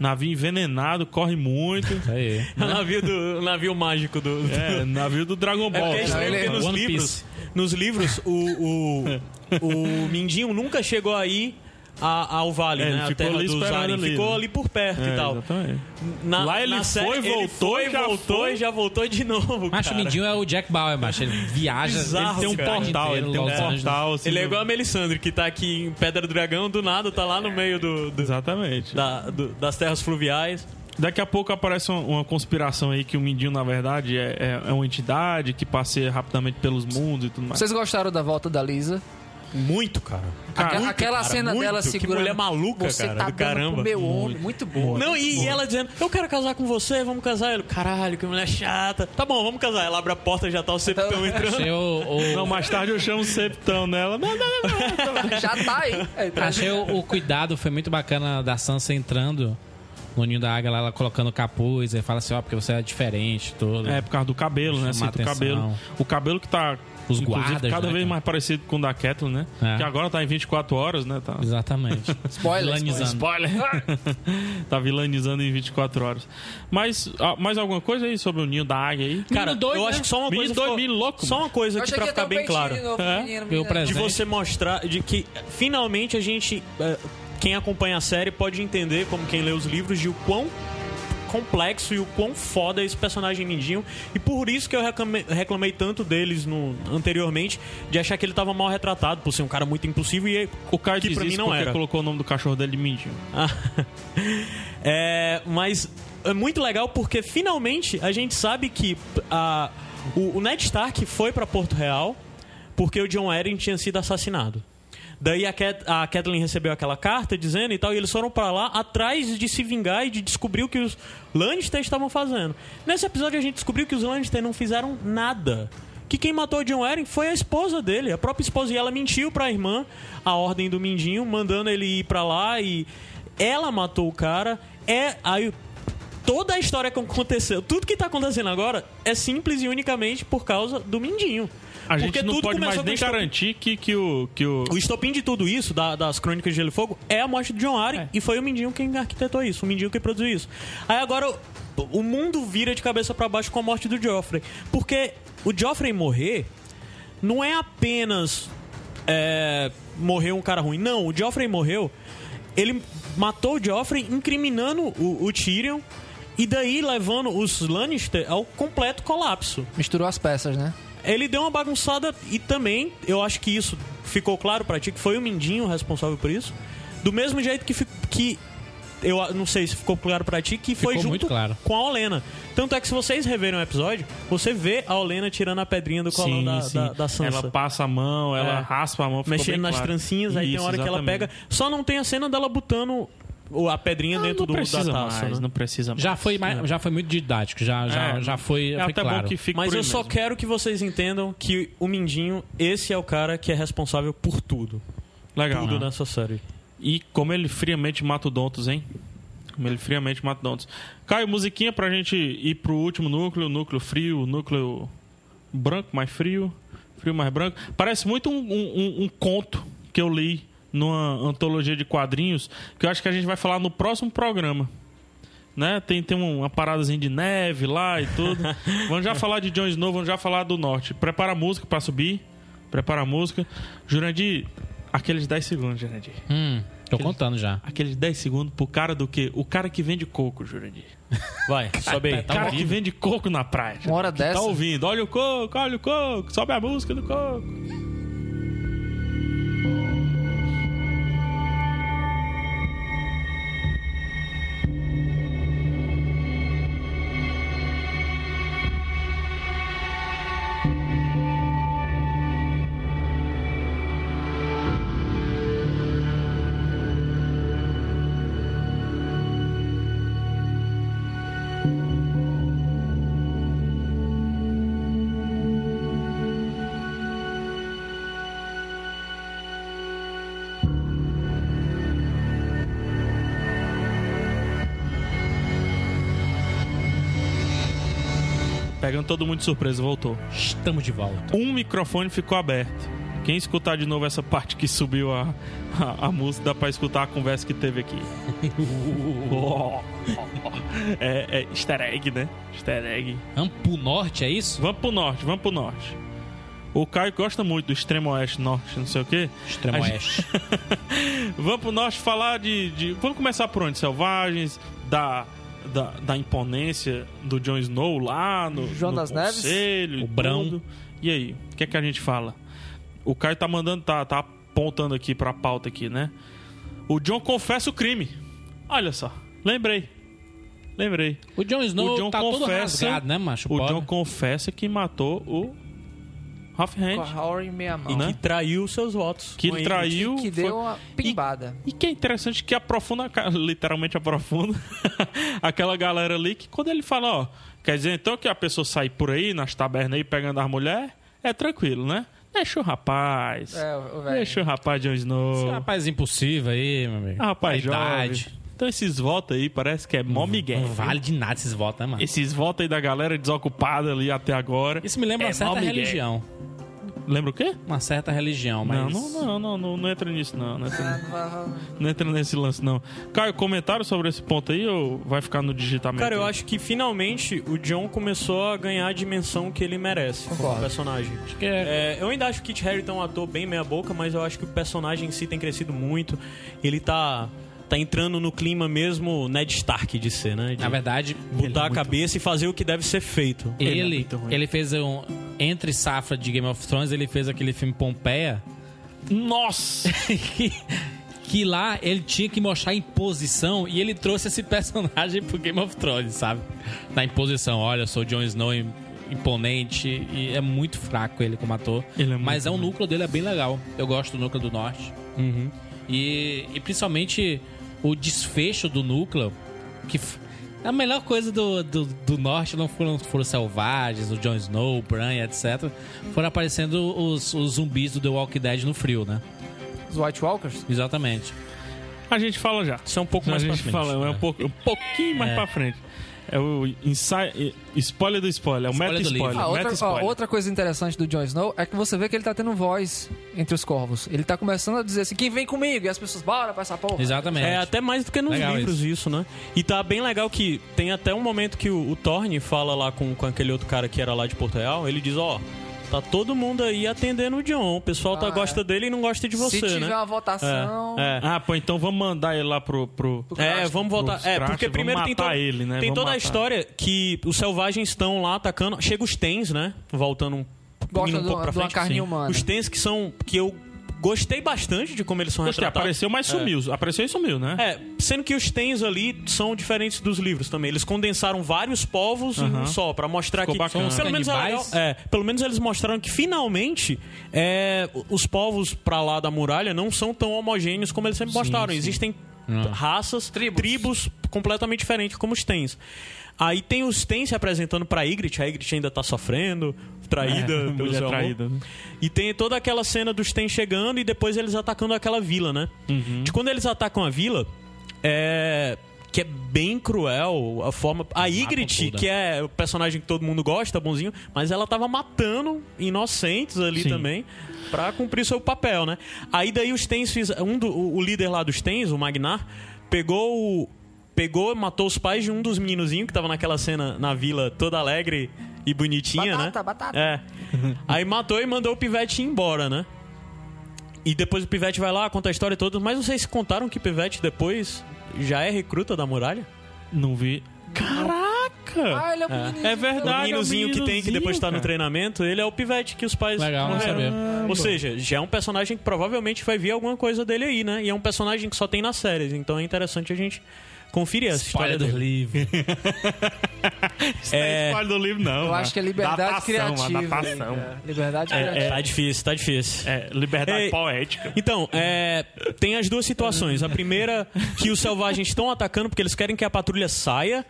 Speaker 1: Navio envenenado, corre muito.
Speaker 2: Aí.
Speaker 4: O navio, do, o navio mágico do.
Speaker 1: né? é, navio do Dragon
Speaker 4: É
Speaker 1: Ball. né?
Speaker 4: porque é estranho
Speaker 3: ele-
Speaker 4: porque nos
Speaker 2: One
Speaker 4: livros, nos livros, o, o, o Mindinho nunca chegou aí a- ao vale,
Speaker 1: É, ele
Speaker 4: né? A
Speaker 1: ficou
Speaker 4: terra
Speaker 1: ali
Speaker 4: dos
Speaker 1: esperando
Speaker 4: Aren.
Speaker 1: ali,
Speaker 4: Ficou
Speaker 1: né?
Speaker 4: ali por perto
Speaker 1: É,
Speaker 4: e tal.
Speaker 1: exatamente.
Speaker 4: Na-
Speaker 1: Lá ele
Speaker 4: na série,
Speaker 1: foi, voltou,
Speaker 4: foi,
Speaker 1: já
Speaker 4: voltou
Speaker 1: foi.
Speaker 4: e já voltou de novo.
Speaker 2: Macho
Speaker 4: cara.
Speaker 2: Mindinho é o Jack Bauer, macho. Ele viaja.
Speaker 4: Bizarro,
Speaker 1: Tem um
Speaker 4: cara.
Speaker 1: portal, ele tem um portal. assim,
Speaker 4: Ele é
Speaker 1: no-
Speaker 4: igual a Melisandre, que tá aqui em Pedra do Dragão, do nada, tá lá no meio do, do-
Speaker 1: Exatamente.
Speaker 4: da- do- das terras fluviais.
Speaker 1: Daqui a pouco aparece uma, uma conspiração aí que o Mindinho, na verdade, é, é- é uma entidade que passeia rapidamente pelos mundos e tudo mais.
Speaker 3: Vocês gostaram da volta da Lisa?
Speaker 4: Muito, cara.
Speaker 3: Aquela- aquela cena
Speaker 4: Ah, muito.
Speaker 3: dela
Speaker 4: Que
Speaker 3: segurando.
Speaker 4: mulher maluca,
Speaker 3: Você
Speaker 4: cara,
Speaker 3: tá
Speaker 4: do
Speaker 3: dando
Speaker 4: caramba.
Speaker 3: pro meu homem. Muito boa.
Speaker 4: Não, e, e ela dizendo, eu quero casar com você, vamos casar. Ele, caralho, que mulher chata. Tá bom, vamos casar. Ela abre a porta, já tá o
Speaker 3: Então,
Speaker 4: septão
Speaker 1: um
Speaker 4: entrando.
Speaker 2: Achei o, o-
Speaker 1: Não, mais tarde eu chamo o Septão nela. Não, é não, não.
Speaker 3: Já tá aí. É, tá.
Speaker 2: Achei o, o cuidado, foi muito bacana da Sansa entrando no ninho da águia lá, ela colocando o capuz, aí fala assim, ó, porque você é diferente, todo.
Speaker 1: É por causa do cabelo, né?
Speaker 2: Chamar
Speaker 1: Sinto o
Speaker 2: atenção.
Speaker 1: cabelo. O cabelo que tá
Speaker 2: Os
Speaker 1: Inclusive,
Speaker 2: guardas.
Speaker 1: cada
Speaker 2: né,
Speaker 1: vez
Speaker 2: cara?
Speaker 1: mais parecido com o da Kathleen, né?
Speaker 2: É.
Speaker 1: Que agora tá em 24 horas, né? Tá,
Speaker 2: Exatamente.
Speaker 3: Spoiler, Ah,
Speaker 2: Vilanizando.
Speaker 1: Spoiler! tá vilanizando em 24 horas. Mas ah, mais alguma coisa aí sobre o ninho da águia aí?
Speaker 4: Cara,
Speaker 2: Menino doido,
Speaker 4: eu
Speaker 2: né?
Speaker 4: acho que só uma
Speaker 1: Menino
Speaker 4: coisa.
Speaker 1: doido,
Speaker 4: ficou-
Speaker 1: menino louco,
Speaker 4: Só
Speaker 1: mano.
Speaker 4: uma coisa aqui pra
Speaker 3: um
Speaker 4: ficar bem claro.
Speaker 1: É.
Speaker 2: Eu
Speaker 4: De
Speaker 2: presente.
Speaker 4: você mostrar de que finalmente a gente. eh, Quem acompanha a série pode entender, como quem lê os livros, de o quão complexo e o quão foda é esse personagem Mindinho. E por isso que eu reclamei, reclamei tanto deles no, anteriormente, de achar que ele tava mal retratado, por ser um cara muito impulsivo e
Speaker 1: O Caio
Speaker 4: que
Speaker 1: diz
Speaker 4: pra
Speaker 1: isso
Speaker 4: mim não
Speaker 1: porque
Speaker 4: era.
Speaker 1: colocou o nome do cachorro dele de Mindinho.
Speaker 4: Ah, é, mas é muito legal porque finalmente a gente sabe que a, o, o Ned Stark foi para Porto Real porque o John Arryn tinha sido assassinado. Daí a, Cat, a Catelyn recebeu aquela carta dizendo e tal, e eles foram para lá atrás de se vingar e de descobrir o que os Lannister estavam fazendo. Nesse episódio a gente descobriu que os Lannister não fizeram nada. Que quem matou o John Arryn foi a esposa dele, a própria esposa, e ela mentiu pra irmã a ordem do Mindinho, mandando ele ir pra lá e ela matou o cara. É aí toda a história que aconteceu, tudo que tá acontecendo agora é simples e unicamente por causa do Mindinho.
Speaker 1: A gente
Speaker 4: Porque
Speaker 1: não
Speaker 4: tudo
Speaker 1: pode
Speaker 4: começou
Speaker 1: mais
Speaker 4: com
Speaker 1: nem
Speaker 4: estupro.
Speaker 1: garantir que, que o. Que o...
Speaker 4: O estopim de tudo isso, da- das crônicas de Gelo e Fogo, é a morte do John Arryn. E foi o Mindinho quem arquitetou isso, o Mindinho quem produziu isso. Aí agora o, o mundo vira de cabeça pra baixo com a morte do Joffrey. Porque o Joffrey morrer não é apenas é, morreu um cara ruim. Não, o Joffrey morreu. Ele matou o Joffrey incriminando o, o Tyrion e daí levando os Lannister ao completo colapso
Speaker 3: Misturou as peças, né?
Speaker 4: ele deu uma bagunçada e também, eu acho que isso ficou claro pra ti, que foi o Mindinho responsável por isso. Do mesmo jeito que, fi- que eu a- não sei se ficou claro pra ti, que foi
Speaker 2: Ficou
Speaker 4: junto
Speaker 2: muito claro.
Speaker 4: com a Olena. Tanto é que se vocês reverem o episódio, você vê a Olena tirando a pedrinha do colão da, da, da Sansa.
Speaker 1: Ela passa a mão, ela
Speaker 4: É.
Speaker 1: raspa a mão, ficou
Speaker 4: Mexendo
Speaker 1: bem
Speaker 4: nas
Speaker 1: claro.
Speaker 4: trancinhas, aí tem
Speaker 1: Isso,
Speaker 4: hora que ela
Speaker 1: exatamente.
Speaker 4: pega. Só não tem a cena dela botando o- a pedrinha
Speaker 1: Não,
Speaker 4: dentro
Speaker 1: não
Speaker 4: do, da
Speaker 1: precisa
Speaker 4: taça.
Speaker 1: mais,
Speaker 4: né?
Speaker 1: não precisa mais.
Speaker 2: Já foi, mais- já foi muito didático, já, já,
Speaker 1: É.
Speaker 2: já foi,
Speaker 1: É
Speaker 2: foi
Speaker 1: até
Speaker 2: claro.
Speaker 1: bom que fique
Speaker 4: Mas
Speaker 1: por
Speaker 4: eu
Speaker 1: aí
Speaker 4: só
Speaker 1: mesmo.
Speaker 4: quero que vocês entendam que o Mindinho, esse é o cara que é responsável por tudo.
Speaker 1: Legal. né?
Speaker 4: Tudo nessa série.
Speaker 1: E como ele friamente mata o Dontos, hein? Como ele friamente mata o Dontos. Caio, musiquinha pra gente ir pro último núcleo, núcleo frio, núcleo branco mais frio, frio mais branco. Parece muito um, um- um- um conto que eu li numa antologia de quadrinhos, que eu acho que a gente vai falar no próximo programa. Né? Tem, tem uma paradazinha de neve lá e tudo. vamos já falar de Jon Snow, vamos já falar do Norte. Prepara a música pra subir. Prepara a música. Jurandir, aqueles 10 segundos, Jurandir.
Speaker 2: Hum, tô contando já.
Speaker 1: Aqueles 10 segundos pro cara do quê? O cara que vende coco, Jurandir.
Speaker 4: Vai, sobe
Speaker 2: tá,
Speaker 4: aí.
Speaker 1: O cara que vende coco na praia.
Speaker 3: Uma hora
Speaker 1: Tá
Speaker 3: dessa.
Speaker 1: ouvindo? Olha o coco, olha o coco. Sobe a música do coco. Pegando todo mundo de surpresa, voltou.
Speaker 2: Estamos de volta.
Speaker 1: Um microfone ficou aberto. Quem escutar de novo essa parte que subiu a, a, a música, dá pra escutar a conversa que teve aqui. é, é easter egg, né? Easter egg.
Speaker 2: Ampo Norte, é isso?
Speaker 1: Vamos pro norte, vamos pro norte. O Caio gosta muito do extremo oeste, norte, não sei o quê.
Speaker 2: Extremo
Speaker 1: A gente-
Speaker 2: Oeste.
Speaker 1: Vamos pro norte falar de, de- Vamos começar por onde? Selvagens, da, da, da imponência do Jon Snow lá no.
Speaker 3: João
Speaker 1: no
Speaker 3: das Neves?
Speaker 1: conselho,
Speaker 2: O
Speaker 1: e
Speaker 2: Brão.
Speaker 1: tudo. E aí, o que é que a gente fala? O Caio tá mandando, tá, tá apontando aqui pra pauta aqui, né? O John confessa o crime. Olha só, lembrei. Lembrei.
Speaker 2: O Jon Snow
Speaker 1: O Jon
Speaker 2: tá todo
Speaker 1: confessa-
Speaker 2: rasgado, né, macho?
Speaker 1: O
Speaker 2: Pobre.
Speaker 1: John confessa que matou o Half
Speaker 3: Com
Speaker 1: Hand.
Speaker 3: a hora e meia mão.
Speaker 1: né?
Speaker 4: Que traiu seus votos.
Speaker 1: Que
Speaker 4: Com
Speaker 1: ele
Speaker 4: ele.
Speaker 1: traiu.
Speaker 3: Que
Speaker 1: foi-
Speaker 3: deu uma pimbada.
Speaker 1: E que é interessante que aprofunda, ca- literalmente aprofunda, aquela galera ali que quando ele fala, ó, quer dizer então que a pessoa sai por aí nas tabernas aí pegando as mulheres, é tranquilo, né? Deixa o rapaz.
Speaker 3: É, o velho.
Speaker 1: deixa o rapaz de um hoje
Speaker 2: Esse
Speaker 1: novo.
Speaker 2: rapaz impossível aí, meu amigo.
Speaker 1: Ah, rapaz,
Speaker 2: A idade.
Speaker 1: jovem. Então esses votos aí parece que é mó migué.
Speaker 2: Não Hum, um vale de nada esses votos, né, mano?
Speaker 1: Esses votos aí da galera desocupada ali até agora.
Speaker 2: Isso me
Speaker 1: É
Speaker 2: lembra uma certa
Speaker 1: mal migué.
Speaker 2: religião.
Speaker 1: Lembra o quê?
Speaker 2: Uma certa religião, mas.
Speaker 1: Não, não, não, não, não, não entra nisso, não. Não entra, não entra nesse lance, não. Caio, comentário sobre esse ponto aí ou vai ficar no digitamento?
Speaker 4: Cara, eu
Speaker 1: aí?
Speaker 4: acho que finalmente o John começou a ganhar a dimensão que ele merece
Speaker 3: Concordo.
Speaker 4: como personagem.
Speaker 2: que é-
Speaker 4: É, eu ainda acho que Kit Harington é um ator bem meia boca, mas eu acho que o personagem em si tem crescido muito. Ele tá, tá entrando no clima mesmo Ned Stark de ser, né? De
Speaker 2: Na verdade, é
Speaker 4: botar a cabeça e fazer o que deve ser feito.
Speaker 2: ele,
Speaker 1: é
Speaker 2: ele,
Speaker 1: muito ruim.
Speaker 2: fez um. Entre safra de Game of Thrones, ele fez aquele filme Pompeia.
Speaker 1: Nossa!
Speaker 2: que, que lá ele tinha que mostrar imposição e ele trouxe esse personagem pro Game of Thrones, sabe? Na imposição, olha, eu sou o Jon Snow im- imponente e é muito fraco ele como ator.
Speaker 1: Ele é muito
Speaker 2: mas é um núcleo dele é bem legal. Eu gosto do núcleo do norte.
Speaker 1: Uhum.
Speaker 2: E, e principalmente o desfecho do núcleo, que f- é a melhor coisa do, do, do norte não foram, foram os selvagens, o Jon Snow, o Bran, etc. Foram aparecendo os, os zumbis do The Walking Dead no frio, né?
Speaker 3: Os White Walkers?
Speaker 2: Exatamente.
Speaker 1: A gente fala já.
Speaker 4: Isso é um pouco
Speaker 1: a
Speaker 4: mais pra
Speaker 1: gente
Speaker 4: frente.
Speaker 1: fala, é um,
Speaker 2: né?
Speaker 1: pouco- um pouquinho mais
Speaker 2: É.
Speaker 1: pra frente. É o insi- spoiler do spoiler, é o
Speaker 2: Spoiler
Speaker 1: meta
Speaker 2: do livro.
Speaker 1: spoiler.
Speaker 3: Ah, outra,
Speaker 1: meta
Speaker 3: ó,
Speaker 1: spoiler.
Speaker 3: outra coisa interessante do Jon Snow é que você vê que ele tá tendo voz entre os corvos. Ele tá começando a dizer assim, quem vem comigo? E as pessoas, bora pra essa porra.
Speaker 2: Exatamente.
Speaker 4: É, até mais do que nos
Speaker 2: Legal
Speaker 4: livros isso. né? E tá bem legal que tem até um momento que o, o Thorne fala lá com, com aquele outro cara que era lá de Porto Real, ele diz, ó, tá todo mundo aí atendendo o John, o pessoal tá,
Speaker 3: Ah,
Speaker 4: gosta dele e não gosta de você,
Speaker 3: Se tiver
Speaker 4: né?
Speaker 3: uma votação...
Speaker 4: É, é.
Speaker 1: Ah, pô, então vamos mandar ele lá pro. pro...
Speaker 4: É, vamos voltar.
Speaker 1: Os
Speaker 4: É,
Speaker 1: traste,
Speaker 4: porque
Speaker 1: tipo, vamos
Speaker 4: primeiro tem,
Speaker 1: matar
Speaker 4: todo-
Speaker 1: ele, né?
Speaker 4: tem
Speaker 1: Vamos
Speaker 4: toda a
Speaker 1: matar.
Speaker 4: história que os selvagens estão lá atacando. Chega os Tens, né? Voltando um,
Speaker 3: Gosta
Speaker 4: indo um
Speaker 3: do-
Speaker 4: pouco pra
Speaker 3: de uma
Speaker 4: frente.
Speaker 3: carne
Speaker 4: Sim.
Speaker 3: humana.
Speaker 4: Os Tens que são. que eu gostei bastante de como eles são
Speaker 1: Gostei,
Speaker 4: retratados.
Speaker 1: apareceu, mas
Speaker 4: É.
Speaker 1: sumiu. Apareceu e sumiu, né?
Speaker 4: É, sendo que os tens ali são diferentes dos livros também. Eles condensaram vários povos em um só, pra mostrar
Speaker 1: Ficou
Speaker 4: que.
Speaker 1: bacana.
Speaker 4: Pelo, menos é legal,
Speaker 2: Canibais?
Speaker 4: é, pelo menos eles mostraram que finalmente é, os povos pra lá da muralha não são tão homogêneos como eles sempre mostraram. Existem raças, tribos. completamente diferentes, como os tens. Aí tem os tens se apresentando pra Ygritte, a Ygritte ainda tá sofrendo, traída,
Speaker 1: É,
Speaker 4: pelo
Speaker 1: mulher
Speaker 4: seu amor.
Speaker 1: traída, né?
Speaker 4: E tem toda aquela cena dos Ten chegando e depois eles atacando aquela vila, né? De quando eles atacam a vila, é. Que é bem cruel a forma. A Ygritte,
Speaker 2: toda.
Speaker 4: que é o personagem que todo mundo gosta, bonzinho, mas ela tava matando inocentes ali
Speaker 1: Sim.
Speaker 4: também pra cumprir seu papel, né? Aí daí os Tens fiz, um do, o o líder lá dos Tens, o Magnar, pegou o pegou e matou os pais de um dos meninozinhos que tava naquela cena na vila toda alegre e bonitinha,
Speaker 3: Batata,
Speaker 4: né?
Speaker 3: batata.
Speaker 4: É. Aí matou e mandou o pivete ir embora, né? E depois o pivete vai lá, conta a história toda, mas vocês contaram que o pivete depois já é recruta da muralha?
Speaker 1: Não vi. Caraca!
Speaker 3: Ah, ele é, bonito.
Speaker 1: É
Speaker 4: o
Speaker 1: verdade, é
Speaker 4: meninozinho que tem, que depois tá no
Speaker 1: cara.
Speaker 4: treinamento, ele é o pivete que os pais.
Speaker 2: Legal, não
Speaker 4: morreram.
Speaker 2: saber.
Speaker 4: Ou seja, já é um personagem que provavelmente vai vir alguma coisa dele aí, né? E é um personagem que só tem nas séries, então é interessante a gente conferir essa história dele.
Speaker 2: livros.
Speaker 1: Isso não é
Speaker 4: É.
Speaker 1: spoiler do livro, não. né?
Speaker 3: Eu acho que é liberdade criativa.
Speaker 1: Uma datação.
Speaker 3: É, liberdade criativa.
Speaker 4: Tá difícil, tá difícil.
Speaker 1: É, liberdade
Speaker 4: Ei.
Speaker 1: poética.
Speaker 4: Então, é, tem as duas situações. A primeira, que os selvagens estão atacando porque eles querem que a patrulha saia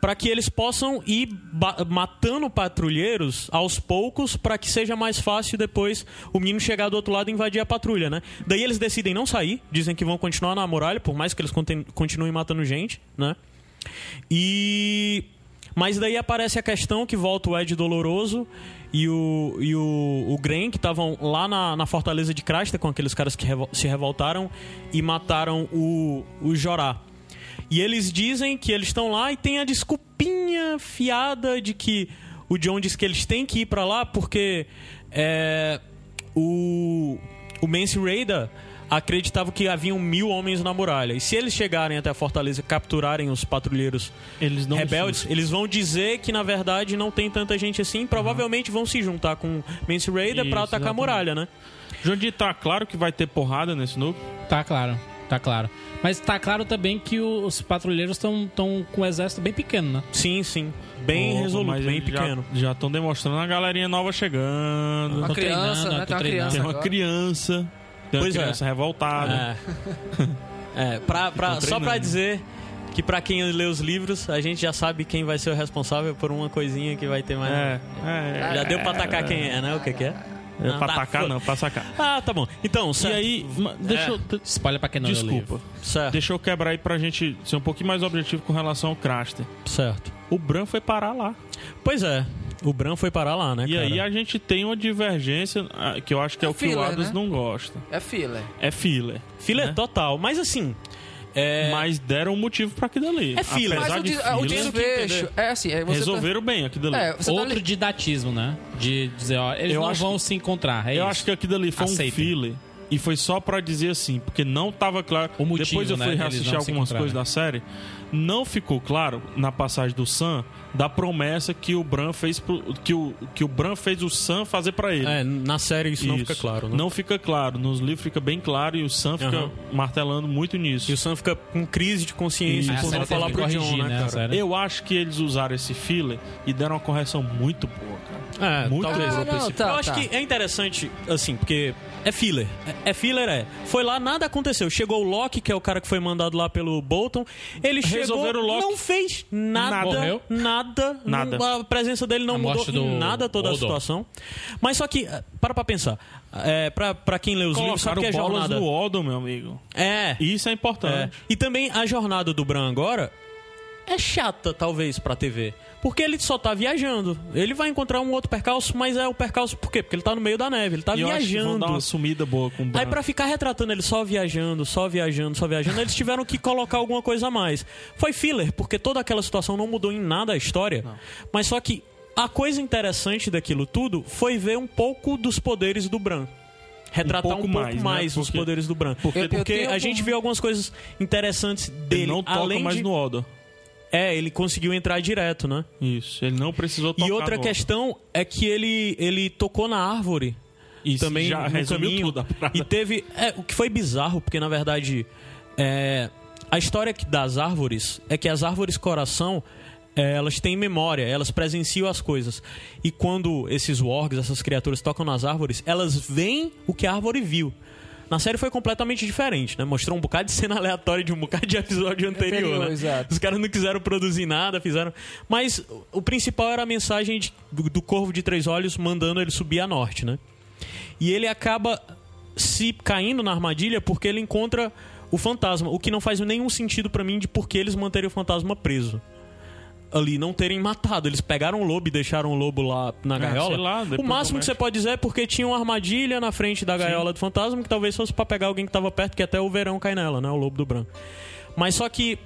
Speaker 4: para que eles possam ir ba- matando patrulheiros aos poucos para que seja mais fácil depois o menino chegar do outro lado e invadir a patrulha, né? Daí eles decidem não sair, dizem que vão continuar na muralha, por mais que eles conten- continuem matando gente, né? E. Mas daí aparece a questão que volta o Ed Doloroso e o, e o, o Gren, que estavam lá na, na fortaleza de Crasta com aqueles caras que revol- se revoltaram e mataram o, o Jorá. E eles dizem que eles estão lá e tem a desculpinha fiada de que o John diz que eles têm que ir pra lá porque é, o, o Mance Raider acreditava que haviam mil homens na muralha. E se eles chegarem até a fortaleza e capturarem os patrulheiros
Speaker 1: Eles não
Speaker 4: rebeldes, eles vão dizer que na verdade não tem tanta gente assim. Provavelmente vão se juntar com Mance Raider
Speaker 1: Isso,
Speaker 4: pra atacar a
Speaker 1: exatamente.
Speaker 4: muralha, né?
Speaker 1: Jondi, tá claro que vai ter porrada nesse núcleo.
Speaker 2: Tá claro, tá claro. Mas tá claro também que o- os patrulheiros estão com um exército bem pequeno, né?
Speaker 4: Sim, sim. Bem
Speaker 1: Porra,
Speaker 4: resoluto,
Speaker 1: mas
Speaker 4: bem
Speaker 1: eles já-
Speaker 4: pequeno.
Speaker 1: Já estão demonstrando a galerinha nova chegando.
Speaker 3: Uma
Speaker 2: tô
Speaker 3: criança,
Speaker 2: treinando,
Speaker 3: né?
Speaker 2: eu
Speaker 3: Tem
Speaker 2: tô
Speaker 3: uma
Speaker 2: treinando.
Speaker 3: criança
Speaker 1: Tem uma
Speaker 3: agora.
Speaker 1: criança. Tem uma
Speaker 4: Pois é.
Speaker 1: criança revoltada.
Speaker 4: É. É, pra, pra-
Speaker 1: Tô
Speaker 4: só
Speaker 1: treinando.
Speaker 4: pra dizer que pra quem lê os livros, a gente já sabe quem vai ser o responsável por uma coisinha que vai ter mais.
Speaker 1: É, é,
Speaker 4: Já deu pra atacar quem é, né? O que, que é?
Speaker 1: é,
Speaker 4: Não,
Speaker 1: pra
Speaker 4: tá,
Speaker 1: atacar,
Speaker 4: foda.
Speaker 1: não, pra sacar.
Speaker 4: Ah, tá É. bom. Então,
Speaker 1: E
Speaker 4: certo.
Speaker 1: aí, ma- deixa eu. t-
Speaker 2: Espalha pra quem não leu o
Speaker 1: Desculpa.
Speaker 2: livro.
Speaker 4: Certo.
Speaker 1: Deixa eu quebrar aí pra gente ser um pouquinho mais objetivo com relação ao Craster.
Speaker 4: certo.
Speaker 1: O Bran foi parar lá.
Speaker 4: Pois é. O Bran foi parar lá, né,
Speaker 1: E
Speaker 4: cara?
Speaker 1: aí a gente tem uma divergência ah, que eu acho que é,
Speaker 3: É
Speaker 1: o que o
Speaker 3: filler,
Speaker 1: Adams
Speaker 3: né?
Speaker 1: não gosta.
Speaker 3: É filler.
Speaker 1: É filler.
Speaker 4: Filler
Speaker 1: né?
Speaker 4: total. Mas assim. É...
Speaker 1: Mas deram um motivo pra aquilo ali.
Speaker 4: É filler.
Speaker 1: Apesar
Speaker 3: Mas o,
Speaker 1: de
Speaker 3: des- ah, o
Speaker 1: filler,
Speaker 3: desfecho. É assim, é você.
Speaker 1: resolveram bem aquilo
Speaker 3: Tá,
Speaker 1: ali.
Speaker 3: é, você tá
Speaker 2: Outro
Speaker 3: li-
Speaker 2: didatismo, né? De dizer, ó, eles
Speaker 1: Eu
Speaker 2: não
Speaker 1: acho
Speaker 2: vão se encontrar. É
Speaker 1: eu
Speaker 2: isso.
Speaker 1: acho que aquilo ali foi
Speaker 2: Aceitem.
Speaker 1: um filler. E foi só pra dizer assim, porque não tava claro.
Speaker 2: O motivo,
Speaker 1: Depois eu
Speaker 2: né,
Speaker 1: fui
Speaker 2: deles
Speaker 1: reassistir
Speaker 2: não se
Speaker 1: algumas
Speaker 2: encontrar,
Speaker 1: coisas
Speaker 2: né?
Speaker 1: da série. Não ficou claro, na passagem do Sam, da promessa que o Bran fez pro, que, o, que o Bran fez o Sam fazer pra ele.
Speaker 4: É, na série isso, não
Speaker 1: Isso.
Speaker 4: fica claro, né?
Speaker 1: Não fica claro. Nos livros fica bem claro e o Sam fica
Speaker 4: Aham.
Speaker 1: martelando muito nisso.
Speaker 4: E o Sam fica com crise de consciência
Speaker 2: Ah,
Speaker 1: Isso.
Speaker 4: por
Speaker 1: A
Speaker 4: não
Speaker 1: série
Speaker 4: falar
Speaker 1: teve
Speaker 4: pro
Speaker 1: que
Speaker 4: John,
Speaker 2: corrigir,
Speaker 4: né,
Speaker 2: né, a
Speaker 4: cara?
Speaker 2: série.
Speaker 1: Eu acho que eles usaram esse filler e deram uma correção muito boa, cara.
Speaker 4: É,
Speaker 1: Muito
Speaker 4: talvez.
Speaker 1: boa.
Speaker 3: Ah, não, tá,
Speaker 4: eu acho
Speaker 3: tá.
Speaker 4: que é interessante, assim, porque é filler. É é filler, é. Foi lá, nada aconteceu. Chegou o Loki, que é o cara que foi mandado lá pelo Bolton. Ele
Speaker 1: Resolveram
Speaker 4: chegou,
Speaker 1: o Loki.
Speaker 4: não fez nada.
Speaker 2: Morreu.
Speaker 4: Nada.
Speaker 1: Nada.
Speaker 4: não- a presença dele não
Speaker 2: A
Speaker 4: mudou
Speaker 2: morte do
Speaker 4: em nada toda a
Speaker 2: Hodor.
Speaker 4: situação. Mas só que, eh, para pra pensar. É, pra, pra quem lê os livros, sabe
Speaker 1: Colocaram
Speaker 4: que é
Speaker 1: bolas
Speaker 4: jornada.
Speaker 1: no Oldham, meu amigo.
Speaker 4: É.
Speaker 1: Isso é
Speaker 4: É.
Speaker 1: importante.
Speaker 4: E também a jornada do Bran agora é chata, talvez, pra TV. Porque ele só tá viajando. Ele vai encontrar um outro percalço, mas é o percalço por quê? Porque ele tá no meio da neve, ele tá
Speaker 1: e eu acho que vão
Speaker 4: viajando.
Speaker 1: dar uma sumida boa com o Bran.
Speaker 4: Aí pra ficar retratando ele só viajando, só viajando, só viajando, eles tiveram que colocar alguma coisa a mais. Foi filler, porque toda aquela situação não mudou em nada a história. Mas só que a coisa interessante daquilo tudo foi ver um pouco dos poderes do Bran. Retratar um pouco,
Speaker 1: pouco
Speaker 4: mais,
Speaker 1: mais, né?
Speaker 4: os
Speaker 1: Porque-
Speaker 4: poderes do Bran.
Speaker 1: porque-
Speaker 4: Porque,
Speaker 1: Eu- eu
Speaker 3: tenho
Speaker 4: a
Speaker 3: algum-
Speaker 4: gente viu algumas coisas interessantes dele.
Speaker 1: Ele não toca
Speaker 4: além
Speaker 1: mais
Speaker 4: de...
Speaker 1: no Oldham.
Speaker 4: É, ele conseguiu entrar direto, né?
Speaker 1: Isso, ele não precisou tocar
Speaker 4: E outra
Speaker 1: no
Speaker 4: questão é que ele, ele tocou na árvore
Speaker 1: Oldham. Isso,
Speaker 4: também
Speaker 1: já
Speaker 4: no
Speaker 1: resumiu
Speaker 4: caminho.
Speaker 1: tudo a parada.
Speaker 4: E teve. é, o que foi bizarro, porque na verdade. é, a história que- das árvores é que as árvores coração. é, elas têm memória, elas presenciam as coisas. E quando esses wargs, essas criaturas tocam nas árvores, elas veem o que a árvore viu. Na série foi completamente diferente, né? Mostrou um bocado de cena aleatória de um bocado de episódio anterior,
Speaker 3: Anterior,
Speaker 4: né?
Speaker 3: exato.
Speaker 4: Os caras não quiseram produzir nada, fizeram. Mas o- o principal era a mensagem de- do, do Corvo de Três Olhos mandando ele subir a norte, né? E ele acaba se caindo na armadilha porque ele encontra o fantasma, o que não faz nenhum sentido pra mim de por que eles manterem o fantasma preso. Ali, não terem matado. Eles pegaram o lobo e deixaram o lobo lá na gaiola.
Speaker 1: Ah, sei lá,
Speaker 4: o
Speaker 1: depois
Speaker 4: máximo que
Speaker 1: começa.
Speaker 4: você pode dizer é porque tinha uma armadilha na frente da gaiola do fantasma que talvez fosse pra pegar alguém que tava perto, que até o verão cai nela, né? O lobo do branco. Mas só que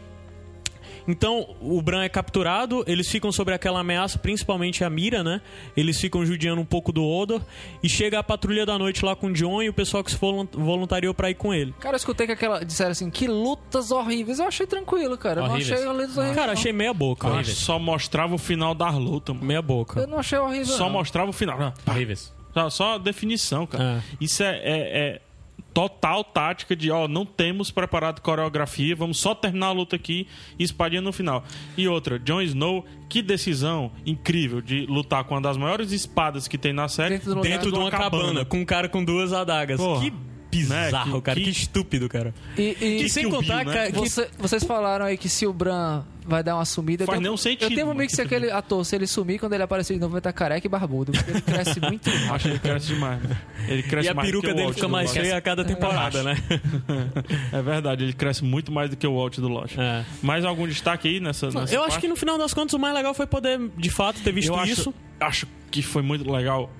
Speaker 4: então, o Bran é capturado, eles ficam sobre aquela ameaça, principalmente a mira, né? Eles ficam judiando um pouco do Odor. E chega a patrulha da noite lá com o John e o pessoal que se volun- voluntariou pra ir com ele.
Speaker 3: Cara, eu escutei que aquela. Disseram assim, que lutas horríveis. Eu achei tranquilo, cara. Eu não
Speaker 2: Horríveis.
Speaker 3: achei lutas horríveis.
Speaker 4: Cara,
Speaker 3: não.
Speaker 4: achei meia boca.
Speaker 1: Eu acho que só mostrava o final da luta, mano.
Speaker 4: Meia
Speaker 3: Eu
Speaker 4: boca.
Speaker 3: não achei horrível.
Speaker 1: Só
Speaker 3: não.
Speaker 1: mostrava o final. Ah, pá,
Speaker 2: Horríveis.
Speaker 1: Só, só a definição, cara.
Speaker 4: É.
Speaker 1: Isso é, é- é total tática de, ó, não temos preparado coreografia, vamos só terminar a luta aqui e espadinha no final. E outra, Jon Snow, que decisão incrível de lutar com uma das maiores espadas que tem na série
Speaker 3: Dentro do lugar.
Speaker 4: Dentro de uma cabana, com um cara com duas adagas.
Speaker 1: Porra.
Speaker 4: Que bizarro,
Speaker 1: Né? Que-
Speaker 4: cara. Que...
Speaker 1: que-
Speaker 4: estúpido, cara.
Speaker 3: E, e-
Speaker 4: E sem
Speaker 1: Kill
Speaker 4: contar,
Speaker 1: Bill, né?
Speaker 4: cara, que
Speaker 3: você- vocês falaram aí que se o Bran vai dar uma sumida.
Speaker 1: Faz
Speaker 3: eu tenho-
Speaker 1: nenhum sentido,
Speaker 3: Eu tenho um amigo
Speaker 1: mano.
Speaker 3: que se aquele ator, se ele sumir, quando ele aparecer de novo, vai estar careca e barbudo. Porque ele cresce muito rápido.
Speaker 1: Acho que ele cresce demais. né? Ele cresce
Speaker 4: E a
Speaker 1: mais do que
Speaker 4: peruca
Speaker 1: o né?
Speaker 4: dele
Speaker 1: Walt
Speaker 4: fica
Speaker 1: do
Speaker 4: mais
Speaker 1: Lost.
Speaker 4: feia a cada temporada, né?
Speaker 1: É verdade, ele cresce muito mais do que o Walt do Lost.
Speaker 4: É.
Speaker 1: Mais algum destaque aí nessa, nessa
Speaker 4: Eu
Speaker 1: parte?
Speaker 4: acho que no final das contas o mais legal foi poder, de fato, ter visto
Speaker 1: eu acho,
Speaker 4: isso.
Speaker 1: acho que foi muito legal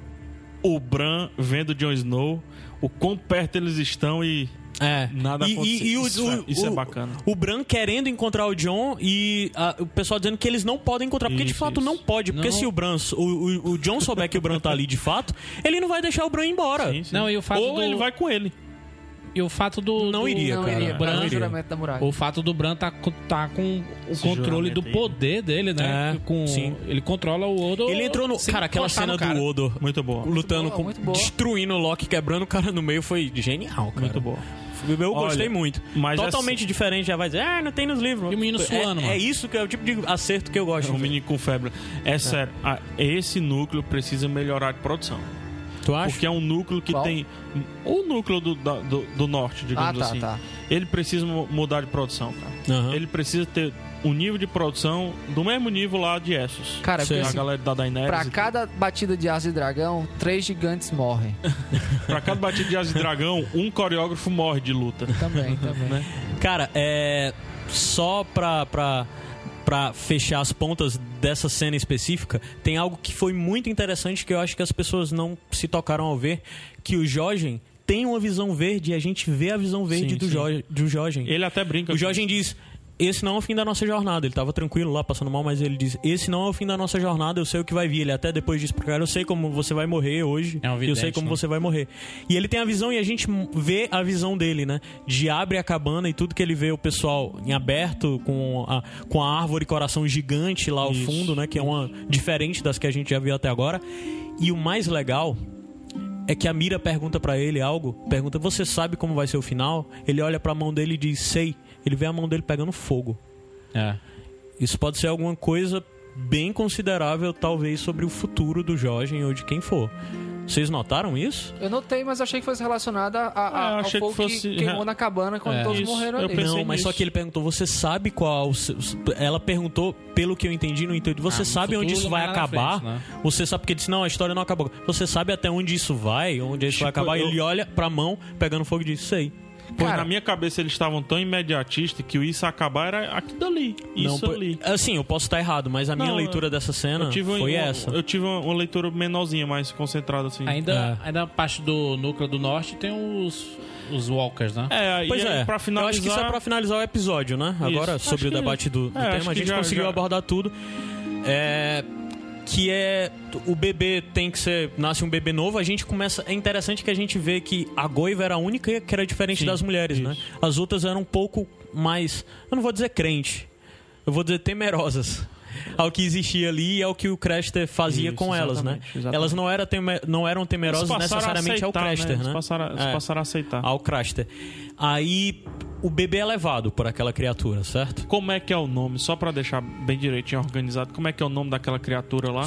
Speaker 1: o Bran vendo Jon Snow, o quão perto eles estão e
Speaker 4: É.
Speaker 1: Nada
Speaker 4: e,
Speaker 1: aconteceu.
Speaker 4: e, e o,
Speaker 1: Isso é-
Speaker 4: o-
Speaker 1: isso é
Speaker 4: o-
Speaker 1: bacana.
Speaker 4: O Bran querendo encontrar o John e ah, o pessoal dizendo que eles não podem encontrar, porque de
Speaker 1: Isso,
Speaker 4: fato
Speaker 1: isso.
Speaker 4: não pode. Porque
Speaker 2: Não.
Speaker 4: se o Bran, o, o, o John souber que o Bran tá ali de fato, ele não vai deixar o Bran ir embora.
Speaker 1: Sim, sim.
Speaker 2: Não, e o fato
Speaker 1: ou
Speaker 2: do-
Speaker 1: ele vai com ele.
Speaker 2: E o fato do.
Speaker 4: Não
Speaker 2: do-
Speaker 4: iria,
Speaker 3: Não
Speaker 4: cara.
Speaker 3: iria,
Speaker 2: Bran-
Speaker 3: para o juramento da muralha.
Speaker 2: O fato do Bran tá, co- tá com o
Speaker 1: Esse
Speaker 2: controle do
Speaker 1: juramento aí.
Speaker 2: poder dele, né?
Speaker 4: É,
Speaker 2: com,
Speaker 4: sim.
Speaker 2: Ele controla o Odo.
Speaker 4: Ele entrou no.
Speaker 2: sem
Speaker 4: Cara, aquela
Speaker 2: encostar
Speaker 4: cena
Speaker 2: no cara.
Speaker 4: do Odo
Speaker 1: Muito bom.
Speaker 4: lutando
Speaker 3: boa,
Speaker 4: com.
Speaker 3: muito boa.
Speaker 4: Destruindo o Loki, quebrando o cara no meio foi genial, cara.
Speaker 1: Muito bom.
Speaker 4: Eu
Speaker 1: Olha,
Speaker 4: gostei muito.
Speaker 1: mas é
Speaker 4: Totalmente diferente, já vai dizer, ah, não tem nos livros.
Speaker 2: E o menino
Speaker 4: É-
Speaker 2: suando,
Speaker 4: é,
Speaker 2: mano.
Speaker 4: isso que é o tipo de acerto que eu gosto.
Speaker 1: É um menino com febre. É sério, a- esse núcleo precisa melhorar de produção.
Speaker 4: Tu acha?
Speaker 1: Porque é um núcleo que
Speaker 3: Qual?
Speaker 1: tem. O núcleo do, da- do, do norte, digamos
Speaker 3: Ah, tá,
Speaker 1: assim.
Speaker 3: tá.
Speaker 1: Ele precisa mu- mudar de produção, cara.
Speaker 4: Aham.
Speaker 1: Ele precisa ter um nível de produção do mesmo nível lá de Essos.
Speaker 3: Cara,
Speaker 4: Sei.
Speaker 3: porque
Speaker 1: a
Speaker 3: assim,
Speaker 1: galera da Daenerys.
Speaker 3: pra
Speaker 1: e
Speaker 3: cada batida de asa de dragão, três gigantes morrem.
Speaker 1: Pra cada batida de asa de dragão, um coreógrafo morre de luta.
Speaker 3: Também, também.
Speaker 4: Cara, é. Só pra. pra pra fechar as pontas dessa cena específica, tem algo que foi muito interessante que eu acho que as pessoas não se tocaram ao ver, que o Jorgen tem uma visão verde e a gente vê a visão verde
Speaker 1: Sim,
Speaker 4: do,
Speaker 1: sim.
Speaker 4: Jorge, do Jorgen.
Speaker 1: Ele é até brinca.
Speaker 4: O Jorgen diz: Esse não é o fim da nossa jornada. Ele tava tranquilo lá, passando mal, mas ele diz: Esse não é o fim da nossa jornada, eu sei o que vai vir. Ele até depois diz pro cara: Eu sei como você vai morrer hoje.
Speaker 2: É um
Speaker 4: eu
Speaker 2: vidente,
Speaker 4: sei como
Speaker 2: né?
Speaker 4: você vai morrer. E ele tem a visão e a gente vê a visão dele, né? De abre a cabana e tudo que ele vê o pessoal em aberto, com a, com a árvore coração gigante lá ao
Speaker 1: Isso.
Speaker 4: fundo, né? Que é uma diferente das que a gente já viu até agora. E o mais legal é que a Mira pergunta pra ele algo, pergunta: "Você sabe como vai ser o final?" Ele olha pra mão dele e diz: "Sei". Ele vê a mão dele pegando fogo.
Speaker 2: É.
Speaker 4: Isso pode ser alguma coisa bem considerável, talvez sobre o futuro do Jorge ou de quem for. Vocês notaram isso?
Speaker 3: Eu notei, mas achei que fosse relacionada a,
Speaker 1: Ah, eu
Speaker 3: a, ao
Speaker 1: achei que
Speaker 3: fogo que,
Speaker 1: fosse-
Speaker 3: queimou na cabana quando
Speaker 2: É.
Speaker 3: todos
Speaker 1: Isso,
Speaker 3: morreram
Speaker 1: eu
Speaker 3: ali.
Speaker 1: pensei
Speaker 4: não, mas
Speaker 1: nisso.
Speaker 4: só que ele perguntou: "Você sabe qual?" o seu-" Ela perguntou, pelo que eu entendi no intuito,
Speaker 2: Ah,
Speaker 4: "Você
Speaker 2: no
Speaker 4: sabe onde
Speaker 2: futuro,
Speaker 4: isso vai
Speaker 2: mas lá na
Speaker 4: acabar?"
Speaker 2: frente, né?
Speaker 4: Você sabe porque disse: "Não, a história não acabou". Você sabe até onde isso vai, onde isso vai
Speaker 1: Tipo,
Speaker 4: acabar?
Speaker 1: eu-
Speaker 4: Ele olha pra mão pegando fogo e diz: "Sei".
Speaker 1: Pois
Speaker 3: Cara-
Speaker 1: na minha cabeça eles estavam tão imediatistas que o isso acabar era aquilo ali.
Speaker 4: Não,
Speaker 1: Isso
Speaker 4: po-
Speaker 1: ali.
Speaker 4: Assim, eu posso estar errado, mas a minha
Speaker 1: Não,
Speaker 4: leitura dessa cena
Speaker 1: Eu tive, um-
Speaker 4: foi
Speaker 1: um-
Speaker 4: essa.
Speaker 1: eu tive uma, uma leitura menorzinha, mais concentrada assim.
Speaker 2: Ainda,
Speaker 4: É.
Speaker 2: ainda a parte do núcleo do norte tem os, os walkers, né?
Speaker 1: É,
Speaker 4: Pois
Speaker 1: e aí,
Speaker 4: é,
Speaker 1: pra
Speaker 4: eu acho que isso é
Speaker 1: finalizar-
Speaker 4: pra finalizar o episódio, né? Agora,
Speaker 1: Acho
Speaker 4: sobre o
Speaker 1: que-
Speaker 4: debate do, do
Speaker 1: é, acho
Speaker 4: tema, a
Speaker 1: que
Speaker 4: gente
Speaker 1: já-
Speaker 4: conseguiu
Speaker 1: já-
Speaker 4: abordar tudo. É, que é o bebê tem que ser nasce um bebê novo a gente começa é interessante que a gente vê que a Goiva era a única que era diferente das mulheres né as outras eram um pouco mais eu não vou dizer crente eu vou dizer temerosas ao que existia ali e ao que o Craster fazia
Speaker 1: Isso,
Speaker 4: com elas né
Speaker 1: exatamente, exatamente.
Speaker 4: elas não eram temer, não eram temerosas necessariamente ao Craster né,
Speaker 1: Eles passaram, eles
Speaker 4: É
Speaker 1: passaram a aceitar.
Speaker 4: ao Craster. Aí o bebê é levado por aquela criatura, certo?
Speaker 1: Como é que é o nome? Só pra deixar bem direitinho organizado, como é que é o nome daquela criatura lá?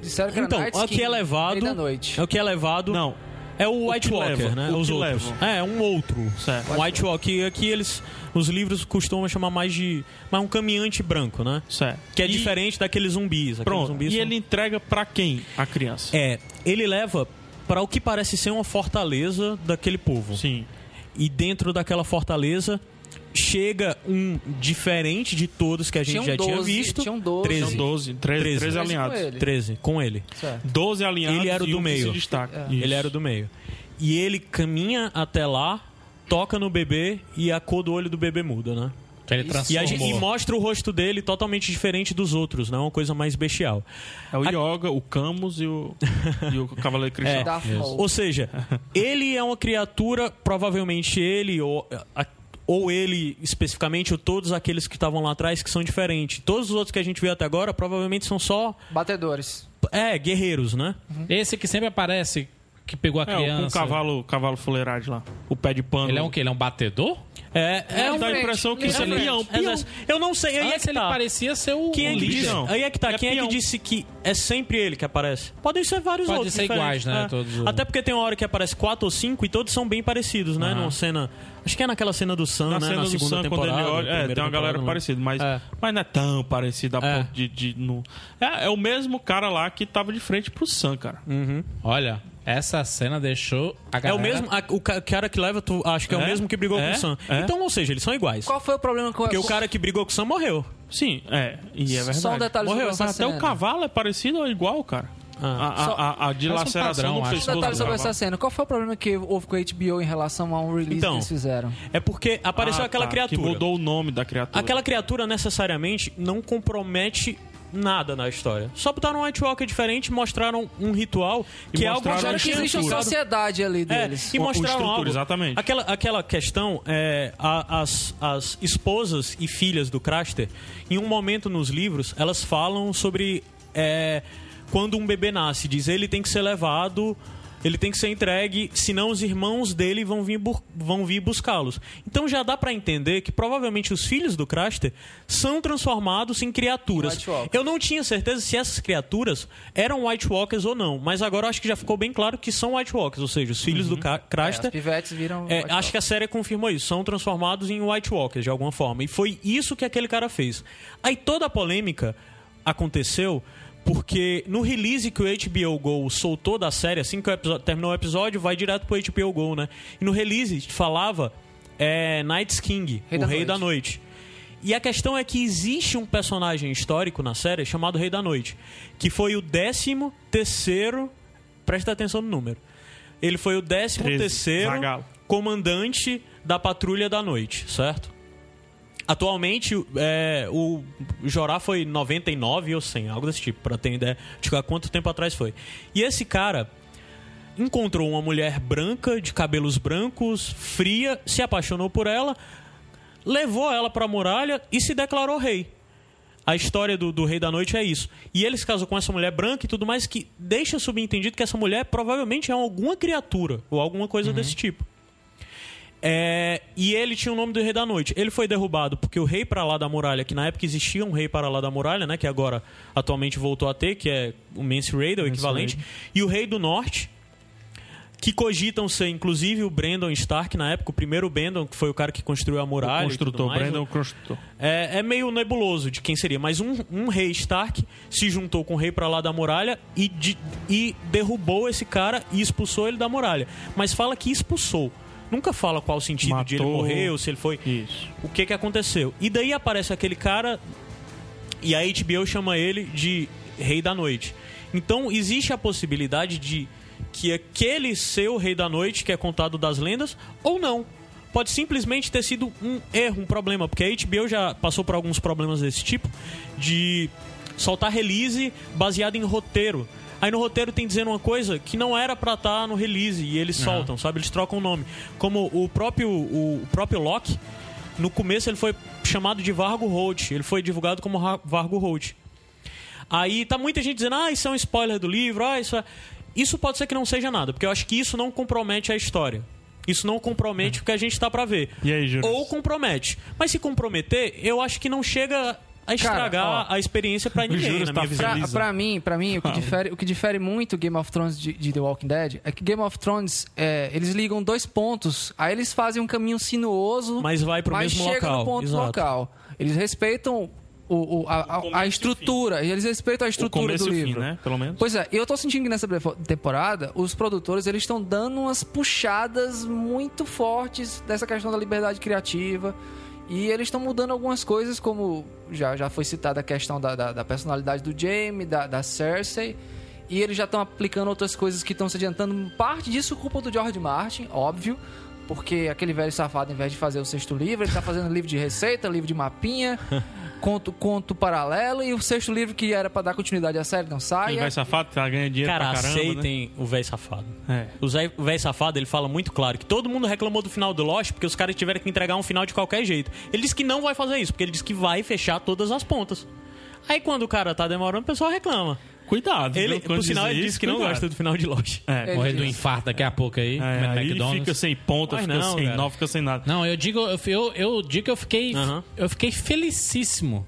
Speaker 3: Disseram que era
Speaker 4: Então,
Speaker 3: Night
Speaker 4: o que
Speaker 3: Skin,
Speaker 4: é
Speaker 3: Rei
Speaker 4: levado.
Speaker 3: da noite.
Speaker 4: O que é levado.
Speaker 1: Não,
Speaker 4: É o
Speaker 1: que
Speaker 4: White Walker,
Speaker 1: leva,
Speaker 4: né?
Speaker 1: o
Speaker 4: Os
Speaker 1: que
Speaker 4: outros.
Speaker 1: leva.
Speaker 4: É, um outro.
Speaker 1: certo.
Speaker 4: Um White Walker. Aqui eles. Os livros costumam chamar mais de. Mais um caminhante branco, né?
Speaker 1: certo.
Speaker 4: Que é
Speaker 1: E-
Speaker 4: diferente daqueles zumbis. Aqueles
Speaker 1: Pronto.
Speaker 4: zumbis
Speaker 1: E
Speaker 4: são-
Speaker 1: ele entrega pra quem a criança?
Speaker 4: É, ele leva para o que parece ser uma fortaleza daquele povo.
Speaker 1: Sim.
Speaker 4: E dentro daquela fortaleza chega um diferente de todos que a gente
Speaker 3: Tinham
Speaker 4: já tinha
Speaker 3: 12,
Speaker 4: visto.
Speaker 3: tinham 12.
Speaker 4: 13.
Speaker 1: São 12, 13, 13,
Speaker 4: Treze.
Speaker 1: alinhados.
Speaker 3: Com ele.
Speaker 4: 13, com ele.
Speaker 1: é
Speaker 3: Certo.
Speaker 1: 12 alinhados
Speaker 4: Ele era o
Speaker 1: e
Speaker 4: do
Speaker 1: um que
Speaker 4: meio.
Speaker 1: se destaca.
Speaker 3: É.
Speaker 1: Isso.
Speaker 4: Ele era do meio. E ele caminha até lá, toca no bebê e a cor do olho do bebê muda, né?
Speaker 2: Que ele
Speaker 4: E, a
Speaker 2: transformou.
Speaker 4: gente, e mostra o rosto dele totalmente diferente dos outros, não é uma coisa mais bestial.
Speaker 1: É o Yoga, o Camus e o, e o
Speaker 4: É.
Speaker 1: Cavaleiro Cristão.
Speaker 3: Da Fall.
Speaker 4: Ou seja, ele é uma criatura, provavelmente ele ou a- ou ele especificamente, ou todos aqueles que estavam lá atrás que são diferentes. Todos os outros que a gente viu até agora provavelmente são só
Speaker 3: Batedores.
Speaker 4: é, guerreiros, né?
Speaker 2: Uhum. Esse que sempre aparece, que pegou
Speaker 1: É,
Speaker 2: a
Speaker 1: o- com o
Speaker 2: criança.
Speaker 1: cavalo, cavalo fuleiragem lá. O pé de pano.
Speaker 2: Ele é um quê? Ele é um batedor?
Speaker 4: É, é,
Speaker 1: dá a
Speaker 3: frente,
Speaker 1: impressão que isso é
Speaker 2: literalmente.
Speaker 1: peão.
Speaker 4: é- eu não sei, aí é
Speaker 2: Antes
Speaker 4: que
Speaker 2: ele
Speaker 4: tá.
Speaker 2: parecia ser o
Speaker 4: Quem é
Speaker 2: o
Speaker 4: que disse?
Speaker 2: líder.
Speaker 1: Não.
Speaker 4: Aí é que tá.
Speaker 1: É
Speaker 4: Quem é
Speaker 1: peão.
Speaker 4: que disse que é sempre ele que aparece? Podem ser vários
Speaker 2: Pode
Speaker 4: outros.
Speaker 2: ser
Speaker 4: diferentes, É.
Speaker 2: iguais, né, todos os-
Speaker 4: Até porque tem uma hora que aparece quatro ou cinco e todos são bem parecidos, né? Numa cena. Acho que é naquela cena do Sam,
Speaker 1: Na
Speaker 4: né?
Speaker 1: cena
Speaker 4: na
Speaker 1: do
Speaker 4: segunda
Speaker 1: Sam, quando
Speaker 4: temporada.
Speaker 1: ele olha.
Speaker 4: na
Speaker 1: É,
Speaker 4: primeira
Speaker 1: tem uma galera
Speaker 4: temporada, né?
Speaker 1: parecida, mas,
Speaker 4: É.
Speaker 1: mas não é tão parecida a
Speaker 4: É.
Speaker 1: ponto de. de não- é, é o mesmo cara lá que tava de frente pro Sam, cara.
Speaker 2: Olha, essa cena deixou a
Speaker 4: É
Speaker 2: galera...
Speaker 4: o mesmo. a- o ca- cara que leva, tu, acho que é,
Speaker 1: É?
Speaker 4: o mesmo que brigou
Speaker 1: É?
Speaker 4: com o Sam.
Speaker 1: É?
Speaker 4: Então, ou seja, eles são iguais.
Speaker 3: Qual foi o problema com
Speaker 4: Porque o cara que brigou com o Sam morreu.
Speaker 1: Sim, é. E é verdade.
Speaker 3: Só um detalhe
Speaker 1: Morreu.
Speaker 3: sobre essa
Speaker 1: Até o
Speaker 3: cena.
Speaker 1: cavalo é parecido ou igual, cara.
Speaker 4: Ah.
Speaker 1: A, a-
Speaker 3: Só-
Speaker 1: a, a, dilaceração
Speaker 2: padrão,
Speaker 1: do
Speaker 2: acho.
Speaker 1: pescoço
Speaker 3: Um detalhe
Speaker 1: do
Speaker 3: sobre
Speaker 1: cavalo.
Speaker 3: essa cena. Qual foi o problema que houve com a HBO em relação a um release
Speaker 4: Então.
Speaker 3: que eles fizeram?
Speaker 4: É porque apareceu
Speaker 1: Ah,
Speaker 4: aquela
Speaker 1: tá,
Speaker 4: criatura.
Speaker 1: Que mudou o nome da criatura.
Speaker 4: Aquela criatura necessariamente não compromete nada na história. Só botaram um White Walker diferente, mostraram um ritual que é algo
Speaker 1: mostraram a
Speaker 4: que já
Speaker 3: Claro que
Speaker 4: tinha
Speaker 3: existe uma
Speaker 1: estrutura.
Speaker 4: usado.
Speaker 3: sociedade ali
Speaker 4: É,
Speaker 3: deles.
Speaker 4: e
Speaker 1: Uma- uma
Speaker 4: mostraram
Speaker 1: estrutura,
Speaker 4: algo.
Speaker 1: exatamente.
Speaker 4: Aquela, aquela questão, é, a- as, as esposas e filhas do Craster, em um momento nos livros, elas falam sobre é, quando um bebê nasce. Diz, ele tem que ser levado, ele tem que ser entregue, senão os irmãos dele vão vir, bur- vão vir buscá-los. Então já dá pra entender que provavelmente os filhos do Craster são transformados em criaturas.
Speaker 3: White Walker.
Speaker 4: Eu não tinha certeza se essas criaturas eram White Walkers ou não, mas agora eu acho que já ficou bem claro que são White Walkers, ou seja, os filhos do Ca-
Speaker 3: É, as
Speaker 4: Craster.
Speaker 3: pivetes viram...
Speaker 4: É, acho que a série confirmou isso. São transformados em White Walkers de alguma forma. E foi isso que aquele cara fez. Aí toda a polêmica aconteceu porque no release que o HBO Go soltou da série, assim que o episódio- terminou o episódio, vai direto pro HBO Go, né? E no release falava é, Night's King,
Speaker 3: Rei
Speaker 4: o
Speaker 3: da
Speaker 4: Rei
Speaker 3: Noite.
Speaker 4: da Noite. E a questão é que existe um personagem histórico na série chamado Rei da Noite, que foi o décimo terceiro. Presta atenção no número. Ele foi o décimo
Speaker 1: Treze.
Speaker 4: terceiro
Speaker 1: Zagalo.
Speaker 4: comandante da Patrulha da Noite, certo? Atualmente, é, o Jorá foi 99 ou 100, algo desse tipo, pra ter ideia de há quanto tempo atrás foi. E esse cara encontrou uma mulher branca, de cabelos brancos, fria, se apaixonou por ela, levou ela pra muralha e se declarou rei. A história do, do Rei da Noite é isso. E ele se casou com essa mulher branca e tudo mais, que deixa subentendido que essa mulher provavelmente é alguma criatura ou alguma
Speaker 1: Uhum.
Speaker 4: coisa desse tipo. É, e ele tinha o nome do Rei da Noite. Ele foi derrubado porque o Rei para lá da Muralha, que na época existia um Rei para lá da Muralha, né, que agora atualmente voltou a ter, que é o Mance Raider, o equivalente, e o Rei do Norte, que cogitam ser inclusive o Brandon Stark na época, o primeiro Brandon, que foi o cara que construiu a muralha. e tudo
Speaker 1: construtor,
Speaker 4: mais,
Speaker 1: Brandon
Speaker 4: o-
Speaker 1: Construtor.
Speaker 4: é, é meio nebuloso de quem seria, mas um, um rei Stark se juntou com o rei pra lá da muralha e, de- e derrubou esse cara e expulsou ele da muralha. Mas fala que expulsou. Nunca fala qual o sentido de ele
Speaker 1: Matou.
Speaker 4: morrer ou se ele foi.
Speaker 1: Isso.
Speaker 4: O que que aconteceu? E daí aparece aquele cara e a HBO chama ele de Rei da Noite. Então existe a possibilidade de que aquele seu Rei da Noite, que é contado das lendas, ou não. Pode simplesmente ter sido um erro, um problema, porque a HBO já passou por alguns problemas desse tipo, de soltar release baseado em roteiro. Aí no roteiro tem dizendo uma coisa que não era pra estar no release e eles soltam, sabe? Eles trocam o nome. Como o próprio, o próprio Loki, no começo ele foi chamado de Vargo Holt. Ele foi divulgado como Ra- Vargo Holt. Aí tá muita gente dizendo, ah, isso é um spoiler do livro, ah, isso é... Isso pode ser que não seja nada, porque eu acho que isso não compromete a história. Isso não compromete o que a gente tá pra ver.
Speaker 1: E aí, Júlio?
Speaker 4: Ou compromete. Mas se comprometer, eu acho que não chega a estragar
Speaker 3: ó,
Speaker 4: a experiência pra ninguém,
Speaker 1: Júlio
Speaker 4: na
Speaker 1: tá
Speaker 4: minha visão.
Speaker 1: fra-
Speaker 3: Pra,
Speaker 1: Lisa.
Speaker 3: pra mim, pra mim o,
Speaker 4: Ah.
Speaker 3: que difere, o que difere muito Game of Thrones de, de The Walking Dead é que Game of Thrones, é, eles ligam dois pontos, aí eles fazem um caminho sinuoso,
Speaker 4: Mas vai pro
Speaker 3: mas
Speaker 4: mesmo
Speaker 3: chega
Speaker 4: local,
Speaker 3: no ponto
Speaker 4: exato.
Speaker 3: local. Eles respeitam o, o- a, a- a estrutura, eles respeitam a
Speaker 1: O
Speaker 3: estrutura
Speaker 1: começo
Speaker 3: do
Speaker 1: e o
Speaker 3: livro.
Speaker 1: fim, né? Pelo menos.
Speaker 3: Pois é, eu tô sentindo que nessa prefo- temporada os produtores eles estão dando umas puxadas muito fortes dessa questão da liberdade criativa. E eles estão mudando algumas coisas, como já, já foi citada a questão da, da, da personalidade do Jamie, da, da Cersei. E eles já estão aplicando outras coisas que estão se adiantando. Parte disso culpa do George Martin, óbvio. Porque aquele velho safado, em vez de fazer o sexto livro, ele tá fazendo livro de receita, livro de mapinha, conto, conto paralelo. E o sexto livro que era pra dar continuidade à série não sai.
Speaker 1: Ele
Speaker 3: é-
Speaker 1: vai safado, tá ganhando dinheiro
Speaker 4: Cara,
Speaker 1: pra caramba, né?
Speaker 4: aceitem o velho safado.
Speaker 1: É.
Speaker 4: O Zé- o velho safado, ele fala muito claro que todo mundo reclamou do final do Lost porque os caras tiveram que entregar um final de qualquer jeito. Ele disse que não vai fazer isso, porque ele disse que vai fechar todas as pontas. Aí quando o cara tá demorando, o pessoal reclama.
Speaker 1: Cuidado.
Speaker 4: Ele,
Speaker 1: viu? Quando
Speaker 4: por sinal,
Speaker 1: diz
Speaker 4: ele
Speaker 1: isso,
Speaker 4: disse que não
Speaker 1: cuidado.
Speaker 4: gosta do final de Lost.
Speaker 1: É,
Speaker 3: Ele
Speaker 2: Morrer do
Speaker 3: diz.
Speaker 2: infarto daqui a pouco aí,
Speaker 1: É,
Speaker 2: comendo
Speaker 1: aí
Speaker 2: McDonald's.
Speaker 4: assim.
Speaker 1: fica sem ponta,
Speaker 4: Mas
Speaker 1: fica
Speaker 4: não,
Speaker 1: sem
Speaker 4: cara.
Speaker 1: nó, fica sem nada.
Speaker 2: Não, eu digo, eu, eu, eu digo que eu fiquei.
Speaker 4: Aham.
Speaker 2: Eu fiquei felicíssimo.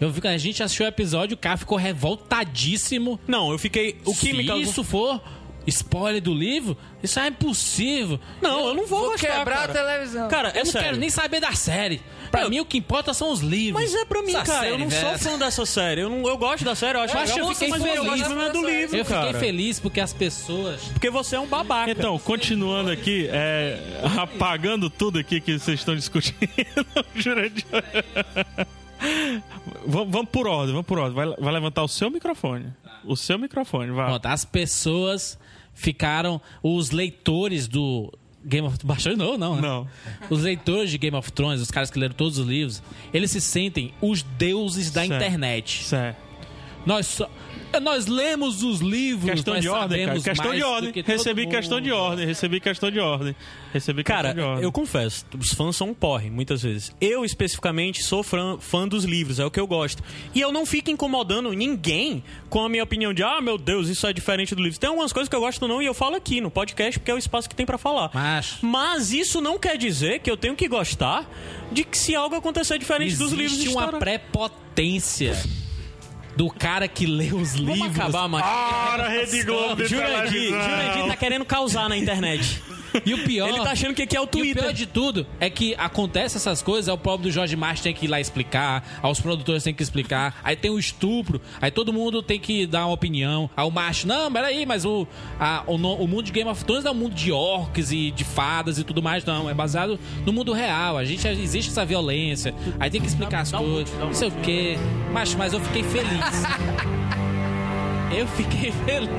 Speaker 2: Eu vi, a gente assistiu o episódio, o cara ficou revoltadíssimo.
Speaker 4: Não, eu fiquei. O que
Speaker 2: Se
Speaker 4: me causou.
Speaker 2: isso for spoiler do livro, isso é impossível.
Speaker 4: Não, eu não vou,
Speaker 3: Vou
Speaker 4: gostar.
Speaker 3: quebrar
Speaker 4: cara.
Speaker 3: a televisão.
Speaker 4: Cara, é
Speaker 2: eu não
Speaker 4: sério.
Speaker 2: quero nem saber da série. Pra
Speaker 4: Eu-
Speaker 2: mim, o que importa são os livros.
Speaker 4: Mas é pra mim,
Speaker 2: Essa
Speaker 4: cara. eu
Speaker 2: série,
Speaker 4: não
Speaker 2: velho,
Speaker 4: sou fã dessa série. Eu, não, eu gosto da série, eu acho
Speaker 2: Mas
Speaker 4: legal,
Speaker 2: eu fiquei
Speaker 4: mas eu
Speaker 2: feliz.
Speaker 4: gosto mesmo é do livro,
Speaker 2: Eu
Speaker 4: cara.
Speaker 2: fiquei feliz porque as pessoas.
Speaker 1: Tá.
Speaker 4: Porque você é um babaca.
Speaker 1: Então, continuando aqui, é, apagando tudo aqui que vocês estão discutindo, Jurandir. vamos, vamos por ordem, vamos por ordem. Vai, vai levantar o seu microfone. O seu microfone, vai.
Speaker 2: Pronto, as pessoas ficaram. Os leitores do Game of Thrones. Baixou de novo, não, né?
Speaker 1: Não.
Speaker 2: Os leitores de Game of Thrones, os caras que leram todos os livros, eles se sentem os deuses da
Speaker 1: Certo.
Speaker 2: internet.
Speaker 1: Certo.
Speaker 2: Nós só. Nós lemos os livros,
Speaker 1: Questão
Speaker 2: nós
Speaker 1: de ordem, cara.
Speaker 2: sabemos
Speaker 1: Questão
Speaker 2: mais
Speaker 1: de
Speaker 2: do
Speaker 1: ordem.
Speaker 2: que todo
Speaker 1: Recebi
Speaker 2: mundo.
Speaker 1: questão de ordem, recebi questão de ordem. Recebi
Speaker 4: Cara,
Speaker 1: questão de ordem.
Speaker 4: eu confesso, os fãs são um porre, muitas vezes. Eu, especificamente, sou fã, fã dos livros, é o que eu gosto. E eu não fico incomodando ninguém com a minha opinião de, ah, meu Deus, isso é diferente do livro. Tem algumas coisas que eu gosto não e eu falo aqui no podcast, porque é o espaço que tem pra falar.
Speaker 2: Mas-
Speaker 4: Mas isso não quer dizer que eu tenho que gostar de que se algo acontecer diferente
Speaker 2: Existe
Speaker 4: dos livros de
Speaker 2: uma prepotência do cara que lê os livros.
Speaker 4: Vamos acabar, mano.
Speaker 1: Para, Rede Globo de
Speaker 4: Jurandir,
Speaker 1: televisão.
Speaker 4: Jurandir tá querendo causar na internet.
Speaker 2: E o pior.
Speaker 4: Ele tá achando que aqui é o
Speaker 2: E o pior
Speaker 4: Twitter.
Speaker 2: de tudo é que acontece essas coisas, é o próprio do Jorge Martin tem que ir lá explicar, aos produtores tem que explicar, aí tem o estupro, aí todo mundo tem que dar uma opinião. Aí o macho, não, peraí, mas o, a- o, no- o mundo de Game of Thrones não é um mundo de orcs e de fadas e tudo mais, não. É baseado no mundo real. A gente existe essa violência, aí tem que explicar as coisas, não sei o quê. Macho, mas eu fiquei feliz. eu fiquei feliz. Eu fiquei feliz.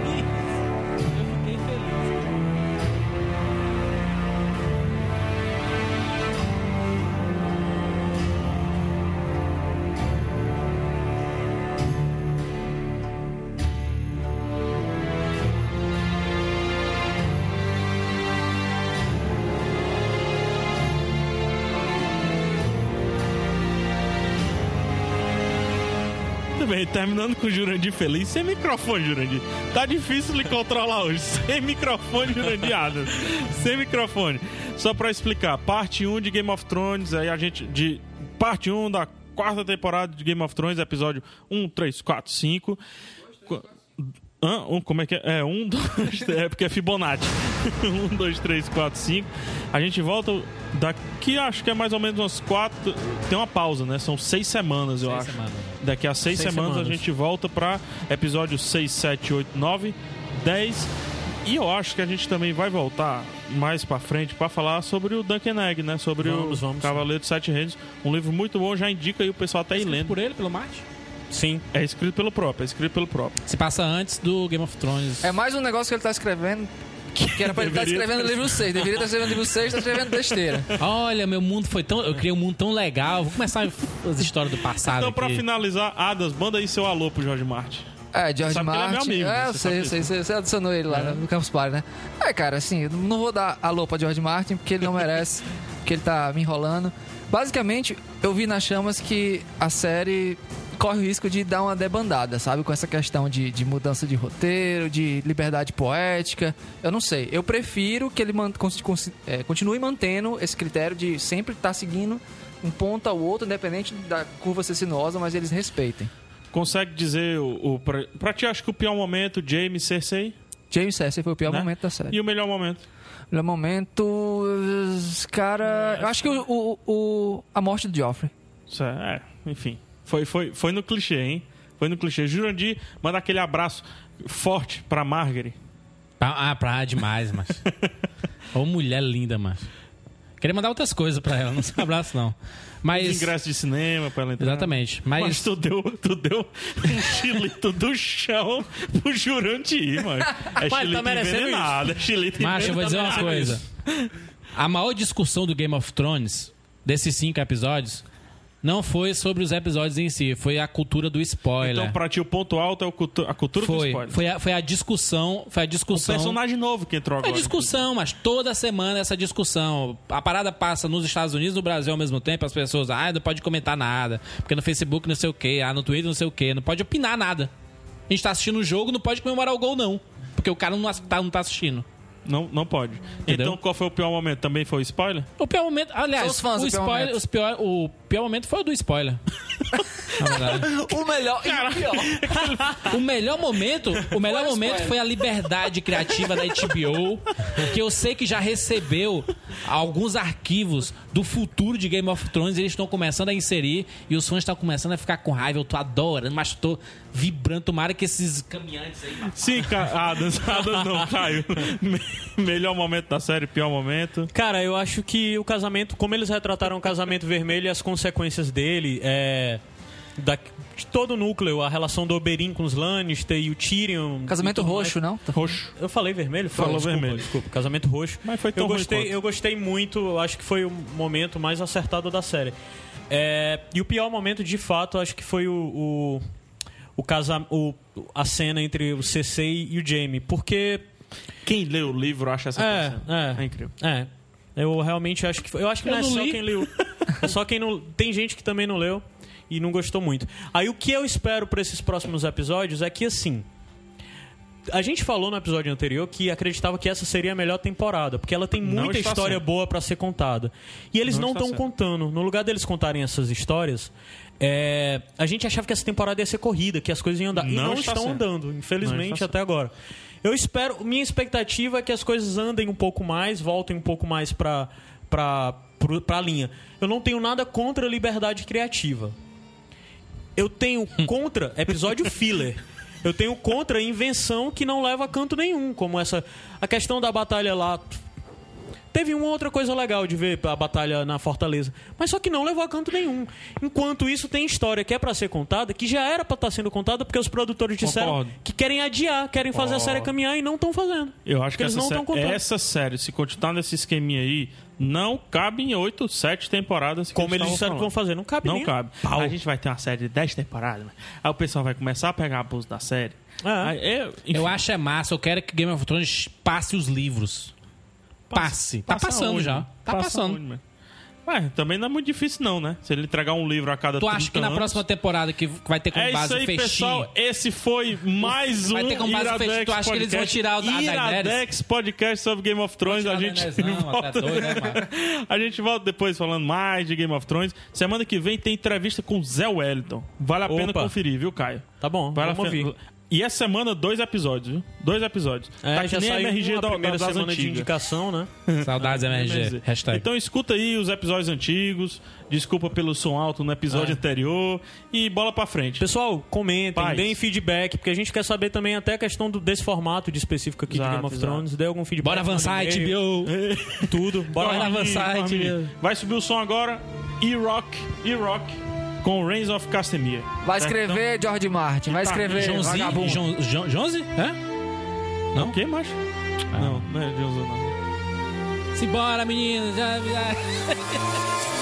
Speaker 1: Muito bem, terminando com o Jurandir feliz. Sem microfone, Jurandir. Tá difícil lhe controlar hoje. Sem microfone, Jurandir Adams. Sem microfone. Só pra explicar, parte 1 de Game of Thrones, aí a gente. De parte 1 da quarta temporada de Game of Thrones, episódio 1, 3, 4, 5. Co- Hã? Um, como é que é? É, um, dois, três, é porque é Fibonacci. um, dois, três, quatro, cinco. A gente volta daqui, acho que é mais ou menos umas quatro. Tem uma pausa, né? São seis semanas, eu acho. Daqui a seis,
Speaker 2: Seis
Speaker 1: semanas, a
Speaker 2: semanas.
Speaker 1: gente volta pra episódio 6, 7, 8, 9, 10. E eu acho que a gente também vai voltar mais pra frente pra falar sobre o Duncan Egg, né? Sobre
Speaker 4: Vamos,
Speaker 1: o
Speaker 4: vamos.
Speaker 1: Cavaleiro dos Sete Reinos. Um livro muito bom, já indica e o pessoal até ir lendo.
Speaker 2: Por ele, pelo macho?
Speaker 4: Sim.
Speaker 1: É escrito pelo próprio, é escrito pelo próprio.
Speaker 2: Se passa antes do Game of Thrones.
Speaker 3: É mais um negócio que ele tá escrevendo. Que era pra ele estar
Speaker 1: Deveria
Speaker 3: escrevendo no livro 6. Deveria estar escrevendo no livro 6, tá escrevendo besteira.
Speaker 2: Olha, meu mundo foi tão. Eu criei um mundo tão legal. Vou começar as histórias do passado.
Speaker 1: Então, pra
Speaker 2: aqui.
Speaker 1: finalizar, Adas, manda aí seu alô pro Jorge Martin.
Speaker 3: É, George
Speaker 1: Sabe que ele é meu
Speaker 3: Martin.
Speaker 1: amigo, né?
Speaker 3: é, eu
Speaker 1: Você
Speaker 3: sei,
Speaker 1: sabe
Speaker 3: eu sei, você, você adicionou ele lá né, no Campus Party, né? É, cara, assim, eu não vou dar alô pra George Martin porque ele não merece, porque ele tá me enrolando. Basicamente, eu vi nas chamas que a série corre o risco de dar uma debandada, sabe? Com essa questão de, de mudança de roteiro, de liberdade poética. Eu não sei. Eu prefiro que ele man- cons- cons- é, continue mantendo esse critério de sempre estar seguindo um ponto ao outro, independente da curva ser sinuosa, mas eles respeitem.
Speaker 1: Consegue dizer o, o pra, pra ti, acho que o pior momento, James Cersei,
Speaker 3: James Cersei foi o pior
Speaker 1: Né?
Speaker 3: momento
Speaker 2: tá
Speaker 3: da série.
Speaker 1: e o melhor momento.
Speaker 3: No momento, cara, eu acho que o, o- o- a morte do Joffrey.
Speaker 1: Isso É, é, enfim. Foi, foi, foi no clichê, hein? Foi no clichê. Jurandir, manda aquele abraço forte pra Margaret.
Speaker 2: Pra- Ah, pra demais, mas. Ô, mulher linda, mas. Queria mandar outras coisas pra ela, não se abraço, não. Mas.
Speaker 1: Ingresso de Ah. cinema pra ela entrar.
Speaker 2: Exatamente.
Speaker 1: Mas
Speaker 2: Mas.
Speaker 1: tu deu, tu deu um chilito do chão pro Jurandir, mano. É
Speaker 4: tá
Speaker 1: chilito
Speaker 4: merecendo
Speaker 1: envenenado. É chilito
Speaker 2: Macho, eu vou dizer uma
Speaker 1: envenenado.
Speaker 2: coisa. A maior discussão do Game of Thrones, desses cinco episódios, não foi sobre os episódios em si, foi a cultura do spoiler.
Speaker 1: Então, pra ti, o ponto alto é o cultu- a cultura do
Speaker 2: foi,
Speaker 1: spoiler.
Speaker 2: foi, a, foi a discussão. Foi a discussão.
Speaker 1: Personagem novo que entrou
Speaker 2: É
Speaker 1: agora.
Speaker 2: discussão, mas toda semana essa discussão. A parada passa nos Estados Unidos e no Brasil ao mesmo tempo. As pessoas, ah, não pode comentar nada. Porque no Facebook não sei o quê, ah, no Twitter não sei o quê. Não pode opinar nada. A gente tá assistindo o jogo, não pode comemorar o gol, não. Porque o cara não ass- tá, não tá assistindo.
Speaker 1: Não, não pode.
Speaker 2: Entendeu?
Speaker 1: Então, qual foi o pior momento? Também foi spoiler?
Speaker 2: O pior momento. Aliás,
Speaker 3: São os fãs
Speaker 2: o,
Speaker 3: do pior
Speaker 2: spoiler,
Speaker 3: momento.
Speaker 2: os pior- o pior momento foi o do spoiler. Na verdade.
Speaker 3: O melhor e o pior.
Speaker 2: o melhor momento, o melhor
Speaker 3: Foi o
Speaker 2: momento
Speaker 3: spoiler.
Speaker 2: foi a liberdade criativa da HBO, que eu sei que já recebeu alguns arquivos do futuro de Game of Thrones, eles estão começando a inserir e os fãs estão começando a ficar com raiva. Eu tô adorando, mas tô vibrando, tomara que esses caminhantes aí
Speaker 1: Sim, Ca- Adams. Adams não, Caio. Me- Melhor momento da série, pior momento.
Speaker 4: Cara, eu acho que o casamento, como eles retrataram o casamento vermelho e as consequências dele, é. Da, de todo o núcleo, a relação do Oberyn com os Lannister e o Tyrion. e
Speaker 3: Casamento
Speaker 4: tudo
Speaker 3: roxo, não?
Speaker 1: Roxo.
Speaker 4: mais. Eu falei vermelho?
Speaker 1: Falou
Speaker 4: Desculpa,
Speaker 1: vermelho.
Speaker 4: Desculpa, casamento roxo.
Speaker 1: Mas foi tão
Speaker 4: eu
Speaker 1: ruim
Speaker 4: gostei,
Speaker 1: quanto.
Speaker 4: eu gostei muito, eu acho que foi o momento mais acertado da série. É, e o pior momento, de fato, eu acho que foi o. o, o casa, o a cena entre o CC e o Jamie. Porque
Speaker 1: Quem lê o livro acha essa
Speaker 4: É,
Speaker 1: pessoa.
Speaker 4: é.
Speaker 1: incrível.
Speaker 4: É. Eu realmente acho que. foi- Eu acho que não,
Speaker 2: Eu
Speaker 4: é
Speaker 2: não
Speaker 4: só
Speaker 2: li.
Speaker 4: quem leu. É só quem não. Tem gente que também não leu e não gostou muito. Aí o que eu espero pra esses próximos episódios é que assim. a gente falou no episódio anterior que acreditava que essa seria a melhor temporada, porque ela tem
Speaker 1: Não
Speaker 4: muita
Speaker 1: está
Speaker 4: história
Speaker 1: sendo.
Speaker 4: boa pra ser contada. E eles
Speaker 1: Não
Speaker 4: não
Speaker 1: está
Speaker 4: estão
Speaker 1: sendo.
Speaker 4: contando. No lugar deles contarem essas histórias, é, a gente achava que essa temporada ia ser corrida, que as coisas iam andar. e
Speaker 1: Não
Speaker 4: não
Speaker 1: está
Speaker 4: estão
Speaker 1: sendo.
Speaker 4: andando,
Speaker 1: Não
Speaker 4: infelizmente,
Speaker 1: está
Speaker 4: até agora. Eu espero, minha expectativa é que as coisas andem um pouco mais, voltem um pouco mais pra, pra, pro- pra linha. Eu não tenho nada contra a liberdade criativa. Eu tenho contra episódio filler. Eu tenho contra invenção que não leva a canto nenhum, como essa. A questão da batalha lá. Teve uma outra coisa legal de ver a batalha na Fortaleza, mas só que não levou a canto nenhum. Enquanto isso, tem história que é pra ser contada, que já era pra estar sendo contada, porque os produtores disseram
Speaker 1: Concordo.
Speaker 4: que querem adiar, querem fazer a série caminhar e não estão fazendo.
Speaker 1: Eu acho que
Speaker 4: Eles
Speaker 1: essa,
Speaker 4: não
Speaker 1: sé-
Speaker 4: tão contando.
Speaker 1: essa série, se continuar nesse esqueminha aí, não cabe em 8, 7 temporadas. que
Speaker 4: Como eles
Speaker 1: estavam
Speaker 4: disseram que
Speaker 1: falando.
Speaker 4: vão fazer, não cabe
Speaker 1: Não
Speaker 4: nem-
Speaker 1: cabe. A gente vai ter uma série de 10 temporadas. né? Aí o pessoal vai começar a pegar abuso da série.
Speaker 4: É.
Speaker 1: Aí, eu, enfim,
Speaker 2: Eu acho é massa, eu quero que Game of Thrones passe os livros. Passe. Tá
Speaker 1: passa
Speaker 2: passando
Speaker 1: onde,
Speaker 2: já.
Speaker 1: mano?
Speaker 2: Tá
Speaker 1: Passa
Speaker 2: passando.
Speaker 1: onde, mano? Ué, também não é muito difícil não, né? Se ele entregar um livro a cada
Speaker 2: Tu
Speaker 1: 30
Speaker 2: acha que na
Speaker 1: anos.
Speaker 2: próxima temporada que vai ter como
Speaker 1: É
Speaker 2: base
Speaker 1: isso aí,
Speaker 2: o fechinho?
Speaker 1: pessoal. Esse foi mais
Speaker 2: Vai
Speaker 1: um
Speaker 2: ter como base o
Speaker 1: Iradex
Speaker 2: fechinho. Tu acha que eles vão
Speaker 1: Podcast.
Speaker 2: tirar o da- da Daenerys?
Speaker 1: Iradex Podcast sobre Game of Thrones. A gente, volta...
Speaker 2: né,
Speaker 1: a gente volta depois falando mais de Game of Thrones. Semana que vem tem entrevista com o Zé Wellington. Vale a pena
Speaker 4: Opa.
Speaker 1: conferir, viu, Caio?
Speaker 4: Tá bom,
Speaker 1: Vale a
Speaker 4: vamos
Speaker 1: pena.
Speaker 4: ouvir.
Speaker 1: E essa semana, dois episódios, viu? Dois episódios.
Speaker 4: É,
Speaker 1: tá que
Speaker 4: já
Speaker 1: nem
Speaker 4: saiu
Speaker 1: MRG
Speaker 4: uma
Speaker 1: da
Speaker 4: primeira
Speaker 1: das
Speaker 4: semana de
Speaker 1: antigas.
Speaker 4: indicação, né?
Speaker 2: Saudades, MRG. Hashtag.
Speaker 1: Então escuta aí os episódios antigos. Desculpa pelo som alto no episódio
Speaker 2: É.
Speaker 1: anterior. E bola pra frente.
Speaker 4: Pessoal, comentem,
Speaker 1: Paz.
Speaker 4: deem feedback, porque a gente quer saber também até a questão do, desse formato de específico aqui
Speaker 1: Exato,
Speaker 4: de Game of
Speaker 1: exato.
Speaker 4: Thrones. Dê algum feedback.
Speaker 2: Bora avançar,
Speaker 4: manda e-mail,
Speaker 2: HBO.
Speaker 4: Tudo. Bora
Speaker 2: Bora
Speaker 4: lá.
Speaker 1: Ih,
Speaker 2: avançar,
Speaker 1: amigo.
Speaker 2: HBO.
Speaker 1: Vai subir o som agora. E-Rock, E-Rock com Reigns of Castamere.
Speaker 3: Vai escrever George Martin, vai
Speaker 1: Tá,
Speaker 3: escrever
Speaker 2: Joãozinho.
Speaker 3: vagabundo.
Speaker 2: João- João- Joãozinho? É?
Speaker 1: O que, macho?
Speaker 2: Ah.
Speaker 1: Não, não é Johnson, não.
Speaker 2: Simbora, menino. Já, já.